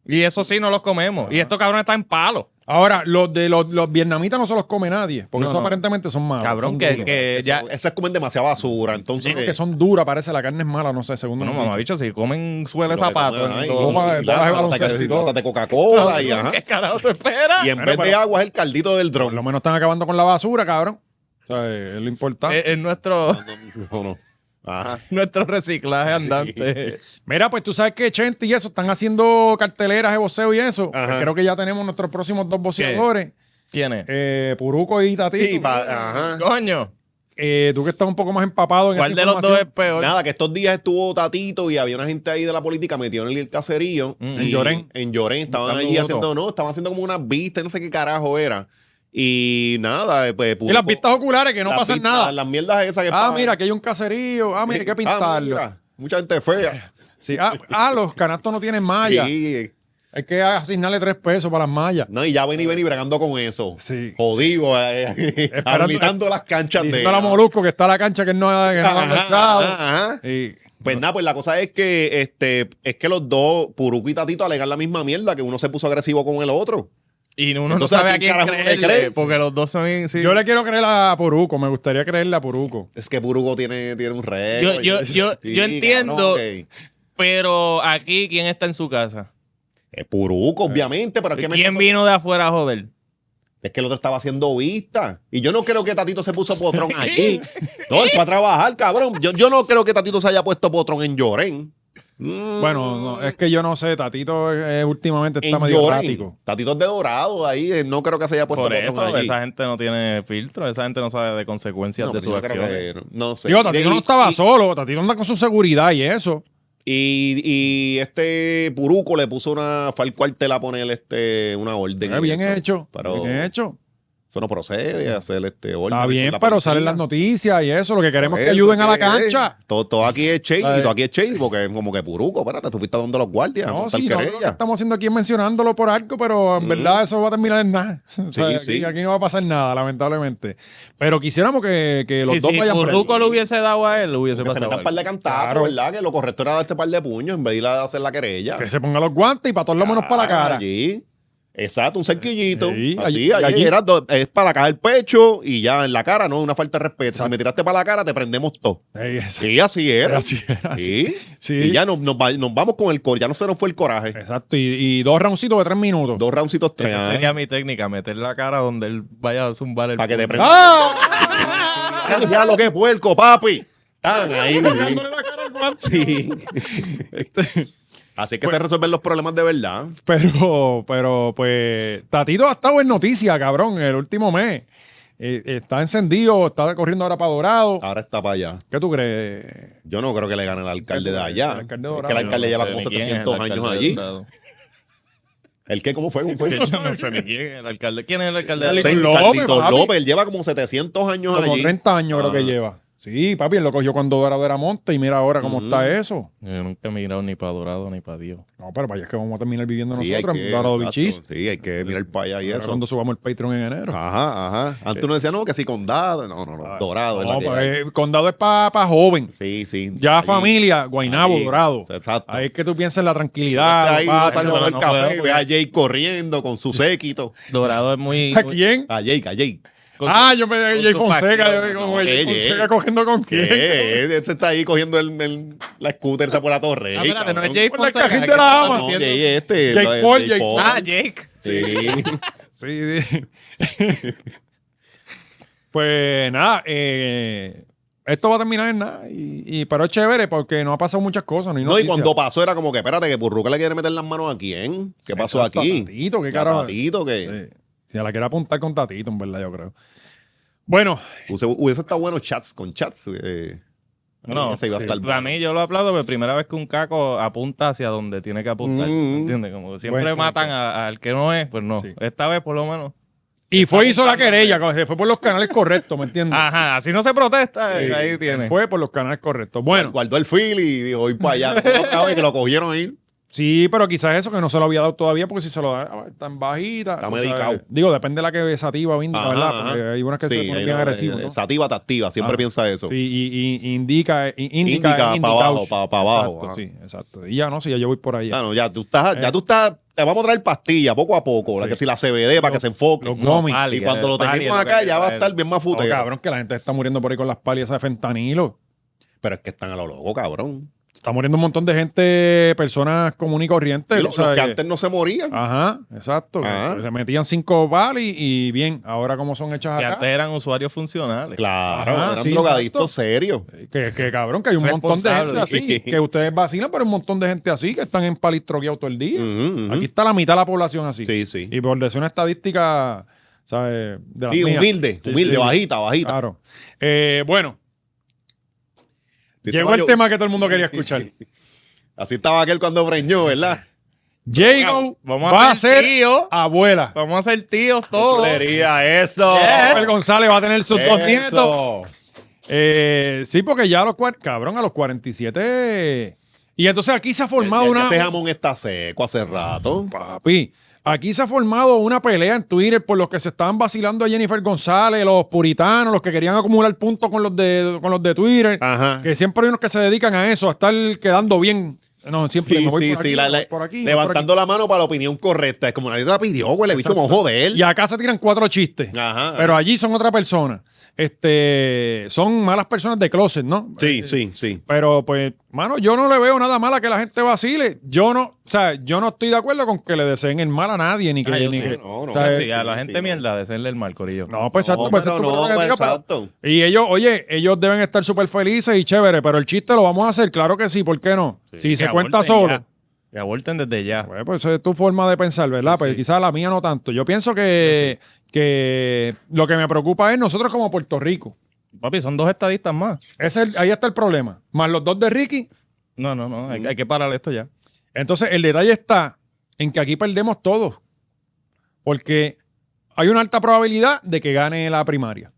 [SPEAKER 6] Y eso sí, no los comemos. Y estos cabrones están en palo.
[SPEAKER 2] Ahora, los de los, los vietnamitas no se los come nadie. Porque
[SPEAKER 4] No,
[SPEAKER 2] eso
[SPEAKER 4] no.
[SPEAKER 2] aparentemente son malos.
[SPEAKER 4] Cabrón,
[SPEAKER 2] son
[SPEAKER 4] que,
[SPEAKER 2] duros.
[SPEAKER 4] que
[SPEAKER 3] Eso-
[SPEAKER 4] ya.
[SPEAKER 3] Esas comen demasiada basura. Entonces.
[SPEAKER 2] Dicen que son duras, parece. La carne es mala, no sé, según.
[SPEAKER 4] No,
[SPEAKER 2] nos
[SPEAKER 4] mamá,
[SPEAKER 2] han dicho.
[SPEAKER 4] bicho, si comen
[SPEAKER 3] lo
[SPEAKER 4] suela de
[SPEAKER 3] que
[SPEAKER 4] zapatos.
[SPEAKER 3] comen, ay,
[SPEAKER 2] todo. Toma,
[SPEAKER 3] y
[SPEAKER 2] toma
[SPEAKER 3] lata-
[SPEAKER 2] de
[SPEAKER 3] lata-
[SPEAKER 2] baloncesto y todo.
[SPEAKER 3] latas de Coca-Cola y ajá.
[SPEAKER 6] ¿Qué carajo tú esperas?
[SPEAKER 3] ¿ah? Y en
[SPEAKER 2] Bueno,
[SPEAKER 3] vez de
[SPEAKER 2] pero-
[SPEAKER 3] agua es el caldito del
[SPEAKER 2] Por lo
[SPEAKER 3] dron.
[SPEAKER 2] menos están acabando con la basura, cabrón. O sea, es lo importante.
[SPEAKER 4] Es, es nuestro,
[SPEAKER 3] No, no. Ajá.
[SPEAKER 4] nuestro reciclaje andante.
[SPEAKER 2] Mira, pues tú sabes que Chente y eso están haciendo carteleras de voceo y eso.
[SPEAKER 3] Ajá.
[SPEAKER 2] Pues creo que ya tenemos nuestros próximos dos voceadores.
[SPEAKER 4] ¿Quién es?
[SPEAKER 2] Eh, Puruco y Tatito.
[SPEAKER 3] Y pa- ajá.
[SPEAKER 6] Coño.
[SPEAKER 2] Eh, tú que estás un poco más empapado en
[SPEAKER 4] ¿Cuál
[SPEAKER 2] esa
[SPEAKER 4] de los dos es
[SPEAKER 2] información.
[SPEAKER 4] peor?
[SPEAKER 3] Nada, que estos días estuvo Tatito y había una gente ahí de la política metido en el caserío.
[SPEAKER 4] Mm.
[SPEAKER 2] En
[SPEAKER 3] Y-
[SPEAKER 2] Llorén.
[SPEAKER 3] En Llorén. Estaban
[SPEAKER 4] Buscando
[SPEAKER 3] allí
[SPEAKER 4] votos.
[SPEAKER 3] haciendo, no, estaban haciendo como unas vistas, no sé qué carajo era. Y nada, eh, pues.
[SPEAKER 2] Y las vistas oculares que no
[SPEAKER 3] las
[SPEAKER 2] pasan
[SPEAKER 3] vistas-
[SPEAKER 2] nada.
[SPEAKER 3] Las mierdas esas que
[SPEAKER 2] Ah,
[SPEAKER 3] pagan.
[SPEAKER 2] mira, aquí hay un caserío. Ah, mira, hay que
[SPEAKER 3] Ah,
[SPEAKER 2] pintarlo.
[SPEAKER 3] mira, mucha gente fea.
[SPEAKER 2] Sí, ah, ah, los canastos no tienen malla.
[SPEAKER 3] Sí.
[SPEAKER 2] Hay que asignarle tres pesos para las mallas.
[SPEAKER 3] No, y ya ven y ven y bregando con
[SPEAKER 2] Eh,
[SPEAKER 3] eso.
[SPEAKER 2] Sí.
[SPEAKER 3] Jodido, eh, habilitando las canchas de.
[SPEAKER 2] Diciendo a la Molusco que está la cancha que no ha que no ha
[SPEAKER 3] Ajá,
[SPEAKER 2] marchado.
[SPEAKER 3] ajá, ajá.
[SPEAKER 2] Y-
[SPEAKER 3] Pues nada, pues la cosa es que este, es que los dos, Puruco y Tatito, alegan la misma mierda, que uno se puso agresivo con el otro.
[SPEAKER 4] Y uno
[SPEAKER 3] Entonces,
[SPEAKER 4] no sabe
[SPEAKER 3] ¿a
[SPEAKER 4] a
[SPEAKER 3] quién
[SPEAKER 4] quién
[SPEAKER 3] carajo uno le
[SPEAKER 4] creerle,
[SPEAKER 3] cree?
[SPEAKER 4] porque los dos son... in- sí.
[SPEAKER 2] Yo le quiero creer a Puruco, me gustaría creerle a Puruco.
[SPEAKER 3] Es que Puruco tiene, tiene un rey.
[SPEAKER 4] Yo- yo- yo- yo entiendo.
[SPEAKER 3] Es
[SPEAKER 4] Pero aquí, ¿quién está en su casa?
[SPEAKER 3] Puruco,
[SPEAKER 2] Eh,
[SPEAKER 3] obviamente, pero es que, me-
[SPEAKER 4] ¿Quién vino de afuera a joder?
[SPEAKER 3] es que el otro estaba haciendo vista. Y yo no creo que Tatito se puso potrón aquí. No, él fue a trabajar, cabrón. Yo, yo no creo que Tatito se haya puesto potrón en Llorén. Mm,
[SPEAKER 2] Bueno, no, es que yo no sé, Tatito eh, últimamente está
[SPEAKER 3] en
[SPEAKER 2] medio
[SPEAKER 3] Llorén.
[SPEAKER 2] errático.
[SPEAKER 3] Tatito es de dorado ahí. eh, No creo que se haya puesto
[SPEAKER 4] Por
[SPEAKER 3] potrón
[SPEAKER 4] eso,
[SPEAKER 3] allí.
[SPEAKER 4] esa gente no tiene filtro, esa gente no sabe de consecuencias
[SPEAKER 3] No,
[SPEAKER 4] de
[SPEAKER 3] pues
[SPEAKER 4] sus
[SPEAKER 3] yo creo
[SPEAKER 4] acciones.
[SPEAKER 3] que- no sé.
[SPEAKER 2] Digo, Tatito
[SPEAKER 3] Y-
[SPEAKER 2] no estaba
[SPEAKER 3] y-
[SPEAKER 2] solo, Tatito anda con su seguridad y eso.
[SPEAKER 3] Y, y este Puruco le puso una. Fue al cuartel a poner este, una orden.
[SPEAKER 2] Eh,
[SPEAKER 3] y
[SPEAKER 2] bien
[SPEAKER 3] eso.
[SPEAKER 2] hecho,
[SPEAKER 3] Pero
[SPEAKER 2] bien hecho.
[SPEAKER 3] Eso no procede hacer este orden
[SPEAKER 2] Está
[SPEAKER 3] con
[SPEAKER 2] bien,
[SPEAKER 3] la
[SPEAKER 2] pero
[SPEAKER 3] policía.
[SPEAKER 2] salen las noticias y eso. Lo que queremos es que
[SPEAKER 3] Eso,
[SPEAKER 2] ayuden a la
[SPEAKER 3] que, eh,
[SPEAKER 2] cancha.
[SPEAKER 3] Todo, todo aquí es chase
[SPEAKER 2] La de-
[SPEAKER 3] y todo aquí es chase porque es como que puruco, espérate, tú fuiste donde los guardias. a
[SPEAKER 2] No,
[SPEAKER 3] montar
[SPEAKER 2] sí, nosotros lo que
[SPEAKER 3] querella.
[SPEAKER 2] estamos haciendo aquí es mencionándolo por algo, pero en verdad eso va a terminar en nada. O sea,
[SPEAKER 3] Mm. Sí,
[SPEAKER 2] aquí,
[SPEAKER 3] sí.
[SPEAKER 2] aquí no va a pasar nada, lamentablemente. Pero quisiéramos que, que los
[SPEAKER 6] Sí,
[SPEAKER 2] dos
[SPEAKER 6] si
[SPEAKER 2] vayan por
[SPEAKER 6] Curruco lo hubiese dado a él, hubiese
[SPEAKER 3] Que se
[SPEAKER 6] pasado.
[SPEAKER 3] metan un par de cantazos, ¿verdad? Que lo correcto era darse un par de puños en vez de ir a hacer la querella.
[SPEAKER 2] Que se ponga los guantes y para todos lo menos para la cara.
[SPEAKER 3] Allí. Exacto, un cerquillito.
[SPEAKER 2] Sí, allí-
[SPEAKER 3] allí, allí,
[SPEAKER 2] allí.
[SPEAKER 3] era do- es para acá el pecho y ya en la cara, no una falta de respeto. Si me tiraste para la cara, te prendemos todo.
[SPEAKER 2] Ey, esa-
[SPEAKER 3] Sí, así era.
[SPEAKER 2] así era,
[SPEAKER 3] Sí.
[SPEAKER 2] Sí.
[SPEAKER 3] Y ya nos, nos va- nos vamos con el coraje. Ya no se nos fue el coraje.
[SPEAKER 2] Exacto, y, y dos roundcitos de tres minutos.
[SPEAKER 3] Dos roundcitos tres. ¿eh?
[SPEAKER 4] Esa sería mi técnica, meter la cara donde él vaya a zumbar el...
[SPEAKER 3] Para que te prendas.
[SPEAKER 2] ¡Ah!
[SPEAKER 3] Ya lo que es puerco, papi. Están ahí.
[SPEAKER 2] Dándole la cara al guante.
[SPEAKER 3] Sí. Así es que se resuelven los problemas de verdad.
[SPEAKER 2] Pero, pero, pues, Tatito ha estado en noticia, cabrón, el último mes. Eh, está encendido, está corriendo ahora para Dorado.
[SPEAKER 3] Ahora está para allá.
[SPEAKER 2] ¿Qué tú crees?
[SPEAKER 3] Yo no creo que le gane al alcalde de allá.
[SPEAKER 2] El alcalde
[SPEAKER 3] Es
[SPEAKER 2] dorado.
[SPEAKER 3] que el alcalde
[SPEAKER 4] Yo
[SPEAKER 3] lleva
[SPEAKER 4] no sé
[SPEAKER 3] como
[SPEAKER 4] ni quién es el
[SPEAKER 3] 700 años
[SPEAKER 4] alcalde
[SPEAKER 3] allí.
[SPEAKER 4] del estado.
[SPEAKER 3] ¿El qué? ¿Cómo fue? ¿Cómo fue?
[SPEAKER 4] Yo Pues no sé ni quién es el alcalde. ¿Quién es el alcalde?
[SPEAKER 2] Dale.
[SPEAKER 4] del
[SPEAKER 3] Sí,
[SPEAKER 4] estado?
[SPEAKER 2] López,
[SPEAKER 3] Carlitos
[SPEAKER 2] papi.
[SPEAKER 3] López, él lleva como 700 años
[SPEAKER 2] Como
[SPEAKER 3] allí.
[SPEAKER 2] 30 años creo que
[SPEAKER 3] Ah.
[SPEAKER 2] lleva. Sí, papi, él lo cogió cuando Dorado era monte y mira ahora cómo
[SPEAKER 3] Ujú.
[SPEAKER 2] está eso.
[SPEAKER 4] Yo nunca he mirado ni para Dorado ni para Dios.
[SPEAKER 2] No, pero vaya es que vamos a terminar viviendo
[SPEAKER 3] Sí, hay
[SPEAKER 2] nosotros en
[SPEAKER 3] que,
[SPEAKER 2] Dorado
[SPEAKER 3] exacto,
[SPEAKER 2] Bichis.
[SPEAKER 3] sí, hay que mirar para allá y
[SPEAKER 2] Ahora
[SPEAKER 3] eso. Ah,
[SPEAKER 2] Cuando subamos el Patreon en enero.
[SPEAKER 3] Ajá, ajá. Antes uno decía, no, que sí, condado. No, no,
[SPEAKER 6] Ah,
[SPEAKER 3] no. Dorado, es la
[SPEAKER 2] No,
[SPEAKER 3] que
[SPEAKER 2] pues,
[SPEAKER 3] hay.
[SPEAKER 2] eh, condado es para joven.
[SPEAKER 3] Sí, sí.
[SPEAKER 2] Ya
[SPEAKER 3] Allí.
[SPEAKER 2] familia, Guainabo,
[SPEAKER 3] Ahí,
[SPEAKER 2] Dorado.
[SPEAKER 3] exacto.
[SPEAKER 2] Ahí es que tú piensas en la tranquilidad.
[SPEAKER 3] Ahí
[SPEAKER 2] la
[SPEAKER 3] uno
[SPEAKER 2] paz,
[SPEAKER 3] sale a
[SPEAKER 2] eso,
[SPEAKER 3] beber
[SPEAKER 2] no
[SPEAKER 3] café y
[SPEAKER 2] puedo,
[SPEAKER 3] ve a Jake corriendo con su séquito.
[SPEAKER 4] Dorado es muy...
[SPEAKER 2] ¿A quién?
[SPEAKER 3] A Jake, a Jake.
[SPEAKER 2] Ah, yo me
[SPEAKER 4] con
[SPEAKER 2] Jay
[SPEAKER 4] su
[SPEAKER 2] Fonseca, yo
[SPEAKER 4] facción,
[SPEAKER 2] me
[SPEAKER 4] no,
[SPEAKER 2] como Jay
[SPEAKER 3] que
[SPEAKER 2] Fonseca
[SPEAKER 3] Jay.
[SPEAKER 2] cogiendo con
[SPEAKER 3] ¿Qué?
[SPEAKER 2] quién.
[SPEAKER 3] Ese está ahí cogiendo el, el- la scooter esa por la torre.
[SPEAKER 6] Ah, espérate, no es
[SPEAKER 3] cabrón. Ah,
[SPEAKER 6] Jake
[SPEAKER 2] Por la
[SPEAKER 6] Fonseca,
[SPEAKER 2] cajita
[SPEAKER 6] ¿qué
[SPEAKER 2] de la
[SPEAKER 6] estás
[SPEAKER 2] ama.
[SPEAKER 3] No,
[SPEAKER 6] diciendo?
[SPEAKER 3] Jake este.
[SPEAKER 2] Jake
[SPEAKER 3] no, es
[SPEAKER 2] Paul, Jake Paul.
[SPEAKER 6] Ah, Jake.
[SPEAKER 3] Sí.
[SPEAKER 2] Sí. sí. pues nada, eh, esto va a terminar en nada. Y, y- pero es chévere porque no ha pasado muchas cosas. No, hay
[SPEAKER 3] No, y
[SPEAKER 2] noticias.
[SPEAKER 3] cuando pasó era como que, espérate, que Burruca le quiere meter las manos a quién. ¿Qué pasó
[SPEAKER 2] Exacto, a
[SPEAKER 3] aquí?
[SPEAKER 2] Tatito, qué
[SPEAKER 3] A
[SPEAKER 2] carajo.
[SPEAKER 3] Tatito, que
[SPEAKER 2] Sí. Si la quiere apuntar con Tatito, en verdad, yo creo. Bueno,
[SPEAKER 3] hubiese, hubiese estado bueno chats con chats. eh,
[SPEAKER 4] No,
[SPEAKER 3] se iba a
[SPEAKER 4] sí.
[SPEAKER 3] estar
[SPEAKER 2] pues,
[SPEAKER 4] para mí yo lo aplaudo, pero primera vez que un caco apunta hacia donde tiene que apuntar.
[SPEAKER 3] Mm.
[SPEAKER 4] ¿Entiendes? Como siempre
[SPEAKER 2] Buen punto.
[SPEAKER 4] matan a- al que no es, pues no.
[SPEAKER 2] Sí.
[SPEAKER 4] Esta vez por lo menos.
[SPEAKER 2] y fue hizo la querella, se fue por los canales correctos, ¿me entiendes?
[SPEAKER 6] Ah,
[SPEAKER 4] Ajá, así no se protesta. eh, Ahí tiene.
[SPEAKER 2] Fue por los canales correctos. Bueno,
[SPEAKER 3] Guardó el feel y dijo, voy para allá. No, cabrón, que lo cogieron ahí.
[SPEAKER 2] Sí, pero quizás eso que no se lo había dado todavía, porque si se lo da ah, tan bajita.
[SPEAKER 3] Está
[SPEAKER 2] tú sabes.
[SPEAKER 3] medicado.
[SPEAKER 2] Digo, depende de la que sativa o indica,
[SPEAKER 3] Ajá,
[SPEAKER 2] ¿verdad?
[SPEAKER 3] ajá.
[SPEAKER 2] Porque hay unas que se
[SPEAKER 3] Sí,
[SPEAKER 2] ponen
[SPEAKER 3] ahí
[SPEAKER 2] bien
[SPEAKER 3] no,
[SPEAKER 2] agresivas.
[SPEAKER 3] eh,
[SPEAKER 2] ¿no?
[SPEAKER 3] Sativa, tativa, siempre
[SPEAKER 2] Ah.
[SPEAKER 3] piensa eso.
[SPEAKER 2] Sí, y, y- indica, i- indica,
[SPEAKER 3] Indica pa'
[SPEAKER 2] indicauch.
[SPEAKER 3] abajo, pa- pa' abajo,
[SPEAKER 2] Exacto,
[SPEAKER 3] ajá.
[SPEAKER 2] sí, exacto. Y ya no, si ya yo voy por ahí.
[SPEAKER 3] Ya, no, ya tú estás,
[SPEAKER 2] Eh.
[SPEAKER 3] ya tú estás, te vamos a traer pastillas poco a poco, la
[SPEAKER 2] Sí.
[SPEAKER 3] que si la CBD para que se enfoque.
[SPEAKER 2] los
[SPEAKER 4] No,
[SPEAKER 2] gomis.
[SPEAKER 4] pali,
[SPEAKER 3] y cuando lo
[SPEAKER 4] pali
[SPEAKER 3] tengamos
[SPEAKER 4] es lo
[SPEAKER 3] acá
[SPEAKER 4] que
[SPEAKER 3] ah, ya va a
[SPEAKER 4] trae.
[SPEAKER 3] estar bien más
[SPEAKER 2] No,
[SPEAKER 3] futeo.
[SPEAKER 2] Oh, cabrón, que la gente está muriendo por ahí con las palias esas de fentanilo.
[SPEAKER 3] Pero es que están a lo loco, cabrón.
[SPEAKER 2] Está muriendo un montón de gente, personas comunes y corrientes.
[SPEAKER 3] Y
[SPEAKER 2] tú
[SPEAKER 3] los, los
[SPEAKER 2] sabes
[SPEAKER 3] que
[SPEAKER 2] que-
[SPEAKER 3] antes no Ah. se morían.
[SPEAKER 2] Ajá, exacto.
[SPEAKER 3] Ajá.
[SPEAKER 2] Se metían cinco balis y bien, ahora como son hechas
[SPEAKER 4] Que
[SPEAKER 2] acá.
[SPEAKER 4] antes eran usuarios funcionales.
[SPEAKER 3] Claro,
[SPEAKER 2] Ajá,
[SPEAKER 3] eran
[SPEAKER 2] sí,
[SPEAKER 3] drogadictos
[SPEAKER 2] exacto.
[SPEAKER 3] serios.
[SPEAKER 2] Que, que cabrón, que hay un montón de gente
[SPEAKER 4] Responsable.
[SPEAKER 2] así, que ustedes vacilan, pero hay un montón de gente así que están en palistroqueado todo el día.
[SPEAKER 3] Ujú, ujú.
[SPEAKER 2] Aquí está la mitad de la población así.
[SPEAKER 3] Sí, sí.
[SPEAKER 2] Y por decir una estadística, ¿sabes? De las
[SPEAKER 3] Sí,
[SPEAKER 2] mías.
[SPEAKER 3] humilde,
[SPEAKER 2] Sí,
[SPEAKER 3] humilde,
[SPEAKER 2] sí. Ah,
[SPEAKER 3] bajita, bajita.
[SPEAKER 2] Claro. Eh, bueno,
[SPEAKER 3] Sí,
[SPEAKER 2] llegó
[SPEAKER 3] estaba
[SPEAKER 2] el
[SPEAKER 3] yo-
[SPEAKER 2] tema que todo el mundo quería escuchar.
[SPEAKER 3] Así estaba aquel cuando breñó, ¿verdad?
[SPEAKER 2] Jago
[SPEAKER 4] Vamos
[SPEAKER 2] va
[SPEAKER 4] a
[SPEAKER 2] a ser
[SPEAKER 4] ser tío.
[SPEAKER 2] abuela.
[SPEAKER 4] Vamos a ser tíos todos.
[SPEAKER 3] Chulería, eso.
[SPEAKER 2] Robert González va a tener Oh. sus dos
[SPEAKER 3] Eso.
[SPEAKER 2] nietos. Eh, sí, porque ya a los cuar- cabrón, a los 47. Y entonces aquí se ha formado
[SPEAKER 3] Ya- ya
[SPEAKER 2] una.
[SPEAKER 3] Ese jamón está seco hace rato.
[SPEAKER 2] Papi, aquí se ha formado una pelea en Twitter por los que se estaban vacilando a Jennifer González, los puritanos, los que querían acumular puntos con los de, con los de Twitter.
[SPEAKER 3] Ajá.
[SPEAKER 2] Que siempre hay unos que se dedican a eso, a estar quedando bien. No, siempre
[SPEAKER 3] Sí,
[SPEAKER 2] me voy
[SPEAKER 3] sí,
[SPEAKER 2] por aquí,
[SPEAKER 3] sí, la-
[SPEAKER 2] me voy
[SPEAKER 3] la-
[SPEAKER 2] por aquí, me voy por
[SPEAKER 3] levantando la mano para la opinión correcta. Es como nadie te la pidió, güey. Le bicho
[SPEAKER 2] Exacto.
[SPEAKER 3] mojo de
[SPEAKER 2] aquí. Y
[SPEAKER 3] él.
[SPEAKER 2] acá se tiran cuatro chistes.
[SPEAKER 3] Ajá.
[SPEAKER 2] Pero allí son otra persona. Este, son malas personas de closet, ¿no?
[SPEAKER 3] sí, sí, sí.
[SPEAKER 2] Pero pues, mano, yo no le veo nada mal a que la gente vacile. Yo no, o sea, yo no estoy de acuerdo con que le deseen el mal a nadie, ni que,
[SPEAKER 4] Ah, yo
[SPEAKER 2] ni
[SPEAKER 4] sí,
[SPEAKER 2] que-
[SPEAKER 3] no,
[SPEAKER 2] o
[SPEAKER 3] no,
[SPEAKER 2] sea,
[SPEAKER 3] sí,
[SPEAKER 4] Sí, a la
[SPEAKER 3] sí,
[SPEAKER 4] gente
[SPEAKER 3] sí,
[SPEAKER 4] mierda, desenle el mal, corillo.
[SPEAKER 2] No, pues exacto,
[SPEAKER 3] No,
[SPEAKER 2] pues,
[SPEAKER 3] pero
[SPEAKER 2] es tu
[SPEAKER 3] no,
[SPEAKER 2] problema que
[SPEAKER 3] pues,
[SPEAKER 2] diga, pero-
[SPEAKER 3] exacto.
[SPEAKER 2] Y ellos, oye, ellos deben estar súper felices y chéveres, pero el chiste lo vamos a hacer, claro que sí, ¿por qué no?
[SPEAKER 4] Sí,
[SPEAKER 2] si
[SPEAKER 4] que
[SPEAKER 2] se cuenta
[SPEAKER 4] aborten
[SPEAKER 2] solo.
[SPEAKER 4] ya. Que aborten desde ya.
[SPEAKER 2] Pues, pues, esa es tu forma de pensar, ¿verdad? Pues quizás la mía no tanto. Yo pienso que, que lo que me preocupa es nosotros como Puerto Rico.
[SPEAKER 4] Papi, son dos estadistas más.
[SPEAKER 2] Ese es el- ahí está el problema. Más los dos de Ricky.
[SPEAKER 4] No, no, no.
[SPEAKER 3] Mm.
[SPEAKER 4] Hay, hay que parar esto ya.
[SPEAKER 2] Entonces, el detalle está en que aquí perdemos todos. Porque hay una alta probabilidad de que gane la primaria.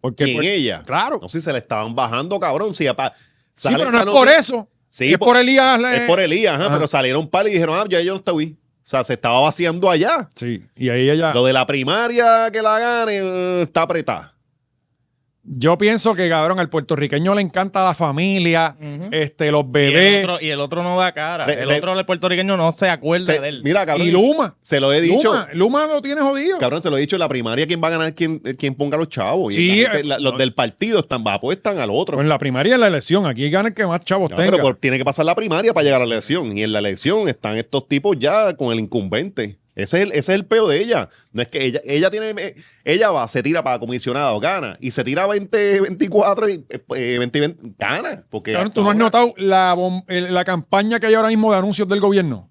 [SPEAKER 2] Porque,
[SPEAKER 3] ¿Quién
[SPEAKER 2] pues,
[SPEAKER 3] ella?
[SPEAKER 2] claro.
[SPEAKER 3] No sé si se le estaban bajando, cabrón. Si apa-
[SPEAKER 2] Sí,
[SPEAKER 3] sale
[SPEAKER 2] pero no
[SPEAKER 3] esta
[SPEAKER 2] es por
[SPEAKER 3] noticia-
[SPEAKER 2] eso.
[SPEAKER 3] Sí,
[SPEAKER 2] es por, Elías. eh,
[SPEAKER 3] es por Elías, ajá,
[SPEAKER 2] Ah.
[SPEAKER 3] pero salieron par y dijeron, ah, ya yo no estoy. O sea, se estaba vaciando allá.
[SPEAKER 2] Sí, y ahí ella.
[SPEAKER 3] Lo de la primaria que la gane eh, está apretada.
[SPEAKER 2] Yo pienso que, cabrón, al puertorriqueño le encanta la familia,
[SPEAKER 6] Ujú.
[SPEAKER 2] este, los
[SPEAKER 4] Y el,
[SPEAKER 2] bebés
[SPEAKER 4] otro, y el otro no da cara.
[SPEAKER 3] Le-
[SPEAKER 4] el
[SPEAKER 3] le-
[SPEAKER 4] otro, el puertorriqueño, no se acuerda
[SPEAKER 3] Se-
[SPEAKER 4] de él.
[SPEAKER 3] mira, cabrón,
[SPEAKER 2] y Luma.
[SPEAKER 3] se lo he dicho.
[SPEAKER 2] Luma, Luma lo tiene jodido.
[SPEAKER 3] Cabrón, se lo he dicho, en la primaria quien va a ganar, quien, quien ponga a los chavos. Y
[SPEAKER 2] Sí,
[SPEAKER 3] la gente-
[SPEAKER 2] eh,
[SPEAKER 3] la- los
[SPEAKER 2] no.
[SPEAKER 3] del partido están, apuestan al otro.
[SPEAKER 2] Pero en la primaria y en la elección, aquí gana el que más chavos
[SPEAKER 3] No,
[SPEAKER 2] tenga.
[SPEAKER 3] pero por- tiene que pasar la primaria para llegar a la elección. Y en la elección están estos tipos ya con el incumbente. Ese es el, ese es el peo de ella. No es que ella, ella tiene, eh, ella va, se tira para comisionado, gana. Y se tira 20, 24 y eh, 20, 20, gana. Porque
[SPEAKER 2] Cabrón, tú no has notado la, bom- el- la campaña que hay ahora mismo de anuncios del gobierno.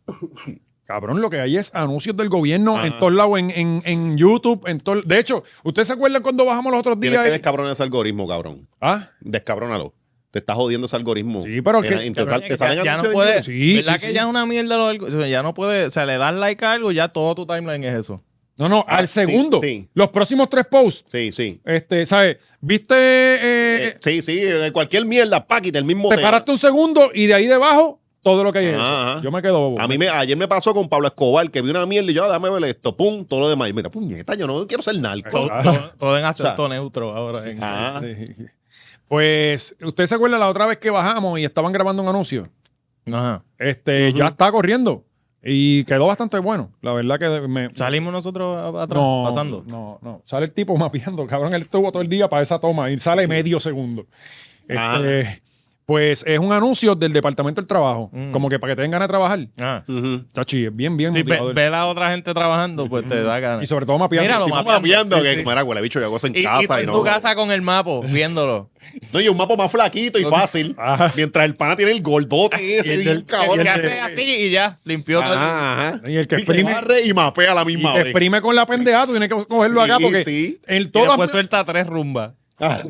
[SPEAKER 2] Cabrón, lo que hay es anuncios del gobierno
[SPEAKER 3] Ajá.
[SPEAKER 2] en todos lados, en, en- en YouTube, en todo. De hecho, ¿ustedes se acuerdan cuando bajamos los otros
[SPEAKER 3] Tienes
[SPEAKER 2] días?
[SPEAKER 3] que
[SPEAKER 2] y-
[SPEAKER 3] descabronar ese algoritmo, cabrón.
[SPEAKER 2] ah,
[SPEAKER 3] Descabrónalo. Te está jodiendo ese algoritmo.
[SPEAKER 2] Sí, pero
[SPEAKER 3] En-
[SPEAKER 2] que-
[SPEAKER 3] en- te
[SPEAKER 4] Cabrón,
[SPEAKER 3] sal-
[SPEAKER 4] ya-
[SPEAKER 3] te salen
[SPEAKER 4] ya no
[SPEAKER 3] anuncios
[SPEAKER 4] puede,
[SPEAKER 3] en-
[SPEAKER 2] Sí,
[SPEAKER 4] ¿verdad
[SPEAKER 2] sí,
[SPEAKER 4] que
[SPEAKER 2] sí.
[SPEAKER 4] ya es una mierda? lo del- o sea, ya no puede, o sea, le das like a algo, ya todo tu timeline es eso.
[SPEAKER 2] no, no,
[SPEAKER 3] Ah,
[SPEAKER 2] al
[SPEAKER 3] sí,
[SPEAKER 2] segundo.
[SPEAKER 3] sí.
[SPEAKER 2] Los próximos tres posts.
[SPEAKER 3] Sí, sí.
[SPEAKER 2] Este, ¿sabes? ¿Viste? eh,
[SPEAKER 3] Eh, sí, sí, eh, cualquier mierda, paquita, el mismo
[SPEAKER 2] te
[SPEAKER 3] tema.
[SPEAKER 2] paraste un segundo y de ahí debajo todo lo que hay. es
[SPEAKER 3] Ah, Ajá.
[SPEAKER 2] eso. Yo Pues me quedo bobo.
[SPEAKER 3] A mí me, ayer me pasó con Pablo Escobar, que vi una mierda y yo, ah, dame ver esto, pum, todo lo demás. Y mira, puñeta, yo no quiero ser narco.
[SPEAKER 2] Ah.
[SPEAKER 4] Todo, todo en acento
[SPEAKER 3] O
[SPEAKER 4] neutro ahora. en-
[SPEAKER 3] Ah,
[SPEAKER 2] Sí. Pues, ¿usted se acuerda la otra vez que bajamos y estaban grabando un anuncio?
[SPEAKER 4] Ajá.
[SPEAKER 2] Este, ya está corriendo. Y quedó bastante bueno. La verdad que me.
[SPEAKER 4] Salimos nosotros a- atrás,
[SPEAKER 2] no,
[SPEAKER 4] pasando.
[SPEAKER 2] No, no. Sale el tipo mapeando, cabrón. Él estuvo todo el día para esa toma y sale medio segundo.
[SPEAKER 3] Ah.
[SPEAKER 2] Este, Pues es un anuncio del Departamento del Trabajo.
[SPEAKER 4] Mm.
[SPEAKER 2] Como que para que tengan ganas de trabajar.
[SPEAKER 4] Ah.
[SPEAKER 3] Ujú.
[SPEAKER 2] Chachi, es bien, bien
[SPEAKER 4] Si ve,
[SPEAKER 2] motivador.
[SPEAKER 4] ver a otra gente trabajando, pues te da ganas.
[SPEAKER 2] Y sobre todo mapeando.
[SPEAKER 4] Mira, lo
[SPEAKER 3] Tipo
[SPEAKER 4] mapeando,
[SPEAKER 3] mapeando,
[SPEAKER 4] sí,
[SPEAKER 3] que
[SPEAKER 4] sí.
[SPEAKER 3] mira, huele bicho, yo hago eso en
[SPEAKER 4] Y- y tú
[SPEAKER 3] casa y,
[SPEAKER 4] en
[SPEAKER 3] no.
[SPEAKER 4] tu casa con el mapa, viéndolo.
[SPEAKER 3] No, y un mapa más flaquito y fácil.
[SPEAKER 2] Ajá.
[SPEAKER 3] Mientras el pana tiene el gordote ese,
[SPEAKER 2] ah. el
[SPEAKER 3] bien
[SPEAKER 2] del-
[SPEAKER 3] cabrón.
[SPEAKER 2] el
[SPEAKER 6] Que
[SPEAKER 2] del-
[SPEAKER 6] hace así y ya, limpió
[SPEAKER 2] Ah.
[SPEAKER 6] todo el-
[SPEAKER 3] Ajá, ajá.
[SPEAKER 2] Y el que
[SPEAKER 3] Y
[SPEAKER 2] exprime-
[SPEAKER 3] barre y mapea a la
[SPEAKER 2] Y
[SPEAKER 3] misma
[SPEAKER 2] te
[SPEAKER 3] vez.
[SPEAKER 2] exprime con la pendeja, tú tienes que cogerlo
[SPEAKER 3] Sí,
[SPEAKER 2] acá porque
[SPEAKER 3] sí.
[SPEAKER 2] en
[SPEAKER 4] Y
[SPEAKER 2] todos,
[SPEAKER 4] después
[SPEAKER 2] los-
[SPEAKER 4] suelta tres rumbas.
[SPEAKER 3] Ah,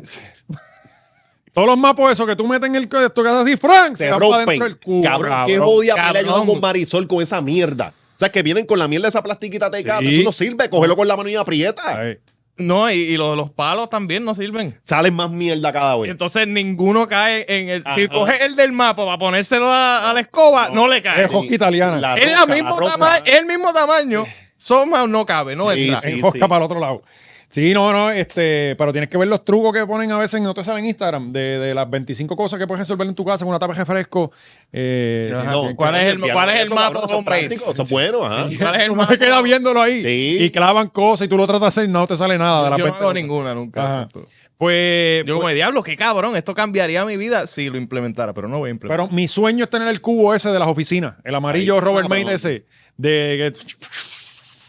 [SPEAKER 2] todos los mapas esos que tú metes en el de esto que haces así, Frank,
[SPEAKER 3] se
[SPEAKER 2] van pa'
[SPEAKER 3] rompen.
[SPEAKER 2] dentro del culo,
[SPEAKER 3] cabrón, qué
[SPEAKER 2] cabrón.
[SPEAKER 3] jodida pelea
[SPEAKER 4] Cabrón.
[SPEAKER 3] yo hago con Marisol con esa mierda. O sea, que vienen con la mierda de esa plastiquita tecata.
[SPEAKER 2] Sí.
[SPEAKER 3] Eso no sirve, cógelo con la mano y aprieta.
[SPEAKER 2] Ay,
[SPEAKER 4] No, y, y lo- los palos también no sirven.
[SPEAKER 3] Salen más mierda cada vez.
[SPEAKER 4] Entonces ninguno cae en el. Si
[SPEAKER 3] Ajá.
[SPEAKER 4] coges el del mapa para ponérselo a, a la escoba, no, le cae.
[SPEAKER 2] Es
[SPEAKER 4] Es,
[SPEAKER 2] josca italiana.
[SPEAKER 3] La
[SPEAKER 4] la
[SPEAKER 3] roca,
[SPEAKER 4] mismo
[SPEAKER 3] roca.
[SPEAKER 4] tama- el mismo tamaño. Soma no cabe, no
[SPEAKER 3] Sí,
[SPEAKER 4] entra.
[SPEAKER 3] sí.
[SPEAKER 2] enjosca para el otro lado. Sí, no, no, este, pero tienes que ver los trucos que ponen a veces, no te salen en Instagram, de, de las 25 cosas que puedes resolver en tu casa con una tapa de refresco. Eh,
[SPEAKER 4] Ajá.
[SPEAKER 2] tienes
[SPEAKER 4] No, ¿cuál es el-
[SPEAKER 3] enviaron
[SPEAKER 4] cuál es el
[SPEAKER 3] eso,
[SPEAKER 4] mapa
[SPEAKER 3] cabrón, eso es
[SPEAKER 4] home base?
[SPEAKER 3] práctico, Eso es bueno, ajá.
[SPEAKER 4] ¿Cuál es el
[SPEAKER 2] que-
[SPEAKER 4] mapa?
[SPEAKER 2] te queda viéndolo ahí
[SPEAKER 3] Sí.
[SPEAKER 2] y clavan cosas y tú lo tratas de hacer y no te sale nada de la
[SPEAKER 4] Yo no
[SPEAKER 2] 20
[SPEAKER 4] hago
[SPEAKER 2] cosas.
[SPEAKER 4] ninguna nunca.
[SPEAKER 2] Ajá.
[SPEAKER 4] exacto.
[SPEAKER 2] Pues,
[SPEAKER 4] Yo como, diablo, qué cabrón, esto cambiaría mi vida si lo implementara, pero no voy a implementar.
[SPEAKER 2] Pero mi sueño es tener el cubo ese de las oficinas, el amarillo
[SPEAKER 3] Ay,
[SPEAKER 2] Robert
[SPEAKER 3] sábado.
[SPEAKER 2] Maine ese. De,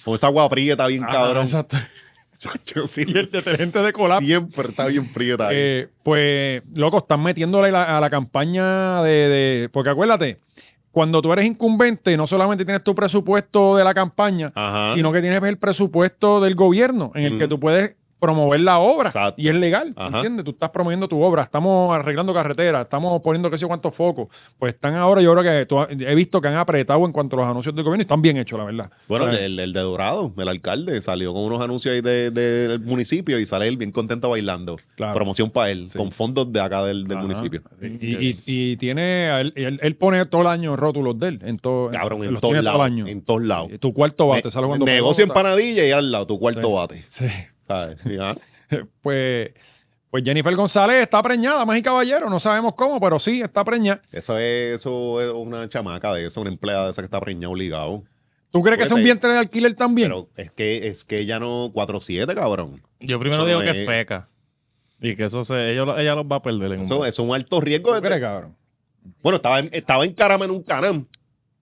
[SPEAKER 3] Con esa agua prieta bien
[SPEAKER 2] Ah,
[SPEAKER 3] cabrón.
[SPEAKER 2] exacto.
[SPEAKER 3] Chacho, sí,
[SPEAKER 2] Y el detergente de colapso.
[SPEAKER 3] siempre está bien prieta. ahí.
[SPEAKER 2] Eh, pues, loco, están metiéndole la- a la campaña de, de- Porque acuérdate, cuando tú eres incumbente, no solamente tienes tu presupuesto de la campaña,
[SPEAKER 3] Ajá.
[SPEAKER 2] sino que tienes el presupuesto del gobierno en el que
[SPEAKER 3] Mm.
[SPEAKER 2] tú puedes promover la obra.
[SPEAKER 3] Exacto.
[SPEAKER 2] Y es legal,
[SPEAKER 3] Ajá.
[SPEAKER 2] ¿entiendes? Tú estás promoviendo tu obra, estamos arreglando carreteras, estamos poniendo qué sé yo cuántos focos. Pues están ahora, yo creo que tú ha- he visto que han apretado en cuanto a los anuncios del gobierno y están bien hechos, la verdad.
[SPEAKER 3] Bueno,
[SPEAKER 2] ¿Sabes?
[SPEAKER 3] el, el de Dorado, el alcalde, salió con unos anuncios ahí de- de- del municipio y sale él bien contento bailando.
[SPEAKER 2] Claro.
[SPEAKER 3] Promoción para él, con fondos de acá del, del
[SPEAKER 2] Ajá.
[SPEAKER 3] municipio.
[SPEAKER 2] Y, y- y tiene, él, él- él pone todo el año rótulos de él. En todo,
[SPEAKER 3] Cabrón, en
[SPEAKER 2] los
[SPEAKER 3] todos
[SPEAKER 2] tiene todo
[SPEAKER 3] lados.
[SPEAKER 2] el año.
[SPEAKER 3] En todos lados.
[SPEAKER 2] Eh, Tu cuarto bate,
[SPEAKER 3] Ne-
[SPEAKER 2] sale jugando
[SPEAKER 3] Negocio
[SPEAKER 2] pelota.
[SPEAKER 3] empanadilla y al lado, tu cuarto
[SPEAKER 2] Sí.
[SPEAKER 3] bate.
[SPEAKER 2] Sí.
[SPEAKER 3] ¿sabes? Y, ajá.
[SPEAKER 2] Pues, pues Jennifer González está preñada, más y caballero, no sabemos cómo, pero sí, está preñada.
[SPEAKER 3] Eso es, eso es una chamaca de esa, una empleada de esa que está preñada obligado.
[SPEAKER 2] ¿Tú crees que es
[SPEAKER 3] Pues,
[SPEAKER 2] un
[SPEAKER 3] ahí.
[SPEAKER 2] vientre de alquiler también?
[SPEAKER 3] Pero es que, es que ella no 4-7, cabrón.
[SPEAKER 4] Yo primero
[SPEAKER 3] Eso
[SPEAKER 4] digo
[SPEAKER 3] no
[SPEAKER 4] que
[SPEAKER 3] es-
[SPEAKER 4] es feca. Y que eso se, ellos, lo- ella los va a perder en un
[SPEAKER 3] Eso, eso es un alto riesgo.
[SPEAKER 2] ¿Tú
[SPEAKER 3] de-
[SPEAKER 2] crees, cabrón?
[SPEAKER 3] bueno, estaba en, estaba en Caramba en un canam.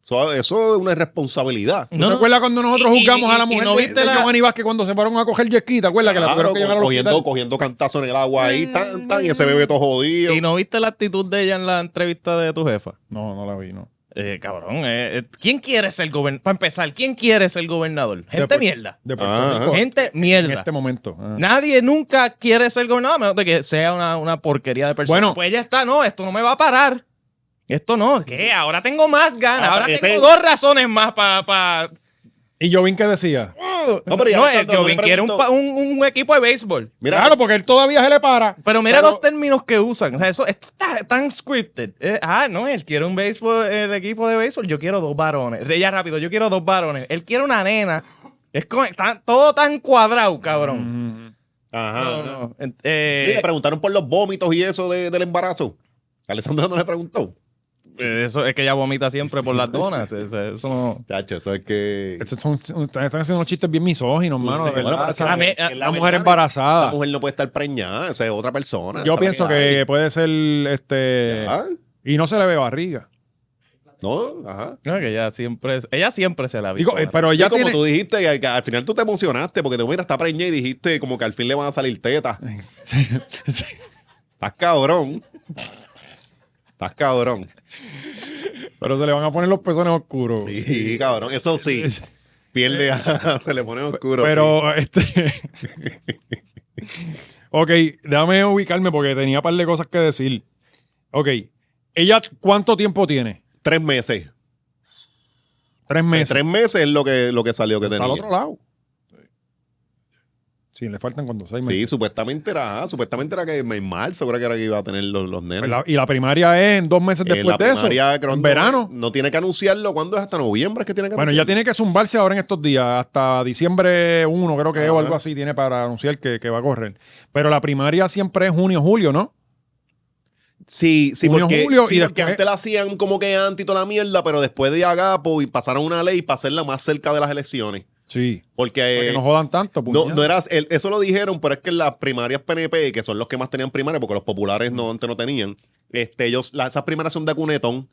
[SPEAKER 3] Eso, eso es una irresponsabilidad.
[SPEAKER 2] ¿Tú te acuerdas cuando nosotros
[SPEAKER 6] Y- y-
[SPEAKER 2] juzgamos a la
[SPEAKER 6] y- y
[SPEAKER 2] mujer
[SPEAKER 6] no
[SPEAKER 2] de-
[SPEAKER 6] viste
[SPEAKER 2] de
[SPEAKER 6] la-
[SPEAKER 2] Giovanni Vázquez cuando se fueron a coger yesquita? ¿Te acuerdas que la
[SPEAKER 3] Claro,
[SPEAKER 2] tuvieron que llevar al
[SPEAKER 3] cogiendo,
[SPEAKER 2] hospital?
[SPEAKER 3] cogiendo cantazo en el agua ahí, tan, tan, y ese bebé todo jodido.
[SPEAKER 4] ¿Y no viste la actitud de ella en la entrevista de tu jefa?
[SPEAKER 2] No, no la vi, no.
[SPEAKER 4] Eh, cabrón, eh, eh, ¿quién quiere ser gobernador? Para empezar, ¿quién quiere ser gobernador? Gente
[SPEAKER 2] Después-
[SPEAKER 4] mierda.
[SPEAKER 2] De Puerto
[SPEAKER 3] Ah,
[SPEAKER 2] Rico,
[SPEAKER 4] Gente
[SPEAKER 2] en
[SPEAKER 4] mierda.
[SPEAKER 2] este momento. Ah.
[SPEAKER 4] Nadie nunca quiere ser gobernador, a menos de que sea una, una porquería de persona.
[SPEAKER 2] Bueno.
[SPEAKER 4] pues ella está, no, esto no me va a parar. Esto no, Ah, ¿qué? Ahora tengo más ganas, ahora
[SPEAKER 3] Apreté.
[SPEAKER 4] tengo dos razones más para...
[SPEAKER 2] Y yo vi que decía,
[SPEAKER 6] no.
[SPEAKER 3] No, pero ya
[SPEAKER 6] no,
[SPEAKER 4] eh,
[SPEAKER 3] Alexander,
[SPEAKER 6] el
[SPEAKER 3] no le
[SPEAKER 6] Joven quiere un,
[SPEAKER 3] preguntó.
[SPEAKER 6] pa- un- un equipo de béisbol.
[SPEAKER 3] Mira,
[SPEAKER 2] claro, porque él todavía se le para.
[SPEAKER 6] Pero mira
[SPEAKER 2] Pero-
[SPEAKER 6] los términos que usan. O sea, eso esto está tan scripted. Eh, ah, no, él quiere un béisbol, el equipo de béisbol. Yo quiero dos varones. Re- Ya rápido, yo quiero dos varones. Él quiere una nena. Es co- tan- todo tan cuadrado,
[SPEAKER 4] Mm.
[SPEAKER 6] cabrón.
[SPEAKER 3] ajá.
[SPEAKER 6] No, no.
[SPEAKER 3] Y le
[SPEAKER 6] Eh,
[SPEAKER 3] preguntaron por los vómitos y eso de- del embarazo. Alessandra no le preguntó.
[SPEAKER 4] Eh, Eso es que ella vomita siempre por las donas. o sea, Eso no.
[SPEAKER 3] Chacho, eso es que.
[SPEAKER 2] Estos son- Están haciendo unos chistes bien misóginos, mano.
[SPEAKER 3] Sí,
[SPEAKER 2] de verdad.
[SPEAKER 3] bueno, pero
[SPEAKER 2] O sea,
[SPEAKER 3] es que
[SPEAKER 2] la,
[SPEAKER 3] es que es la
[SPEAKER 2] mujer
[SPEAKER 3] verdad,
[SPEAKER 2] embarazada.
[SPEAKER 3] Esa mujer no puede estar preñada, esa es otra persona.
[SPEAKER 2] Ah. Yo
[SPEAKER 3] esa
[SPEAKER 2] pienso
[SPEAKER 3] mujer-
[SPEAKER 2] que puede ser este.
[SPEAKER 3] Ah,
[SPEAKER 2] Y no se le ve barriga.
[SPEAKER 3] No, ajá.
[SPEAKER 4] No, que ella siempre, ella siempre se la
[SPEAKER 2] Digo,
[SPEAKER 4] visto.
[SPEAKER 2] eh, pero
[SPEAKER 3] Ya
[SPEAKER 2] ella
[SPEAKER 3] como
[SPEAKER 2] tiene.
[SPEAKER 3] tú dijiste, al, al final tú te emocionaste porque te mira, está preñada y dijiste como que al fin le van a salir tetas. Estás cabrón. Estás cabrón.
[SPEAKER 2] Pero se le van a poner los pezones oscuros.
[SPEAKER 3] Sí, cabrón. Eso sí. Pierde, se le pone oscuro.
[SPEAKER 2] Pero, este. ok, déjame ubicarme porque tenía un par de cosas que decir. Ok. ¿Ella cuánto tiempo tiene?
[SPEAKER 3] sí. Tres meses.
[SPEAKER 2] Tres meses.
[SPEAKER 3] Tres meses es lo que, lo que salió que
[SPEAKER 2] Está
[SPEAKER 3] tenía.
[SPEAKER 2] al otro lado. Sí, le faltan cuando seis meses.
[SPEAKER 3] Sí, supuestamente era, ajá, supuestamente era que en marzo creo que era que iba a tener los, los nenes.
[SPEAKER 2] Pues la- y la primaria es en dos meses
[SPEAKER 3] Eh,
[SPEAKER 2] después
[SPEAKER 3] la
[SPEAKER 2] de eso.
[SPEAKER 3] primaria, creo,
[SPEAKER 2] en
[SPEAKER 3] no-
[SPEAKER 2] verano.
[SPEAKER 3] No, tiene que anunciarlo. ¿Cuándo es? Hasta noviembre es que tiene que
[SPEAKER 2] Bueno, ya
[SPEAKER 3] anunciarlo.
[SPEAKER 2] tiene que zumbarse ahora en estos días, hasta diciembre 1 creo que es, o
[SPEAKER 3] Ajá.
[SPEAKER 2] algo así tiene para anunciar que, que va a correr. Pero la primaria siempre es junio, julio, ¿no?
[SPEAKER 3] Sí, sí,
[SPEAKER 2] junio,
[SPEAKER 3] porque,
[SPEAKER 2] julio,
[SPEAKER 3] sí,
[SPEAKER 2] y
[SPEAKER 3] porque
[SPEAKER 2] después-
[SPEAKER 3] antes la hacían como que antes y toda la mierda, pero después de Agapo y pasaron una ley para hacerla más cerca de las elecciones.
[SPEAKER 2] Sí. Porque
[SPEAKER 3] Porque,
[SPEAKER 2] no jodan tanto.
[SPEAKER 3] Eh, no,
[SPEAKER 2] puñeta.
[SPEAKER 3] no era, el- eso lo dijeron, pero es que las primarias PNP, que son los que más tenían primarias, porque los populares no, antes no tenían, este, ellos, la- esas primarias son de cunetón.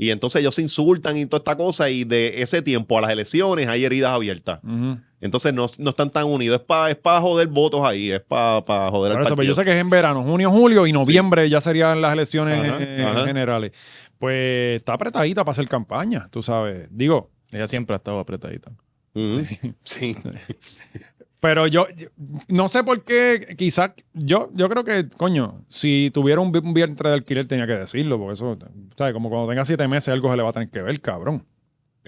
[SPEAKER 3] Y entonces ellos se insultan y toda esta cosa, y de ese tiempo a las elecciones hay heridas abiertas.
[SPEAKER 2] Ujú.
[SPEAKER 3] Entonces no, no están tan unidos. Es para es pa joder votos ahí, es para joder
[SPEAKER 2] Por
[SPEAKER 3] al
[SPEAKER 2] eso, pero
[SPEAKER 3] partido.
[SPEAKER 2] yo sé que es en verano, junio, julio y noviembre ya serían las elecciones
[SPEAKER 3] Ajá,
[SPEAKER 2] eh,
[SPEAKER 3] ajá.
[SPEAKER 2] generales. Pues está apretadita para hacer campaña, tú sabes. Digo,
[SPEAKER 4] Ella siempre ha estado apretadita.
[SPEAKER 3] Ujú. Sí.
[SPEAKER 2] Pero yo, yo- no sé por qué, quizás, yo, yo creo que, coño, si tuviera un, vi- un vientre de alquiler tenía que decirlo, porque eso, ¿sabes? Como cuando tenga siete meses algo se le va a tener que ver, cabrón.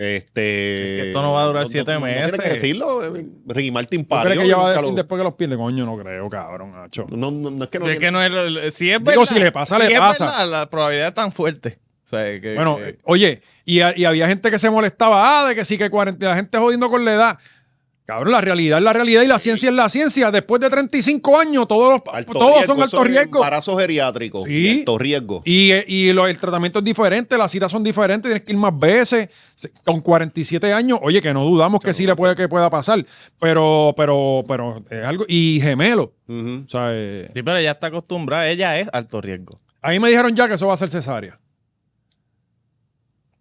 [SPEAKER 3] Este.
[SPEAKER 4] Es que esto no va a durar siete
[SPEAKER 3] tienes
[SPEAKER 4] meses.
[SPEAKER 3] que decirlo. eh, Ricky Martin
[SPEAKER 2] ¿Tú
[SPEAKER 3] parió.
[SPEAKER 2] crees que ella va a
[SPEAKER 3] nunca
[SPEAKER 2] decir
[SPEAKER 3] lo-
[SPEAKER 2] después que los pierde? Coño, no creo, cabrón, Nacho.
[SPEAKER 3] no, no, no es que no.
[SPEAKER 6] es que no es. lo- Si es
[SPEAKER 2] eh, Digo,
[SPEAKER 6] verdad,
[SPEAKER 2] si le pasa, le
[SPEAKER 6] es
[SPEAKER 2] pasa.
[SPEAKER 6] verdad, la probabilidad es tan fuerte.
[SPEAKER 4] O sea, que,
[SPEAKER 2] Bueno,
[SPEAKER 4] que-
[SPEAKER 2] eh, oye, y, a- y había gente que se molestaba, ah, de que sí, que 40, la gente jodiendo con la edad. Cabrón, la realidad es la realidad y la ciencia es la ciencia. Después de 35 años, todos, los,
[SPEAKER 3] Alto
[SPEAKER 2] todos
[SPEAKER 3] riesgo,
[SPEAKER 2] son alto
[SPEAKER 3] eso es
[SPEAKER 2] riesgo.
[SPEAKER 3] Embarazo geriátrico.
[SPEAKER 2] Sí.
[SPEAKER 3] y Alto riesgo.
[SPEAKER 2] Y, eh, y lo- el tratamiento es diferente, las citas son diferentes, tienes que ir más veces. Se- Con 47 años, oye, que no dudamos que sí le puede que pueda pasar, pero, pero, pero es algo. Y gemelo,
[SPEAKER 3] Ujú.
[SPEAKER 2] o sea, eh,
[SPEAKER 4] Sí, pero ella está acostumbrada, ella es alto riesgo.
[SPEAKER 2] a mí me dijeron ya que eso va a ser cesárea.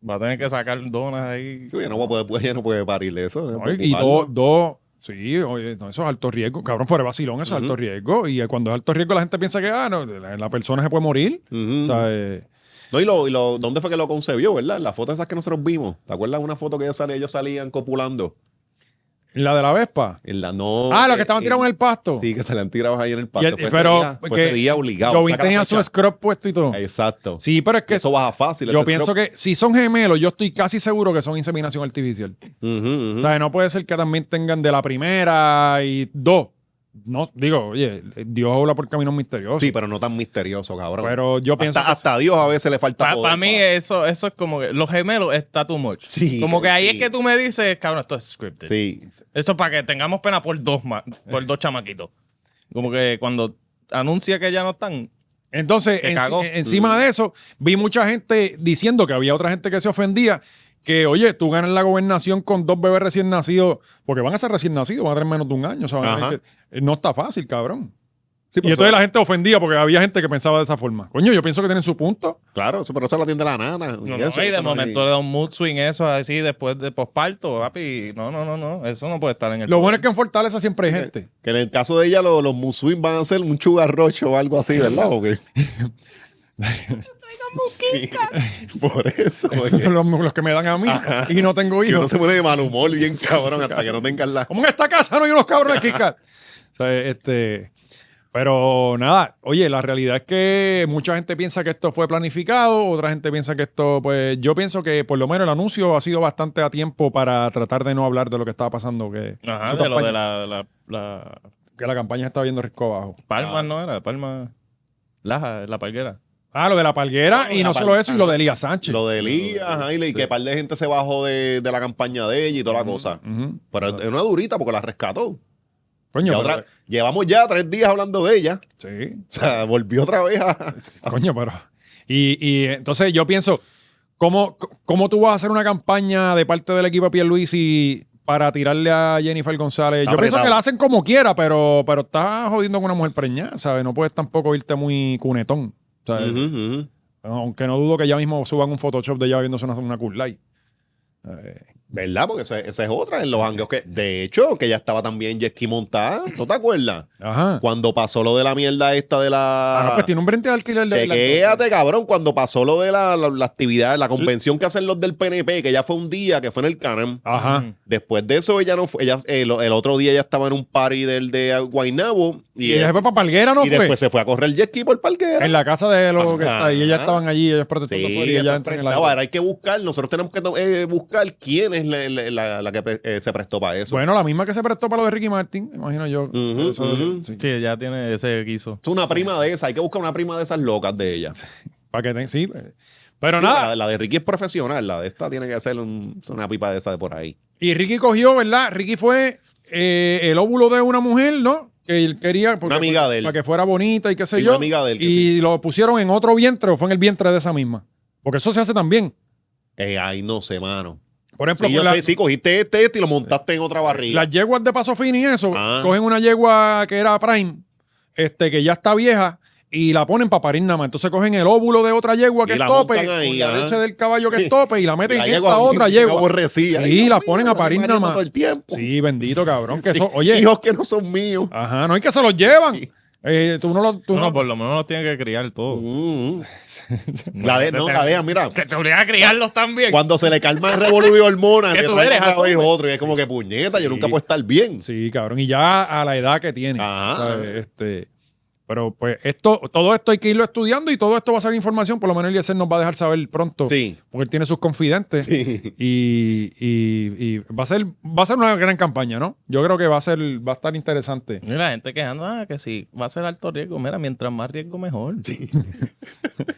[SPEAKER 4] Va a tener que sacar donas ahí.
[SPEAKER 3] Sí, ella no va a poder, pues, ella no puede parir eso. no pues,
[SPEAKER 2] Ay,
[SPEAKER 3] puede
[SPEAKER 2] y
[SPEAKER 3] empujarlo.
[SPEAKER 2] dos, dos, sí, oye, no, eso es alto riesgo, cabrón, fuera de vacilón, eso es
[SPEAKER 3] Ujú.
[SPEAKER 2] alto riesgo. Y eh, cuando es alto riesgo, la gente piensa que, ah, no, la, la persona se puede morir,
[SPEAKER 3] Ujú.
[SPEAKER 2] o sea, eh,
[SPEAKER 3] No, y lo, y lo- ¿dónde fue que lo concebió, verdad? Las fotos esas que nosotros vimos. ¿Te acuerdas una foto que ellos, sal- ellos salían copulando?
[SPEAKER 2] la de la Vespa.
[SPEAKER 3] En la no.
[SPEAKER 2] Ah, la que
[SPEAKER 3] eh,
[SPEAKER 2] estaban tirando en el pasto.
[SPEAKER 3] Sí, que se le han tirado ahí en el pasto.
[SPEAKER 2] el-
[SPEAKER 3] Fue ese
[SPEAKER 2] pero
[SPEAKER 3] día- fue
[SPEAKER 2] que
[SPEAKER 3] ese día obligado.
[SPEAKER 2] Jovín
[SPEAKER 3] Saca la
[SPEAKER 2] tenía su
[SPEAKER 3] fecha.
[SPEAKER 2] scrub puesto y todo.
[SPEAKER 3] Exacto.
[SPEAKER 2] Sí, pero es que
[SPEAKER 3] eso baja fácil.
[SPEAKER 2] Yo pienso que si son gemelos, yo estoy casi seguro que son inseminación artificial.
[SPEAKER 3] que.
[SPEAKER 2] O sea, no puede ser que también tengan de la primera y dos. No, digo, oye, Dios habla por caminos misteriosos.
[SPEAKER 3] Sí, pero no tan misterioso, cabrón.
[SPEAKER 2] pero yo pienso.
[SPEAKER 3] hasta,
[SPEAKER 2] que-
[SPEAKER 3] hasta a Dios a veces le falta
[SPEAKER 4] Para
[SPEAKER 3] poder,
[SPEAKER 4] mí,
[SPEAKER 3] pa-
[SPEAKER 4] eso, eso es como que los gemelos está too much.
[SPEAKER 3] Sí,
[SPEAKER 4] como que ahí
[SPEAKER 3] sí.
[SPEAKER 4] es que tú me dices, cabrón, esto es scripted.
[SPEAKER 3] Sí.
[SPEAKER 4] Esto es para que tengamos pena por dos ma- por dos chamaquitos. Como que cuando anuncia que ya no están.
[SPEAKER 2] Entonces,
[SPEAKER 4] Que
[SPEAKER 2] enci-
[SPEAKER 4] cagó.
[SPEAKER 2] en- encima de eso, vi mucha gente diciendo que había otra gente que se ofendía. Que, oye, tú ganas la gobernación con dos bebés recién nacidos, porque van a ser recién nacidos, van a tener menos de un año. o sea, van a tener
[SPEAKER 3] Ajá.
[SPEAKER 2] que- no está fácil, cabrón.
[SPEAKER 3] Sí,
[SPEAKER 2] Y
[SPEAKER 3] pero
[SPEAKER 2] entonces
[SPEAKER 3] eso-
[SPEAKER 2] la gente ofendía porque había gente que pensaba de esa forma. Coño, yo pienso que tienen su punto.
[SPEAKER 3] Claro, eso, pero eso lo atiende la nana.
[SPEAKER 4] No,
[SPEAKER 3] y
[SPEAKER 4] no,
[SPEAKER 3] eso,
[SPEAKER 4] y
[SPEAKER 3] eso
[SPEAKER 4] de
[SPEAKER 3] no es-
[SPEAKER 4] momento le da un mood swing eso así después de posparto, papi. No, no, no, no. Eso no puede estar en el.
[SPEAKER 2] Lo bueno es que en Fortaleza siempre hay gente.
[SPEAKER 3] Que en el caso de ella, lo- los musuin van a hacer un chugarrocho o algo así, ¿verdad? ¿O qué? Sí, Por eso.
[SPEAKER 2] Esos son
[SPEAKER 3] oye,
[SPEAKER 2] los, los que me dan a mí y no tengo
[SPEAKER 3] que uno
[SPEAKER 2] hijos.
[SPEAKER 3] se pone de mal humor bien cabrón hasta que no tengan la.
[SPEAKER 2] Como en esta casa no hay unos cabrones, Kika. O sea, este, Pero nada, oye, la realidad es que mucha gente piensa que esto fue planificado, otra gente piensa que esto, pues yo pienso que por lo menos el anuncio ha sido bastante a tiempo para tratar de no hablar de lo que estaba pasando, que,
[SPEAKER 4] Ajá,
[SPEAKER 2] Su
[SPEAKER 4] de lo
[SPEAKER 2] campaña.
[SPEAKER 4] de la, la, la
[SPEAKER 2] que la campaña estaba viendo risco abajo.
[SPEAKER 4] palma, ¿no era? Palma, Laja, la palguera.
[SPEAKER 2] Ah, lo de la palguera
[SPEAKER 3] No,
[SPEAKER 2] y
[SPEAKER 3] la
[SPEAKER 2] no
[SPEAKER 3] pal-
[SPEAKER 2] solo eso, y
[SPEAKER 3] ah,
[SPEAKER 2] lo de Elías Sánchez.
[SPEAKER 3] Lo de Elías, ajá, y le- y que par de gente se bajó de, de la campaña de ella y toda la cosa.
[SPEAKER 2] Ujú.
[SPEAKER 3] Pero es una durita porque la rescató.
[SPEAKER 2] Coño,
[SPEAKER 3] Ya
[SPEAKER 2] pero-
[SPEAKER 3] otra- llevamos ya tres días hablando de ella.
[SPEAKER 2] sí.
[SPEAKER 3] O sea, volvió otra vez a.
[SPEAKER 2] Coño, pero. Y, y entonces yo pienso, ¿cómo, ¿cómo tú vas a hacer una campaña de parte del equipo Pierluisi para tirarle a Jennifer González?
[SPEAKER 3] Está
[SPEAKER 2] yo pienso
[SPEAKER 3] apretado.
[SPEAKER 2] que la hacen como quiera, pero, pero estás jodiendo con una mujer preñada, ¿sabes? No puedes tampoco irte muy cunetón. ¿sabes?
[SPEAKER 3] Ujú, ujú.
[SPEAKER 2] Aunque no dudo que ya mismo suban un Photoshop de ella viéndose una, una cool light. Eh,
[SPEAKER 3] ¿Verdad? Porque esa, esa es otra en los hangueos que. De hecho, que ya estaba también Jet Ski montada. ¿No te acuerdas?
[SPEAKER 2] ajá.
[SPEAKER 3] Cuando pasó lo de la mierda esta de la.
[SPEAKER 2] Ah, no, pues tiene un brente de alquiler de
[SPEAKER 3] Chequéate, cabrón, cuando pasó lo de la, la- la actividad, la convención que hacen los del PNP, que ya fue un día, que fue en el Canem.
[SPEAKER 2] Ajá.
[SPEAKER 3] Después de eso, ella no fue. Ella, el, el otro día ella estaba en un party del de Guaynabo. Y,
[SPEAKER 2] Y ella se fue para Palguera, ¿no
[SPEAKER 3] y
[SPEAKER 2] fue?
[SPEAKER 3] después se fue a correr jet ski por parquera.
[SPEAKER 2] en la casa de los que
[SPEAKER 3] Ajá.
[SPEAKER 2] está. Y ellas estaban allí, ellas
[SPEAKER 3] Sí,
[SPEAKER 2] protestando afuera y
[SPEAKER 3] ella
[SPEAKER 2] ellas
[SPEAKER 3] se
[SPEAKER 2] entran en el
[SPEAKER 3] prestaba.
[SPEAKER 2] árbol.
[SPEAKER 3] Ahora hay que buscar, nosotros tenemos que eh, buscar quién es la, la- la- la que pre- eh, se prestó para eso.
[SPEAKER 2] Bueno, la misma que se prestó para lo de Ricky Martin, imagino yo.
[SPEAKER 3] Ujú,
[SPEAKER 2] Eso-
[SPEAKER 3] ujú.
[SPEAKER 2] sí.
[SPEAKER 4] Sí, ya tiene ese guiso.
[SPEAKER 3] Es una prima de esa, hay que buscar una prima de esas locas de ella.
[SPEAKER 2] Para que ten- sí. eh. Pero
[SPEAKER 3] La,
[SPEAKER 2] nada,
[SPEAKER 3] la de Ricky es profesional, la de esta tiene que ser un- una pipa de esa de por ahí.
[SPEAKER 2] y Ricky cogió, ¿verdad? Ricky fue eh, el óvulo de una mujer, ¿no? Que él quería. porque-
[SPEAKER 3] Una amiga de él.
[SPEAKER 2] Para que fuera bonita y qué sé
[SPEAKER 3] Sí,
[SPEAKER 2] yo.
[SPEAKER 3] una amiga de él que
[SPEAKER 2] y lo pusieron en otro vientre o fue en el vientre de esa misma. Porque eso se hace también.
[SPEAKER 3] Eh, ay, no sé, mano.
[SPEAKER 2] Por ejemplo,
[SPEAKER 3] Sí, yo
[SPEAKER 2] pues la-
[SPEAKER 3] sé, sí, cogiste este, este y lo montaste en otra barriga.
[SPEAKER 2] las yeguas de Paso Fini y eso,
[SPEAKER 3] Ah.
[SPEAKER 2] cogen una yegua que era Prime, este, que ya está vieja, y la ponen para parir nada más. Entonces cogen el óvulo de otra yegua que
[SPEAKER 3] Y
[SPEAKER 2] es
[SPEAKER 3] la
[SPEAKER 2] tope,
[SPEAKER 3] montan ahí,
[SPEAKER 2] con la
[SPEAKER 3] ajá.
[SPEAKER 2] leche del caballo que es tope, y la meten
[SPEAKER 3] La
[SPEAKER 2] en
[SPEAKER 3] yegua
[SPEAKER 2] esta otra
[SPEAKER 3] bien
[SPEAKER 2] yegua.
[SPEAKER 3] aborrecida.
[SPEAKER 2] Sí,
[SPEAKER 3] Ay,
[SPEAKER 2] la
[SPEAKER 3] Dios
[SPEAKER 2] ponen
[SPEAKER 3] mío,
[SPEAKER 2] a parir
[SPEAKER 3] marido
[SPEAKER 2] nada más.
[SPEAKER 3] todo el tiempo.
[SPEAKER 2] Sí, bendito cabrón, que eso, oye,
[SPEAKER 3] Hijos que no son míos.
[SPEAKER 2] ajá, no hay que se los llevan.
[SPEAKER 3] Sí.
[SPEAKER 2] Eh, tú no lo, tú
[SPEAKER 4] No,
[SPEAKER 2] no-
[SPEAKER 4] por lo menos los tiene que criar todo.
[SPEAKER 3] Mm. La de, no, la deja, mira.
[SPEAKER 6] Te, te obliga a criarlos también.
[SPEAKER 3] Cuando se le calma el revolú de hormonas,
[SPEAKER 6] ¿Qué
[SPEAKER 3] le
[SPEAKER 6] tú
[SPEAKER 3] traen
[SPEAKER 6] eres,
[SPEAKER 3] otra
[SPEAKER 6] Azul?
[SPEAKER 3] vez otro. Y es como que puñeta, yo nunca puedo estar bien.
[SPEAKER 2] Sí, cabrón, y ya a la edad que tiene.
[SPEAKER 3] Ajá.
[SPEAKER 2] ¿sabes? Este, pero pues esto, todo esto hay que irlo estudiando y todo esto va a ser información, por lo menos Eliezer nos va a dejar saber pronto,
[SPEAKER 3] Sí.
[SPEAKER 2] porque él tiene sus confidentes.
[SPEAKER 3] Sí.
[SPEAKER 2] Y, y- y va a ser va a ser una gran campaña, ¿no? Yo creo que va a ser va a estar interesante.
[SPEAKER 4] Y la gente quejando, ah, que sí, va a ser alto riesgo. Mira, mientras más riesgo, mejor.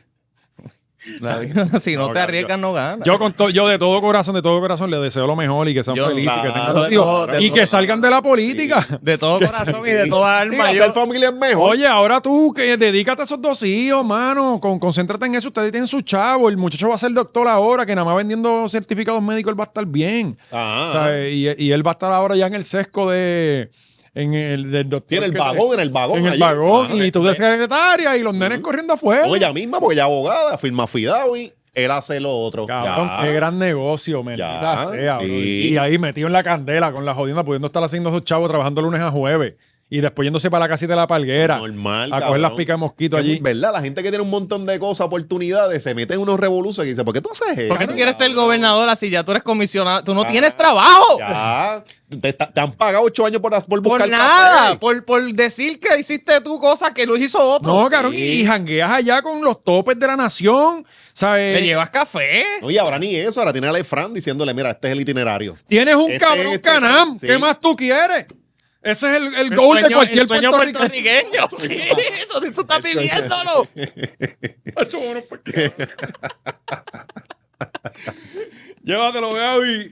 [SPEAKER 4] La vida, si
[SPEAKER 2] No,
[SPEAKER 4] no, te
[SPEAKER 2] yo-
[SPEAKER 4] arriesgas, no ganas.
[SPEAKER 2] Yo con to- yo de todo corazón, de todo corazón le deseo lo mejor y que sean
[SPEAKER 4] Yo,
[SPEAKER 2] felices,
[SPEAKER 3] claro,
[SPEAKER 2] que tengan los
[SPEAKER 3] de
[SPEAKER 2] hijos
[SPEAKER 3] todo, de
[SPEAKER 2] y
[SPEAKER 3] todo.
[SPEAKER 2] que salgan de la política.
[SPEAKER 4] de todo corazón y de toda
[SPEAKER 3] Sí,
[SPEAKER 4] alma. yo-
[SPEAKER 3] hacer familia es mejor.
[SPEAKER 2] Oye, ahora tú que dedícate a esos dos hijos, mano, con, concéntrate en eso, ustedes tienen su chavo, el muchacho va a ser doctor ahora, que nada más vendiendo certificados médicos él va a estar bien.
[SPEAKER 3] Ah,
[SPEAKER 2] ¿sabes? Y, y él va a estar ahora ya en el sesco de en el del doctor
[SPEAKER 3] tiene el
[SPEAKER 2] que-
[SPEAKER 3] vagón, en el vagón.
[SPEAKER 2] en el
[SPEAKER 3] allí.
[SPEAKER 2] vagón
[SPEAKER 3] Ah, Mm.
[SPEAKER 2] y tú de secretaria y los nenes corriendo afuera.
[SPEAKER 3] No, ella misma, porque ella es abogada, firma Fidawi, él hace lo otro.
[SPEAKER 2] Cabrón,
[SPEAKER 3] Ya.
[SPEAKER 2] qué gran negocio, maldita
[SPEAKER 3] Ya,
[SPEAKER 2] sea,
[SPEAKER 3] sí.
[SPEAKER 2] bro. Y ahí metido en la candela con la jodienda, pudiendo estar haciendo esos chavos trabajando lunes a jueves y después yéndose para la casita de la palguera
[SPEAKER 3] Normal,
[SPEAKER 2] a coger
[SPEAKER 3] cabrón.
[SPEAKER 2] las picas de mosquito allí.
[SPEAKER 3] ¿Verdad? La gente que tiene un montón de cosas, oportunidades, se mete en unos revoluciones y dice, ¿por qué tú haces eso?
[SPEAKER 6] ¿Por qué tú quieres ser gobernador así? Ya tú eres comisionado. Tú no
[SPEAKER 3] Ah,
[SPEAKER 6] tienes trabajo.
[SPEAKER 3] Ya, te, te han pagado ocho años por, por buscar
[SPEAKER 6] Por nada.
[SPEAKER 3] café.
[SPEAKER 6] Por, por decir que hiciste tú cosas que lo hizo otro.
[SPEAKER 2] No, cabrón, y jangueas allá con los topes de la nación,
[SPEAKER 6] ¿Te
[SPEAKER 2] ¿sabes?
[SPEAKER 6] llevas café?
[SPEAKER 3] Oye, ahora ni eso, ahora tiene a Alefran diciéndole, mira, este es el itinerario.
[SPEAKER 2] Tienes un
[SPEAKER 3] Este
[SPEAKER 2] cabrón
[SPEAKER 3] es este-
[SPEAKER 2] canam,
[SPEAKER 3] sí.
[SPEAKER 2] ¿qué más tú quieres? Ese es el, el goal de cualquier puertorriqueño.
[SPEAKER 6] puertorriqueño. Sí, entonces tú estás
[SPEAKER 3] Eso es-
[SPEAKER 6] viviéndolo.
[SPEAKER 2] Llévatelo, Gaby.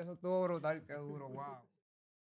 [SPEAKER 7] Eso estuvo brutal, qué duro, wow.